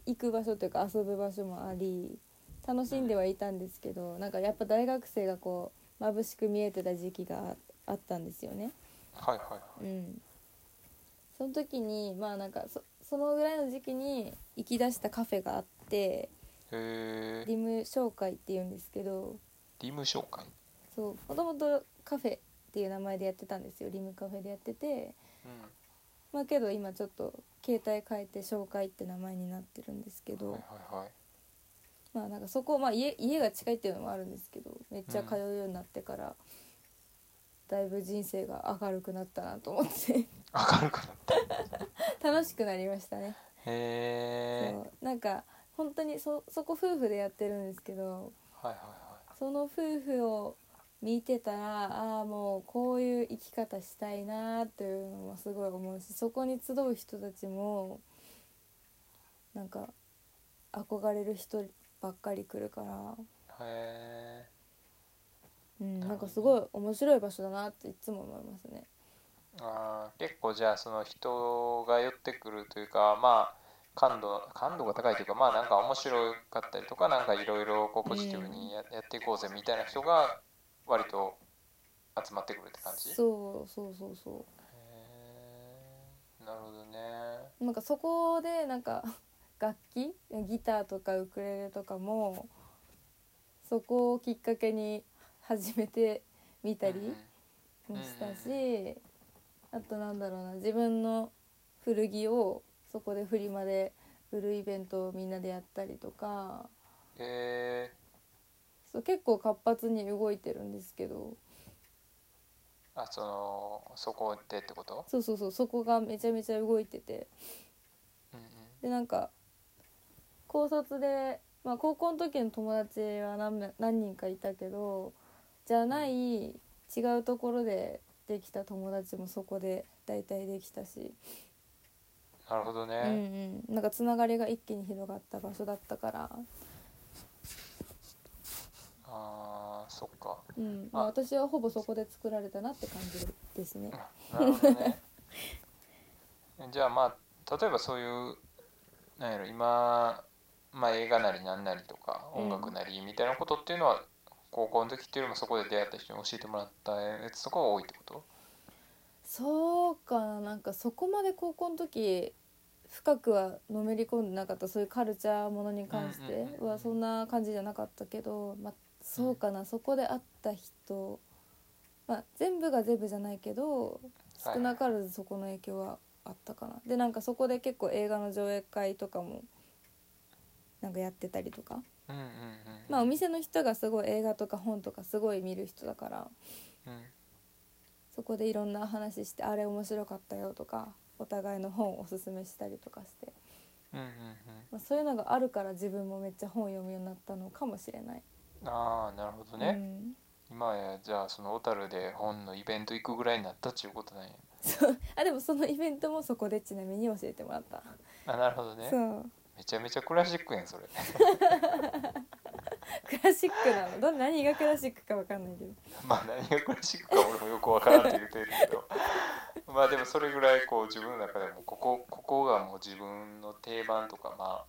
[SPEAKER 2] 行く場所というか遊ぶ場所もあり楽しんではいたんですけどなんかやっぱ大学生がこう眩しく見えてた時期があったんですよね。
[SPEAKER 1] はいはいはい。
[SPEAKER 2] うん、その時にまあなんかそそのぐらいの時期に行き出したカフェがあって
[SPEAKER 1] へえ
[SPEAKER 2] リム紹介っていうんですけど
[SPEAKER 1] リム紹介。
[SPEAKER 2] そうもともとカフェっていう名前でやってたんですよリムカフェでやってて
[SPEAKER 1] う
[SPEAKER 2] まあけど今ちょっと携帯変えて紹介って名前になってるんですけど、
[SPEAKER 1] はいはいはい。
[SPEAKER 2] まあなんかそこ、まあ、家家が近いっていうのもあるんですけどめっちゃ通うようになってから、だいぶ人生が明るくなったなと思って
[SPEAKER 1] 明るくなった。へ
[SPEAKER 2] 楽しくなりましたね。
[SPEAKER 1] え。
[SPEAKER 2] そうなんか本当にそそこ夫婦でやってるんですけど
[SPEAKER 1] はいはいは
[SPEAKER 2] その夫婦を見てたらああもうこういう生き方したいなーっていうのもすごい思うしそこに集う人たちもなんか憧れる人ばっかり来るから、
[SPEAKER 1] い。へえ。
[SPEAKER 2] うん、
[SPEAKER 1] なるほどね
[SPEAKER 2] なんかすごい面白い場所だなっていつも思いますね。
[SPEAKER 1] あー結構じゃあその人が寄ってくるというかまあ感度感度が高いというかまあなんか面白かったりとかなんかいろいろこうポジティブにや,、やっていこうぜみたいな人が割と集まってくるって感じ。へ
[SPEAKER 2] そうそうそうそう
[SPEAKER 1] え。なるほどね。
[SPEAKER 2] なんかそこでなんか楽器ギターとかウクレレとかもそこをきっかけに始めてみたりもしたしあとなんだろうな自分の古着をそこでフリマで売るイベントをみんなでやったりとか
[SPEAKER 1] え
[SPEAKER 2] そう結構活発に動いてるんですけど
[SPEAKER 1] ー、あそのそこでってこと、
[SPEAKER 2] そうそうそうそこがめちゃめちゃ動いてて
[SPEAKER 1] うんうん、
[SPEAKER 2] でなんか高卒で、まあ、高校の時の友達は何名何人かいたけどじゃない違うところでできた友達もそこで大体できたし、
[SPEAKER 1] なるほどね、
[SPEAKER 2] うんうん、なんかつながりが一気に広がった場所だったから、
[SPEAKER 1] あーそっか
[SPEAKER 2] うんまあ、
[SPEAKER 1] あ
[SPEAKER 2] 私はほぼそこで作られたなって感じですね。
[SPEAKER 1] なるほどねじゃあまあ例えばそういうなんやろ今、まあ、映画なりなんなりとか
[SPEAKER 2] うん
[SPEAKER 1] 音楽なりみたいなことっていうのは、高校の時っていうよりもそこで出会った人に教えてもらったやつとかが多いってこと
[SPEAKER 2] そうかななんかそこまで高校の時深くはのめり込んでなかったそういうカルチャーものに関し
[SPEAKER 1] うんうん
[SPEAKER 2] て
[SPEAKER 1] うんうん
[SPEAKER 2] はそんな感じじゃなかったけど、まあ、そうかな、そこで会った人、まあ、全部が全部じゃないけど
[SPEAKER 1] はい
[SPEAKER 2] 少なからずそこの影響はあったかな。でなんかそこで結構映画の上映会とかもなんかやってたりとか、
[SPEAKER 1] うんうんうん
[SPEAKER 2] まあ、お店の人がすごい映画とか本とかすごい見る人だから。
[SPEAKER 1] うん
[SPEAKER 2] そこでいろんな話してあれ面白かったよとかお互いの本をおすすめしたりとかして、
[SPEAKER 1] うんうんうん
[SPEAKER 2] まあ、そういうのがあるから自分もめっちゃ本を読むようになったのかもしれない。
[SPEAKER 1] ああなるほど
[SPEAKER 2] う
[SPEAKER 1] ね、
[SPEAKER 2] ん、
[SPEAKER 1] 今やじゃあその小樽で本のイベント行くぐらいになったっていうことなんや
[SPEAKER 2] そうあでもそのイベントもそこでちなみに教えてもらった。
[SPEAKER 1] あなるほどね
[SPEAKER 2] そう
[SPEAKER 1] めちゃめちゃクラシックやんそれ
[SPEAKER 2] クラシックなのど何がクラシックかわかんないけど。
[SPEAKER 1] まあ何がクラシックか俺もよくわからんって言ってるけど まあでもそれぐらいこう自分の中でもここここがもう自分の定番とかまあ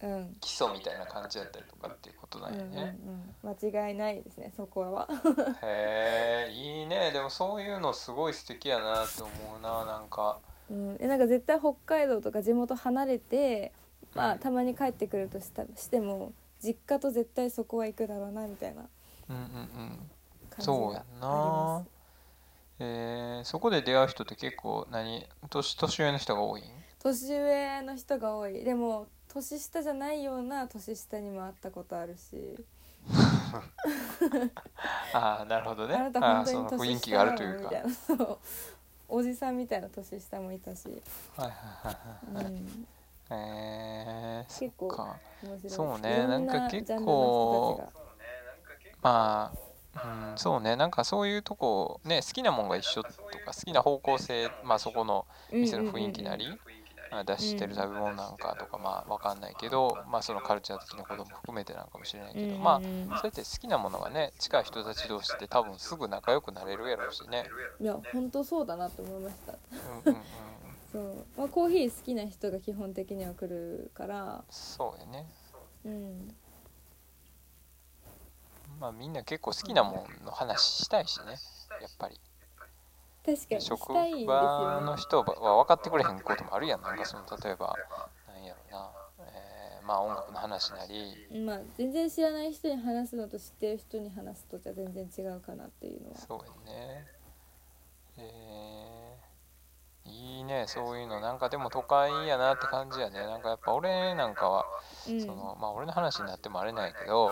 [SPEAKER 2] うん。
[SPEAKER 1] 基礎みたいな感じだったりとかっていうことな
[SPEAKER 2] うんんう
[SPEAKER 1] や
[SPEAKER 2] ん
[SPEAKER 1] ね、
[SPEAKER 2] うん、間違いないですねそこは
[SPEAKER 1] へえいいねでもそういうのすごい素敵やなって思うななんか
[SPEAKER 2] うん、えなんか絶対北海道とか地元離れて、まあ、たまに帰ってくるとしたしても実家と絶対そこは行くだろうなみたいな
[SPEAKER 1] うんうんうん
[SPEAKER 2] 感じが
[SPEAKER 1] そうやんなえー、そこで出会う人って結構何年年上の人が多いん
[SPEAKER 2] 年上の人が多いでも年下じゃないような年下にも会ったことあるし
[SPEAKER 1] ああなるほど
[SPEAKER 2] あ
[SPEAKER 1] ね
[SPEAKER 2] なた
[SPEAKER 1] あ
[SPEAKER 2] 本
[SPEAKER 1] ーそ
[SPEAKER 2] 当
[SPEAKER 1] の雰
[SPEAKER 2] に
[SPEAKER 1] 囲
[SPEAKER 2] 年
[SPEAKER 1] 気があ
[SPEAKER 2] 下
[SPEAKER 1] る
[SPEAKER 2] な
[SPEAKER 1] とい
[SPEAKER 2] の
[SPEAKER 1] う
[SPEAKER 2] み
[SPEAKER 1] か
[SPEAKER 2] たいなそうおじさんみたいな年下もいたし、
[SPEAKER 1] はいはいは
[SPEAKER 2] う
[SPEAKER 1] いはい、
[SPEAKER 2] ん、
[SPEAKER 1] えー、
[SPEAKER 2] 結構
[SPEAKER 1] そっか
[SPEAKER 2] 面白い
[SPEAKER 1] そうね
[SPEAKER 2] いろ
[SPEAKER 1] なんか結構
[SPEAKER 2] ジャンルの人たち
[SPEAKER 3] そうね、なんか結構
[SPEAKER 1] まあ、うん、そうねなんかそういうとこね好きなもんが一緒とか好きな方向性まあそこの
[SPEAKER 2] が
[SPEAKER 1] 店の雰囲気なり、
[SPEAKER 2] うんうんうん
[SPEAKER 3] 雰囲気なり
[SPEAKER 1] まあ出してる食べ物なんかとかまあわかんないけどまあそのカルチャー的なことも含めてなのかもしれないけどま
[SPEAKER 2] うんうん
[SPEAKER 1] あそうやって好きなものがね近い人たち同士って多分すぐ仲良くなれるやろうしね。
[SPEAKER 2] うんいや本当そうだなと思いました
[SPEAKER 1] うんうんうん、
[SPEAKER 2] そう、まあ、コーヒー好きな人が基本的には来るから
[SPEAKER 1] そうやね。
[SPEAKER 2] うん
[SPEAKER 1] まあみんな結構好きなもんの話したいしねやっぱり。
[SPEAKER 2] 確かにし
[SPEAKER 1] 職
[SPEAKER 2] たいです
[SPEAKER 1] 場
[SPEAKER 2] よね
[SPEAKER 1] の人は分かってくれへんこともあるやんなんかその例えばなんやろな、えーまあ音楽の話なり
[SPEAKER 2] まあ全然知らない人に話すのと知ってる人に話すとじゃ全然違うかなっていうのは
[SPEAKER 1] そうやねえーいいねそういうのなんかでも都会やなって感じやねなんかやっぱ俺なんかは
[SPEAKER 2] うん
[SPEAKER 1] そのまあ俺の話になってもあれないけ ど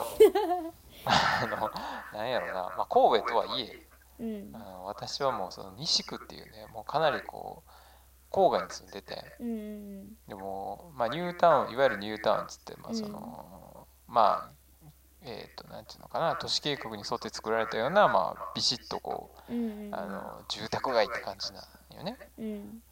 [SPEAKER 1] あのなんやろな、まあ、神戸とはいえ
[SPEAKER 2] うん
[SPEAKER 1] あの私はもうその西区っていうねもうかなりこう郊外に住んでて。
[SPEAKER 2] うんうん
[SPEAKER 1] でも、まあ、ニュータウンいわゆるニュータウンっつって、まあそのまあえっ、となんていうのかな都市計画に沿って作られたような、まあ、ビシッとこう
[SPEAKER 2] うんうん
[SPEAKER 1] あの住宅街って感じなんよね。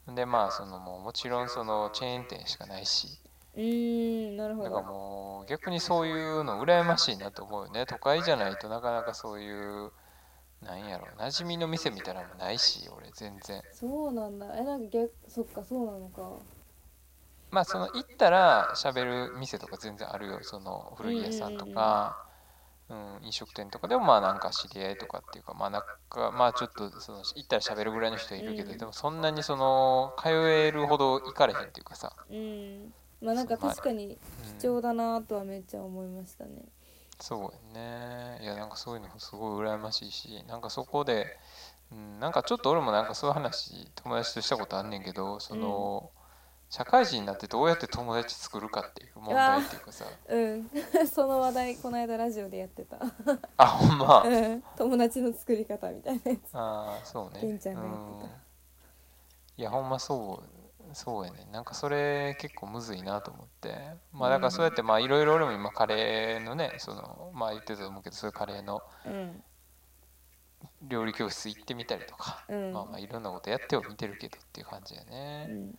[SPEAKER 2] うん
[SPEAKER 1] でまあそのもうもちろんそのチェーン店しかないし
[SPEAKER 2] うんなるほ
[SPEAKER 1] だから
[SPEAKER 2] ど
[SPEAKER 1] もう逆にそういうの羨ましいなと思うよね都会じゃないとなかなかそういうなんやろ馴染みの店みたいなのもないし俺全然
[SPEAKER 2] そうなんだえなんか逆そっかそうなのか
[SPEAKER 1] まあその行ったら喋る店とか全然あるよその古着屋さんとか、うん、飲食店とかでもまあなんか知り合いとかっていうかまあなんかまあちょっとその行ったら喋るぐらいの人いるけど、
[SPEAKER 2] うん
[SPEAKER 1] でもそんなにその通えるほど行かれへんっていうかさ
[SPEAKER 2] うんまあなんか
[SPEAKER 1] そう
[SPEAKER 2] 確かに
[SPEAKER 1] うん
[SPEAKER 2] 貴重だなとはめっちゃ思いましたね。
[SPEAKER 1] そうやねいやなんかそういうのすごい羨ましいしなんかそこで、うん、なんかちょっと俺もなんかそういう話友達としたことあんねんけどその、社会人になってどうやって友達作るかっていう問題っていうかさ
[SPEAKER 2] うん、 その話題この間ラジオでやってた、
[SPEAKER 1] あほんま、
[SPEAKER 2] うん、 友達の作り方みたいなやつ
[SPEAKER 1] ああそうね
[SPEAKER 2] りんちゃんがやってた
[SPEAKER 1] うんいやほんまそうそうやねなんかそれ結構むずいなと思ってまあだからそうやってまあいろいろ俺も今カレーのねそのまあ言ってたと思うけどそういうカレーの
[SPEAKER 2] うん
[SPEAKER 1] 料理教室行ってみたりとか、
[SPEAKER 2] うん
[SPEAKER 1] まあまあいろんなことやっては見てるけどっていう感じや
[SPEAKER 2] う
[SPEAKER 1] ね、
[SPEAKER 2] ん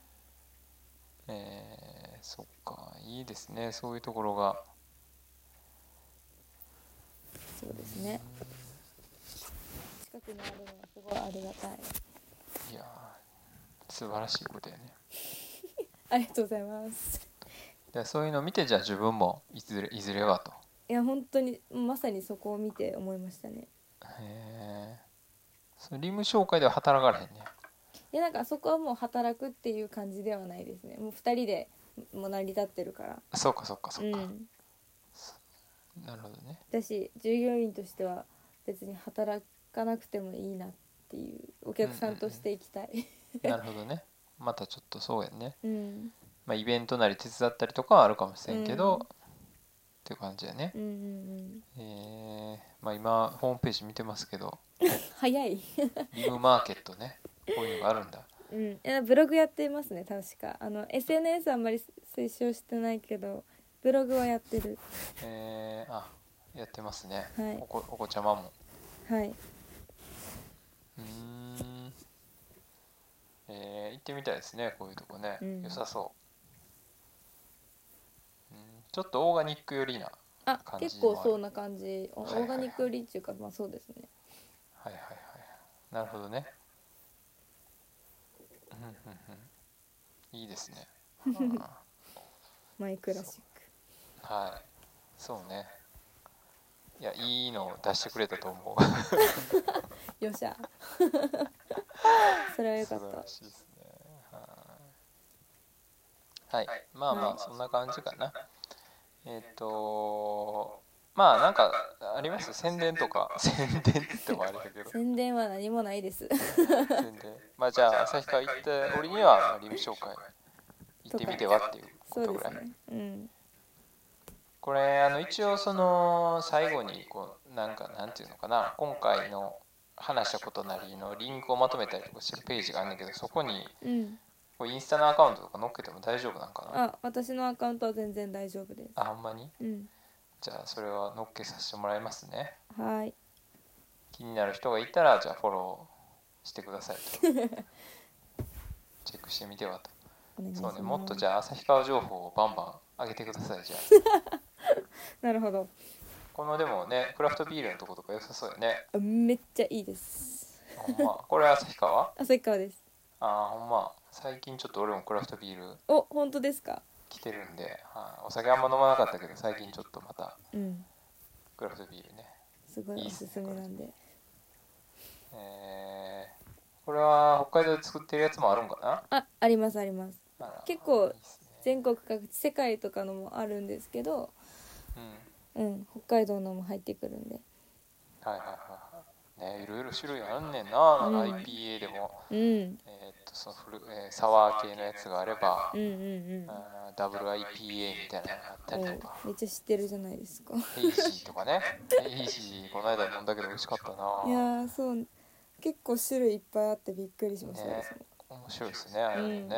[SPEAKER 1] えーそっかいいですねそういうところが
[SPEAKER 2] そうですね近くにあるのはすごいありがたい
[SPEAKER 1] いやー素晴らしいことやね
[SPEAKER 2] ありがとうございます
[SPEAKER 1] でそういうのを見てじゃあ自分もいずれいずれはと
[SPEAKER 2] いや本当にまさにそこを見て思いましたね
[SPEAKER 1] へえそれリム紹介では働かれへんね
[SPEAKER 2] いやなんかあそこはもう働くっていう感じではないですねもう2人でもう成り立ってるから
[SPEAKER 1] そうかそうか
[SPEAKER 2] う
[SPEAKER 1] そうか、
[SPEAKER 2] ん
[SPEAKER 1] なるほど ね
[SPEAKER 2] だし従業員としては別に働かなくてもいいなっていうお客さんとしていきたい
[SPEAKER 1] なるほどねまたちょっとそうやね、
[SPEAKER 2] うん
[SPEAKER 1] まあ、イベントなり手伝ったりとかはあるかもしれんけど、
[SPEAKER 2] うん
[SPEAKER 1] っていう感じやね
[SPEAKER 2] うんうんうん
[SPEAKER 1] えーまあ今ホームページ見てますけど
[SPEAKER 2] 早い
[SPEAKER 1] リムマーケットねこういうのがあるんだ
[SPEAKER 2] うん、いやブログやってますね確かあの SNS あんまり推奨してないけどブログはやってる
[SPEAKER 1] えー、あやってますね、
[SPEAKER 2] はい
[SPEAKER 1] おこお子ちゃまも
[SPEAKER 2] はい、
[SPEAKER 1] うーんえー行ってみたいですねこういうとこね、
[SPEAKER 2] うん
[SPEAKER 1] 良さそううんちょっとオーガニック寄りな
[SPEAKER 2] あ
[SPEAKER 1] 感じ
[SPEAKER 2] 結構そうな感じおオ
[SPEAKER 1] はいはい
[SPEAKER 2] ーガニックよりっていうかまあそうですね
[SPEAKER 1] はいはいはいなるほどねうんうんうんいいです ねあ
[SPEAKER 2] マイクラシッ
[SPEAKER 1] ーはいそうねいやいいのを出してくれたと思う
[SPEAKER 2] クよっしゃ それはよか
[SPEAKER 1] 素
[SPEAKER 2] っ
[SPEAKER 1] 晴
[SPEAKER 2] た
[SPEAKER 1] らしいですねはい、はい、まあまあそんな感じかなえっ、とまあなんかあります宣伝とか 宣伝って言ってもあれだ けど
[SPEAKER 2] 宣伝は何もないです
[SPEAKER 1] 宣伝まあじゃあ旭川行って俺にはリム紹介行ってみてはっていうこ
[SPEAKER 2] そう
[SPEAKER 1] と
[SPEAKER 2] で
[SPEAKER 1] ぐら
[SPEAKER 2] す
[SPEAKER 1] い、
[SPEAKER 2] ねうん
[SPEAKER 1] これあの一応その最後にこうなんかなんていうのかな今回の話したことなりのリンクをまとめたりとかしてるページがあるんだけどそこに
[SPEAKER 2] うん
[SPEAKER 1] こうインスタのアカウントとか載っけても大丈夫なんかな
[SPEAKER 2] あ私のアカウントは全然大丈夫です
[SPEAKER 1] あほんまに
[SPEAKER 2] うん
[SPEAKER 1] じゃあそれは載っけさせてもらいますね
[SPEAKER 2] はい
[SPEAKER 1] 気になる人がいたらじゃあフォローしてください とチェックしてみてはと
[SPEAKER 2] お願いしま
[SPEAKER 1] そう
[SPEAKER 2] す
[SPEAKER 1] ねもっとじゃあ旭川情報をバンバン上げてくださいじゃあ
[SPEAKER 2] なるほど
[SPEAKER 1] このでもねクラフトビールのとことか良さそうよね
[SPEAKER 2] あめっちゃいいです
[SPEAKER 1] ほ んまこれ旭川
[SPEAKER 2] 旭川です
[SPEAKER 1] あーほんま最近ちょっと俺もクラフトビール
[SPEAKER 2] お本当ですか
[SPEAKER 1] 来てるんで、はいお酒あんま飲まなかったけど最近ちょっとまた
[SPEAKER 2] うん
[SPEAKER 1] クラフトビールね
[SPEAKER 2] すごい
[SPEAKER 1] いいっ
[SPEAKER 2] お
[SPEAKER 1] す
[SPEAKER 2] す
[SPEAKER 1] ね
[SPEAKER 2] すめなんで
[SPEAKER 1] えー、これは北海道で作ってるやつもあるんかな
[SPEAKER 2] あありますあります
[SPEAKER 1] あら
[SPEAKER 2] 結構
[SPEAKER 1] いいっすね
[SPEAKER 2] 全国各地世界とかのもあるんですけど、
[SPEAKER 1] うん
[SPEAKER 2] うん、北海道のも入ってくるんで
[SPEAKER 1] はいはいはいはいねいろいろ種類あんねんな、
[SPEAKER 2] うん
[SPEAKER 1] なんか IPA でも、
[SPEAKER 2] うん
[SPEAKER 1] えーっとそのフルえーサワー系のやつがあれば、
[SPEAKER 2] うんうんうん
[SPEAKER 1] あーダブル IPA みたいなのがあったりとか、
[SPEAKER 2] おめっちゃ知ってるじゃないですか
[SPEAKER 1] ヘイジーとかねヘイジーこの間飲んだけど美味しかった
[SPEAKER 2] いや
[SPEAKER 1] な
[SPEAKER 2] ーそう結構種類いっぱいあってびっくりしました
[SPEAKER 1] ね
[SPEAKER 2] です
[SPEAKER 1] 面白いですねあれもね、
[SPEAKER 2] うん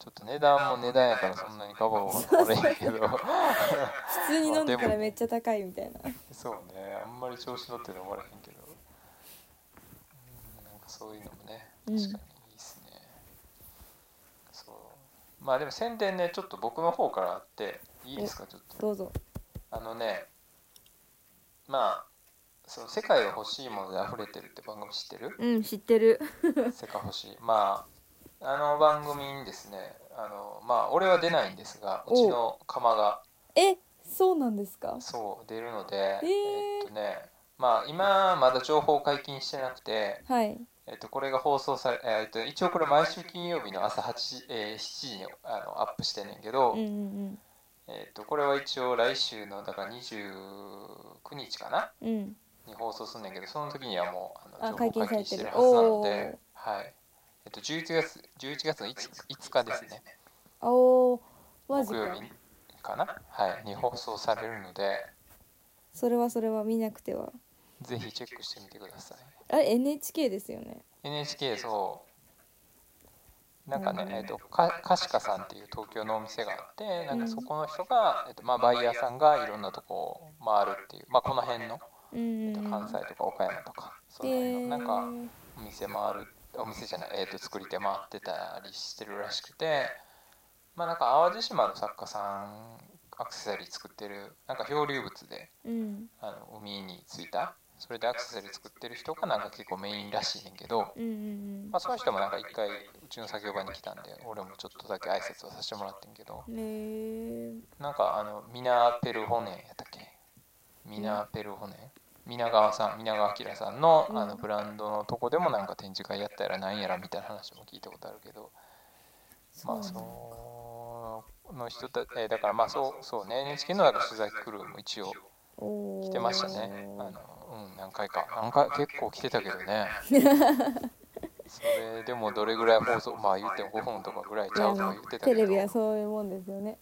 [SPEAKER 1] ちょっと値段も値段やからそんなにガバガバ取れへんけど
[SPEAKER 2] 普通に飲んでた
[SPEAKER 1] あで
[SPEAKER 2] ら
[SPEAKER 1] も
[SPEAKER 2] めっちゃ高いみたいな
[SPEAKER 1] そうねあんまり調子乗って飲まれへんけどうんなんかそういうのもね
[SPEAKER 2] う
[SPEAKER 1] 確か
[SPEAKER 2] ん
[SPEAKER 1] にいいっすね、そうまあでも宣伝ねちょっと僕の方からあっていいですかちょっと
[SPEAKER 2] どうぞ
[SPEAKER 1] あのねまあその世界が欲しいもので溢れてるって番組知って る
[SPEAKER 2] うん知ってる
[SPEAKER 1] 世界欲しいまああの番組にですねあのまあ俺は出ないんですがう
[SPEAKER 2] おう
[SPEAKER 1] ちの釜が
[SPEAKER 2] えそうなんですか
[SPEAKER 1] そう出るので、
[SPEAKER 2] ー
[SPEAKER 1] えっとねまあ今まだ情報解禁してなくて、
[SPEAKER 2] はい
[SPEAKER 1] えっと、これが放送され、えっと、一応これ毎週金曜日の朝8時、えー7時にあのアップしてんねんけど、
[SPEAKER 2] うんうん
[SPEAKER 1] えっと、これは一応来週のだから29日かな
[SPEAKER 2] うんうん
[SPEAKER 1] に放送すんねんけどその時にはもうあ
[SPEAKER 2] あ
[SPEAKER 1] の情報
[SPEAKER 2] 解禁
[SPEAKER 1] 解
[SPEAKER 2] さ
[SPEAKER 1] 禁
[SPEAKER 2] れて
[SPEAKER 1] し
[SPEAKER 2] る
[SPEAKER 1] てるはずなの
[SPEAKER 2] おー
[SPEAKER 1] で、はいえっと、11月11月の 5, 5日ですね
[SPEAKER 2] おおマジ
[SPEAKER 1] 木曜
[SPEAKER 2] か
[SPEAKER 1] 日にかな、はい、に放送されるので
[SPEAKER 2] それはそれは見なくては
[SPEAKER 1] ぜひチェックしてみてください
[SPEAKER 2] あれ NHK ですよね
[SPEAKER 1] NHK そうなんかね、
[SPEAKER 2] うん
[SPEAKER 1] えっとかカシカさんっていう東京のお店があってなんかそこの人が、えっとまあ、バイヤーさんがいろんなとこを回るっていう、まあ、この辺の、え
[SPEAKER 2] うんう
[SPEAKER 1] っ
[SPEAKER 2] ん
[SPEAKER 1] と
[SPEAKER 2] うん
[SPEAKER 1] 関西とか岡山とかその辺のなんかお店回るお店じゃない、えー、と作り手回ってたりしてるらしくてまあなんか淡路島の作家さんアクセサリー作ってるなんか漂流物で
[SPEAKER 2] えーうん
[SPEAKER 1] あの海に着いたそれでアクセサリー作ってる人がなんか結構メインらしいねんけど、
[SPEAKER 2] うんうん
[SPEAKER 1] まあ、その人もなんか一回うちの作業場に来たんで俺もちょっとだけ挨拶をさせてもらってんけど
[SPEAKER 2] うんえー
[SPEAKER 1] なんかあのミナーペルホネンやったっけミナーペルホネン皆川さん皆川明さんの
[SPEAKER 2] うん
[SPEAKER 1] あのブランドのとこでもなんか展示会やったやらなんやらみたいな話も聞いたことあるけど
[SPEAKER 2] そう
[SPEAKER 1] まあ
[SPEAKER 2] なんだ
[SPEAKER 1] その人たえーだからまあそうそうね NHK のだから取材クルーも一応
[SPEAKER 2] おー
[SPEAKER 1] 来てましたねあのうん何回か何回結構来てたけど ねそれでもどれぐらい放送まあ言っても5分とかぐらいちゃうとか言ってたけ
[SPEAKER 2] テ
[SPEAKER 1] ど
[SPEAKER 2] レビはそういうもんですよね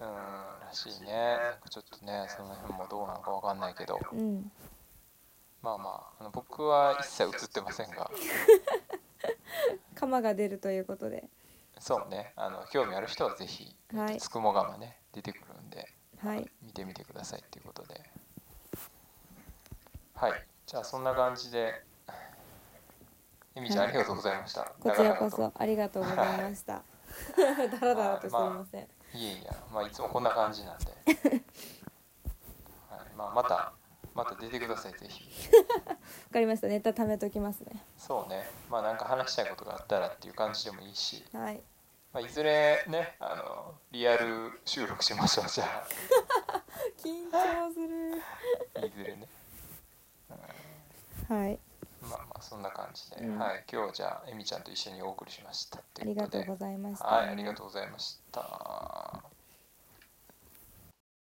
[SPEAKER 1] うんらしいねなんかちょっとねその辺もどうなのかわかんないけど
[SPEAKER 2] うん
[SPEAKER 1] まあまああの僕は一切映ってませんが
[SPEAKER 2] 鎌が出るということで
[SPEAKER 1] そうねあの興味ある人はぜひ
[SPEAKER 2] はい
[SPEAKER 1] つくもがまね出てくるんで
[SPEAKER 2] はい
[SPEAKER 1] 見てみてくださいっていうことではいじゃあそんな感じでえみちゃんありがとうございました
[SPEAKER 2] こちらこ
[SPEAKER 1] 長々
[SPEAKER 2] そありがとうございました だらだらとすみません
[SPEAKER 1] といえいえまあいつもこんな感じなんで、はいまあ、またまた出てくださいぜひ
[SPEAKER 2] わかりましたネタ貯めときますね
[SPEAKER 1] そうねまあなんか話したいことがあったらっていう感じでもいいし、
[SPEAKER 2] はい
[SPEAKER 1] まあ、いずれねあのリアル収録しましょうじゃあ
[SPEAKER 2] 緊張する
[SPEAKER 1] いずれね、うん
[SPEAKER 2] はい
[SPEAKER 1] まあまあそんな感じで、
[SPEAKER 2] うん
[SPEAKER 1] はい今日じゃあえみちゃんと一緒にお送りしましたって
[SPEAKER 2] あ
[SPEAKER 1] い
[SPEAKER 2] り
[SPEAKER 1] うこ
[SPEAKER 2] が
[SPEAKER 1] と
[SPEAKER 2] とう
[SPEAKER 1] で
[SPEAKER 2] ございました
[SPEAKER 1] はいありがとうございました